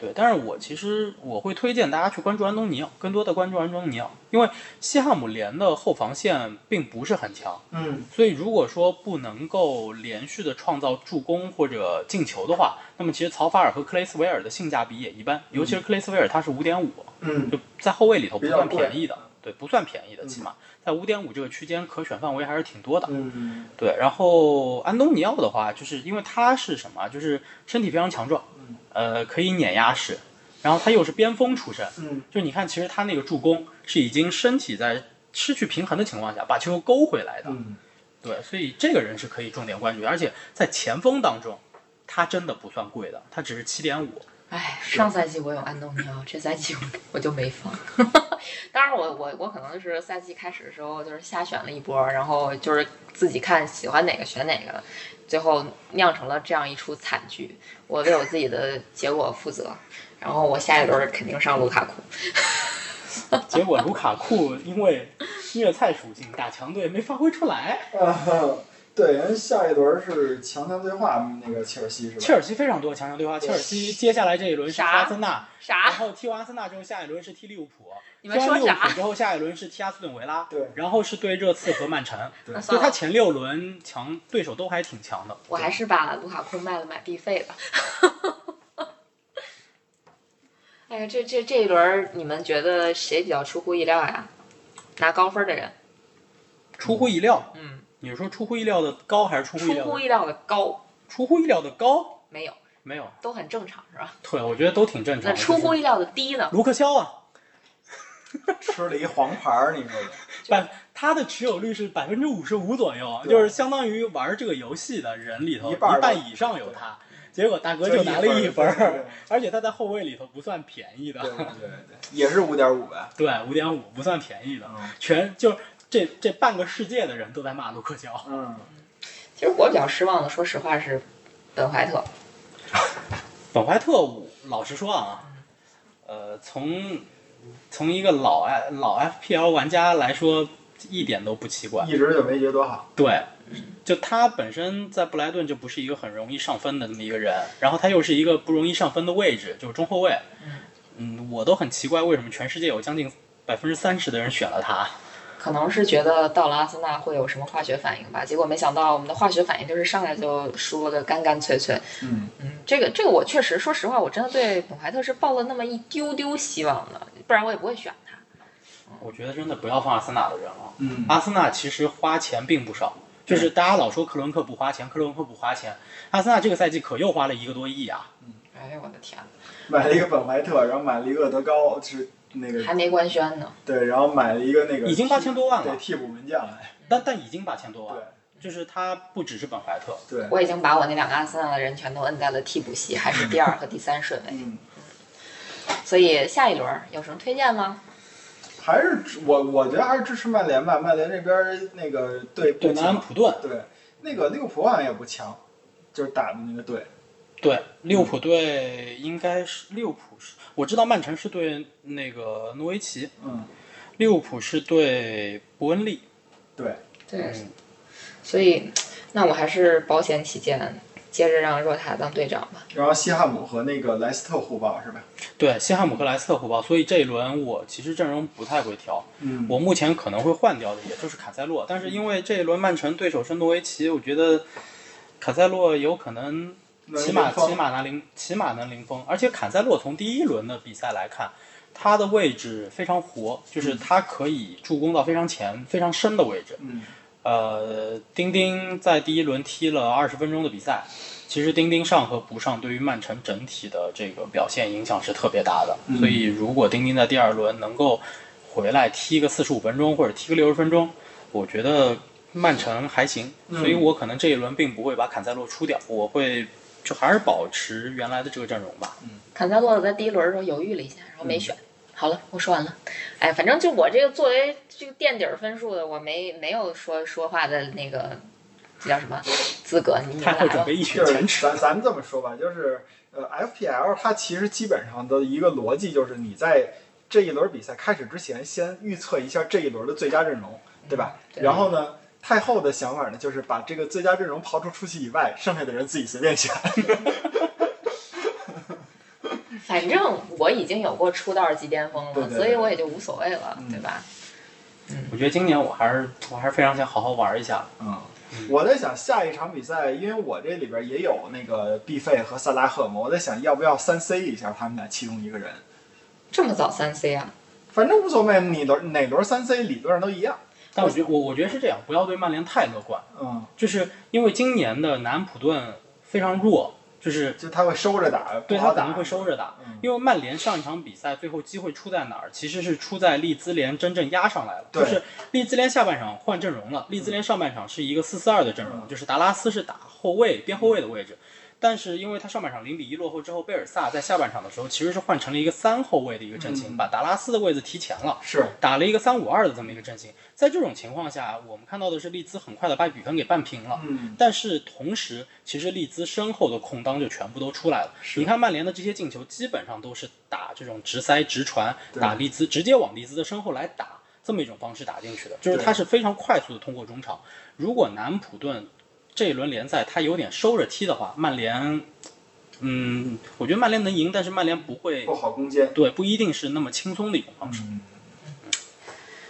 S3: 对，但是我其实我会推荐大家去关注安东尼奥，更多的关注安东尼奥，因为西汉姆联的后防线并不是很强，
S2: 嗯，
S3: 所以如果说不能够连续的创造助攻或者进球的话，那么其实曹法尔和克雷斯维尔的性价比也一般，尤其是克雷斯维尔他是五点五，
S2: 嗯，
S3: 就在后卫里头不
S2: 比较
S3: 算
S2: 贵
S3: 便宜的，对，不算便宜的，起码在五点五这个区间可选范围还是挺多的。
S2: 嗯，
S3: 对，然后安东尼奥的话，就是因为他是什么啊，就是身体非常强壮
S2: 嗯，
S3: 呃，可以碾压式，然后他又是边锋出身，
S2: 嗯，
S3: 就你看，其实他那个助攻是已经身体在失去平衡的情况下把球勾回来的，
S2: 嗯，
S3: 对，所以这个人是可以重点关注，而且在前锋当中，他真的不算贵的，他只是七点五，
S1: 哎，上赛季我有安东尼奥，这赛季我我就没放。 [LAUGHS] 当然我我我可能就是赛季开始的时候就是瞎选了一波，然后就是自己看喜欢哪个选哪个，最后酿成了这样一出惨剧。我为我自己的结果负责，然后我下一轮肯定上卢卡库。
S3: 结果卢卡库因为虐菜属性打强队没发挥出来，
S2: 啊，对，人下一轮是强强对话那个切尔西是
S3: 切
S2: 吧？
S3: 尔西非常多强强对话，切尔西接下来这一轮是踢
S1: 啥
S3: 阿森纳，然
S1: 啥？
S3: 后踢完阿森纳之后下一轮是踢利物浦，
S1: 啊你
S3: 踢
S1: 们说
S3: 完利物浦
S1: 啥？
S3: 之后下一轮是踢阿斯顿维拉，
S2: 对，
S3: 然后是对热刺和曼城，
S1: 那
S3: 所
S1: 算
S3: 以他
S1: 了，
S3: 前六轮强对手都还挺强的。
S1: 我还是把卢卡库卖了买必费吧。哎呀，这这这一轮儿你们觉得谁比较出乎意料呀？拿高分的人，
S3: 出乎意料，
S1: 嗯，
S3: 你是说出乎意料的高还是出乎意
S1: 出
S3: 料
S1: 乎
S3: 的？
S1: 意料的高，
S3: 出乎意料的高？
S1: 没有，
S3: 没有，
S1: 都很正常，是吧？
S3: 对，我觉得都挺正常
S1: 那
S3: 的。
S1: 出乎
S3: 就是
S1: 意料的低呢？
S3: 卢克肖啊，
S2: 吃了一黄牌儿，你说的。
S3: 百他的持有率是百分之五十五左右，
S2: 对
S3: 就是相当于玩这个游戏的人里头
S2: 一半儿
S3: 一半
S2: 都
S3: 以上有他。结果大哥就拿了一分儿，而且他在后卫里头不算便宜
S2: 对对
S3: 的，
S2: 对对，也是五点五呗。
S3: 对，五点五不算便宜的，
S2: 嗯
S3: 全就这这半个世界的人都在骂卢克肖。
S2: 嗯，
S1: 其实我比较失望的，说实话是本怀特，
S3: 本怀特，我老实说啊，呃，从从一个老 F 老 FPL 玩家来说，一点都不奇怪。
S2: 一直就没觉得多好。
S3: 对，就他本身在布莱顿就不是一个很容易上分的那么一个人，然后他又是一个不容易上分的位置，就是中后卫。嗯，我都很奇怪为什么全世界有将近百分之三十的人选了他。
S1: 可能是觉得到了阿森纳会有什么化学反应吧，结果没想到我们的化学反应就是上来就输了个干干脆脆。
S2: 嗯，
S1: 嗯，这个这个我确实，说实话，我真的对本怀特是抱了那么一丢丢希望的，不然我也不会选他。
S3: 我觉得真的不要放阿森纳的人啊了。
S2: 嗯
S3: 阿森纳其实花钱并不少，就是大家老说克伦克不花钱，克伦克不花钱，阿森纳这个赛季可又花了一个多亿啊。
S1: 哎呦我的天，
S2: 买了一个本怀特，然后买了一个厄德高，是那个
S1: 还没官宣呢。
S2: 对，然后买了一个那个
S3: 已经
S2: 替
S3: 8000多万了
S2: 对，替补门将哎，
S3: 但但已经八千多万
S2: 对，
S3: 就是他不只是本怀特，
S2: 对，
S1: 我已经把我那两个阿森纳的人全都摁在了替补席，还是第二和第三顺位。
S2: 嗯，
S1: 所以下一轮儿有什么推荐吗？
S2: 还是支我我觉得还是支持曼联吧，曼联这边儿那个队不
S3: 对南安
S2: 强，
S3: 普顿，
S2: 对，那个利物浦好像也不强，就是打的那个队，
S3: 对利物浦队应该是利物浦是，我知道曼城是对那个诺维奇，
S2: 嗯，
S3: 利物浦是对伯恩利，
S2: 对，
S1: 对
S3: 嗯
S1: 所以那我还是保险起见，接着让若塔当队长吧。
S2: 然后西汉姆和那个莱斯特互爆是吧？
S3: 对西汉姆和莱斯特互爆，所以这一轮我其实阵容不太会调，
S2: 嗯
S3: 我目前可能会换掉的也就是卡塞洛，但是因为这一轮曼城对手是诺维奇，我觉得卡塞洛有可能起码起码拿零，起码能零封。而且坎塞洛从第一轮的比赛来看，他的位置非常活，就是他可以助攻到非常前、非常深的位置。
S2: 嗯，
S3: 呃，丁丁在第一轮踢了二十分钟的比赛，其实丁丁上和不上对于曼城整体的这个表现影响是特别大的。
S2: 嗯
S3: 所以如果丁丁在第二轮能够回来踢个四十五分钟或者踢个六十分钟，我觉得曼城还行。
S2: 嗯
S3: 所以我可能这一轮并不会把坎塞洛出掉，我会就还是保持原来的这个阵容吧。
S1: 坎塞洛在第一轮的时候犹豫了一下，然后没选。好了，我说完了。哎，反正就我这个作为这个垫底儿分数的，我没没有说说话的那个这叫什么资格，你你
S3: 太
S1: 们来
S3: 后准
S1: 吧。
S3: 备一雪
S2: 就是
S3: 前耻。
S2: 咱咱们这么说吧，就是呃，FPL 它其实基本上的一个逻辑就是你在这一轮比赛开始之前，先预测一下这一轮的最佳阵容，
S3: 嗯
S2: 对吧？
S1: 对
S2: 然后呢，太后的想法呢，就是把这个最佳阵容刨出出去以外，剩下的人自己随便选。
S1: 反正我已经有过出道即巅峰了，
S2: 对对对
S1: 所以我也就无所谓了，
S2: 嗯
S1: 对吧？
S3: 我觉得今年我还是我还是非常想好好玩一下。
S2: 嗯， [LAUGHS] 我在想下一场比赛，因为我这里边也有那个毕费和萨拉赫嘛，我在想要不要三 C 一下他们俩其中一个人，
S1: 这么早三 C 啊？
S2: 反正无所谓，你轮哪轮三 C 理论上都一样。
S3: 但我觉得我我觉得是这样，不要对曼联太乐观。
S2: 嗯，
S3: 就是因为今年的南安普顿非常弱，就是
S2: 就他会收着打，
S3: 对
S2: 不
S3: 他
S2: 好
S3: 可
S2: 打
S3: 能会收着打。
S2: 嗯
S3: 因为曼联上一场比赛最后机会出在哪儿？其实是出在利兹联真正压上来了，
S2: 对
S3: 就是利兹联下半场换阵容了，利兹联上半场是一个四四二的阵容，
S2: 嗯
S3: 就是达拉斯是打后卫边后卫的位置，但是因为他上半场零比一落后之后，贝尔萨在下半场的时候其实是换成了一个三后卫的一个阵型，
S2: 嗯
S3: 把达拉斯的位置提前了。
S2: 是
S3: 打了一个三五二的这么一个阵型，在这种情况下，我们看到的是利兹很快的把比分给扳平了。
S2: 嗯，
S3: 但是同时，其实利兹身后的空当就全部都出来了。
S2: 是
S3: 你看曼联的这些进球，基本上都是打这种直塞、直传，
S2: 对
S3: 打利兹，直接往利兹的身后来打，这么一种方式打进去的。就是
S2: 对
S3: 他是非常快速的通过中场。如果南普顿这一轮联赛他有点收着踢的话，曼联，嗯，我觉得曼联能赢，但是曼联不会
S2: 不，好攻坚。
S3: 对，不一定是那么轻松的一种方式。
S2: 嗯，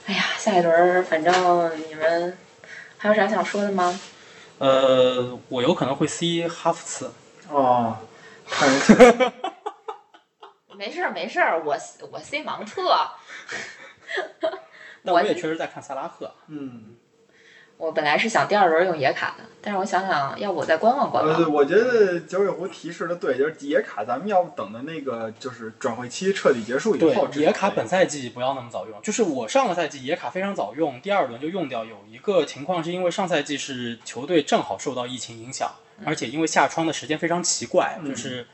S1: 哎呀，下一轮儿反正你们还有啥想说的吗？
S3: 呃，我有可能会 C 哈弗茨，
S2: 哦，看人
S1: 没事儿没事儿，我我 C 盲测，我
S3: 但我也确实在看萨拉赫。
S2: 嗯，
S1: 我本来是想第二轮用野卡的，但是我想想，要不我再观望观
S2: 呃，对，
S1: 望。
S2: 我觉得九尾狐提示的对，就是野卡，咱们要不等到那个就是转会期彻底结束以
S3: 对
S2: 后，，
S3: 野卡本赛季不要那么早用。就是我上个赛季野卡非常早用，第二轮就用掉。有一个情况是因为上赛季是球队正好受到疫情影响，而且因为下窗的时间非常奇怪，
S2: 嗯
S3: 就是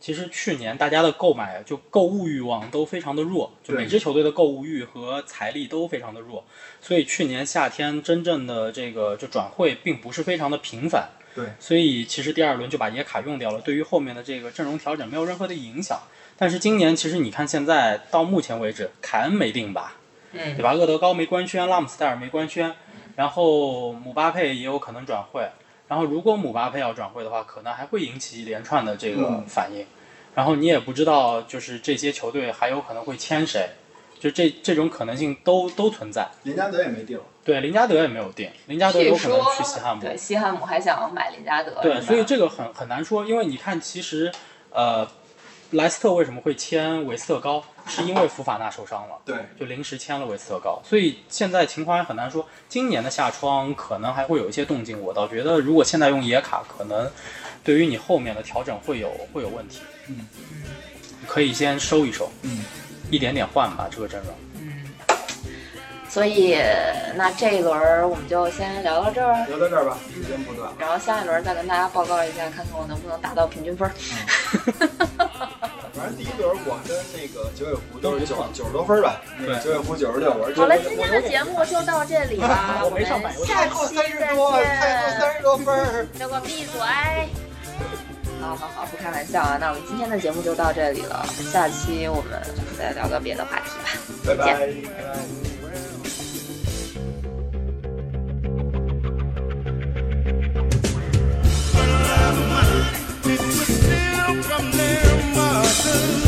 S3: 其实去年大家的购买就购物欲望都非常的弱，就
S2: 对
S3: 每支球队的购物欲和财力都非常的弱，所以去年夏天真正的这个就转会并不是非常的频繁。
S2: 对，
S3: 所以其实第二轮就把野卡用掉了，对于后面的这个阵容调整没有任何的影响。但是今年其实你看，现在到目前为止，凯恩没定吧，对
S1: 嗯，
S3: 吧？厄德高没官宣，拉姆斯戴尔没官宣，然后姆巴佩也有可能转会。然后如果姆巴佩要转会的话，可能还会引起一连串的这个
S2: 嗯
S3: 反应。然后你也不知道，就是这些球队还有可能会签谁，就这这种可能性都都存在。
S2: 林加德也没定，
S3: 对，林加德也没有定，林加德有
S1: 据
S3: 可能
S1: 说
S3: 去西汉姆。
S1: 对西汉姆还想买林加德，是
S3: 对，
S1: 吧
S3: 所以这个很很难说，因为你看，其实，呃，莱斯特为什么会签韦斯特高，是因为福法纳受伤了，
S2: 对，
S3: 就临时签了韦斯特高，所以现在情况还很难说。今年的夏窗可能还会有一些动静，我倒觉得如果现在用野卡，可能对于你后面的调整会有会有问题。
S2: 嗯，
S3: 可以先收一收，
S2: 嗯，
S3: 一点点换吧这个阵容。
S1: 嗯，所以那这一轮儿我们就先聊到这儿，
S2: 聊到这儿吧，时间不短了，
S1: 然后下一轮儿再跟大家报告一下，看看我能不能达到平均分儿。
S3: 嗯
S1: [LAUGHS]
S2: 反正第一轮我跟那个九尾狐
S3: 都
S2: 都
S3: 是
S2: 是
S3: 九
S2: 九九十多分吧，那个
S3: 对
S2: 九尾狐九十六，我是
S1: 好了，
S2: 九
S1: 今
S2: 十六
S1: 天的节目就到这里吧，
S3: [LAUGHS] 我
S1: 我
S3: 没
S1: 们
S3: 上百我
S1: 下期再见。
S2: 十多分儿。
S1: [LAUGHS] 给我闭嘴！好好好，不开玩笑啊。那我们今天的节目就到这里了，下期我们再聊个别的话题吧。
S2: 拜拜。
S4: Still from their mother.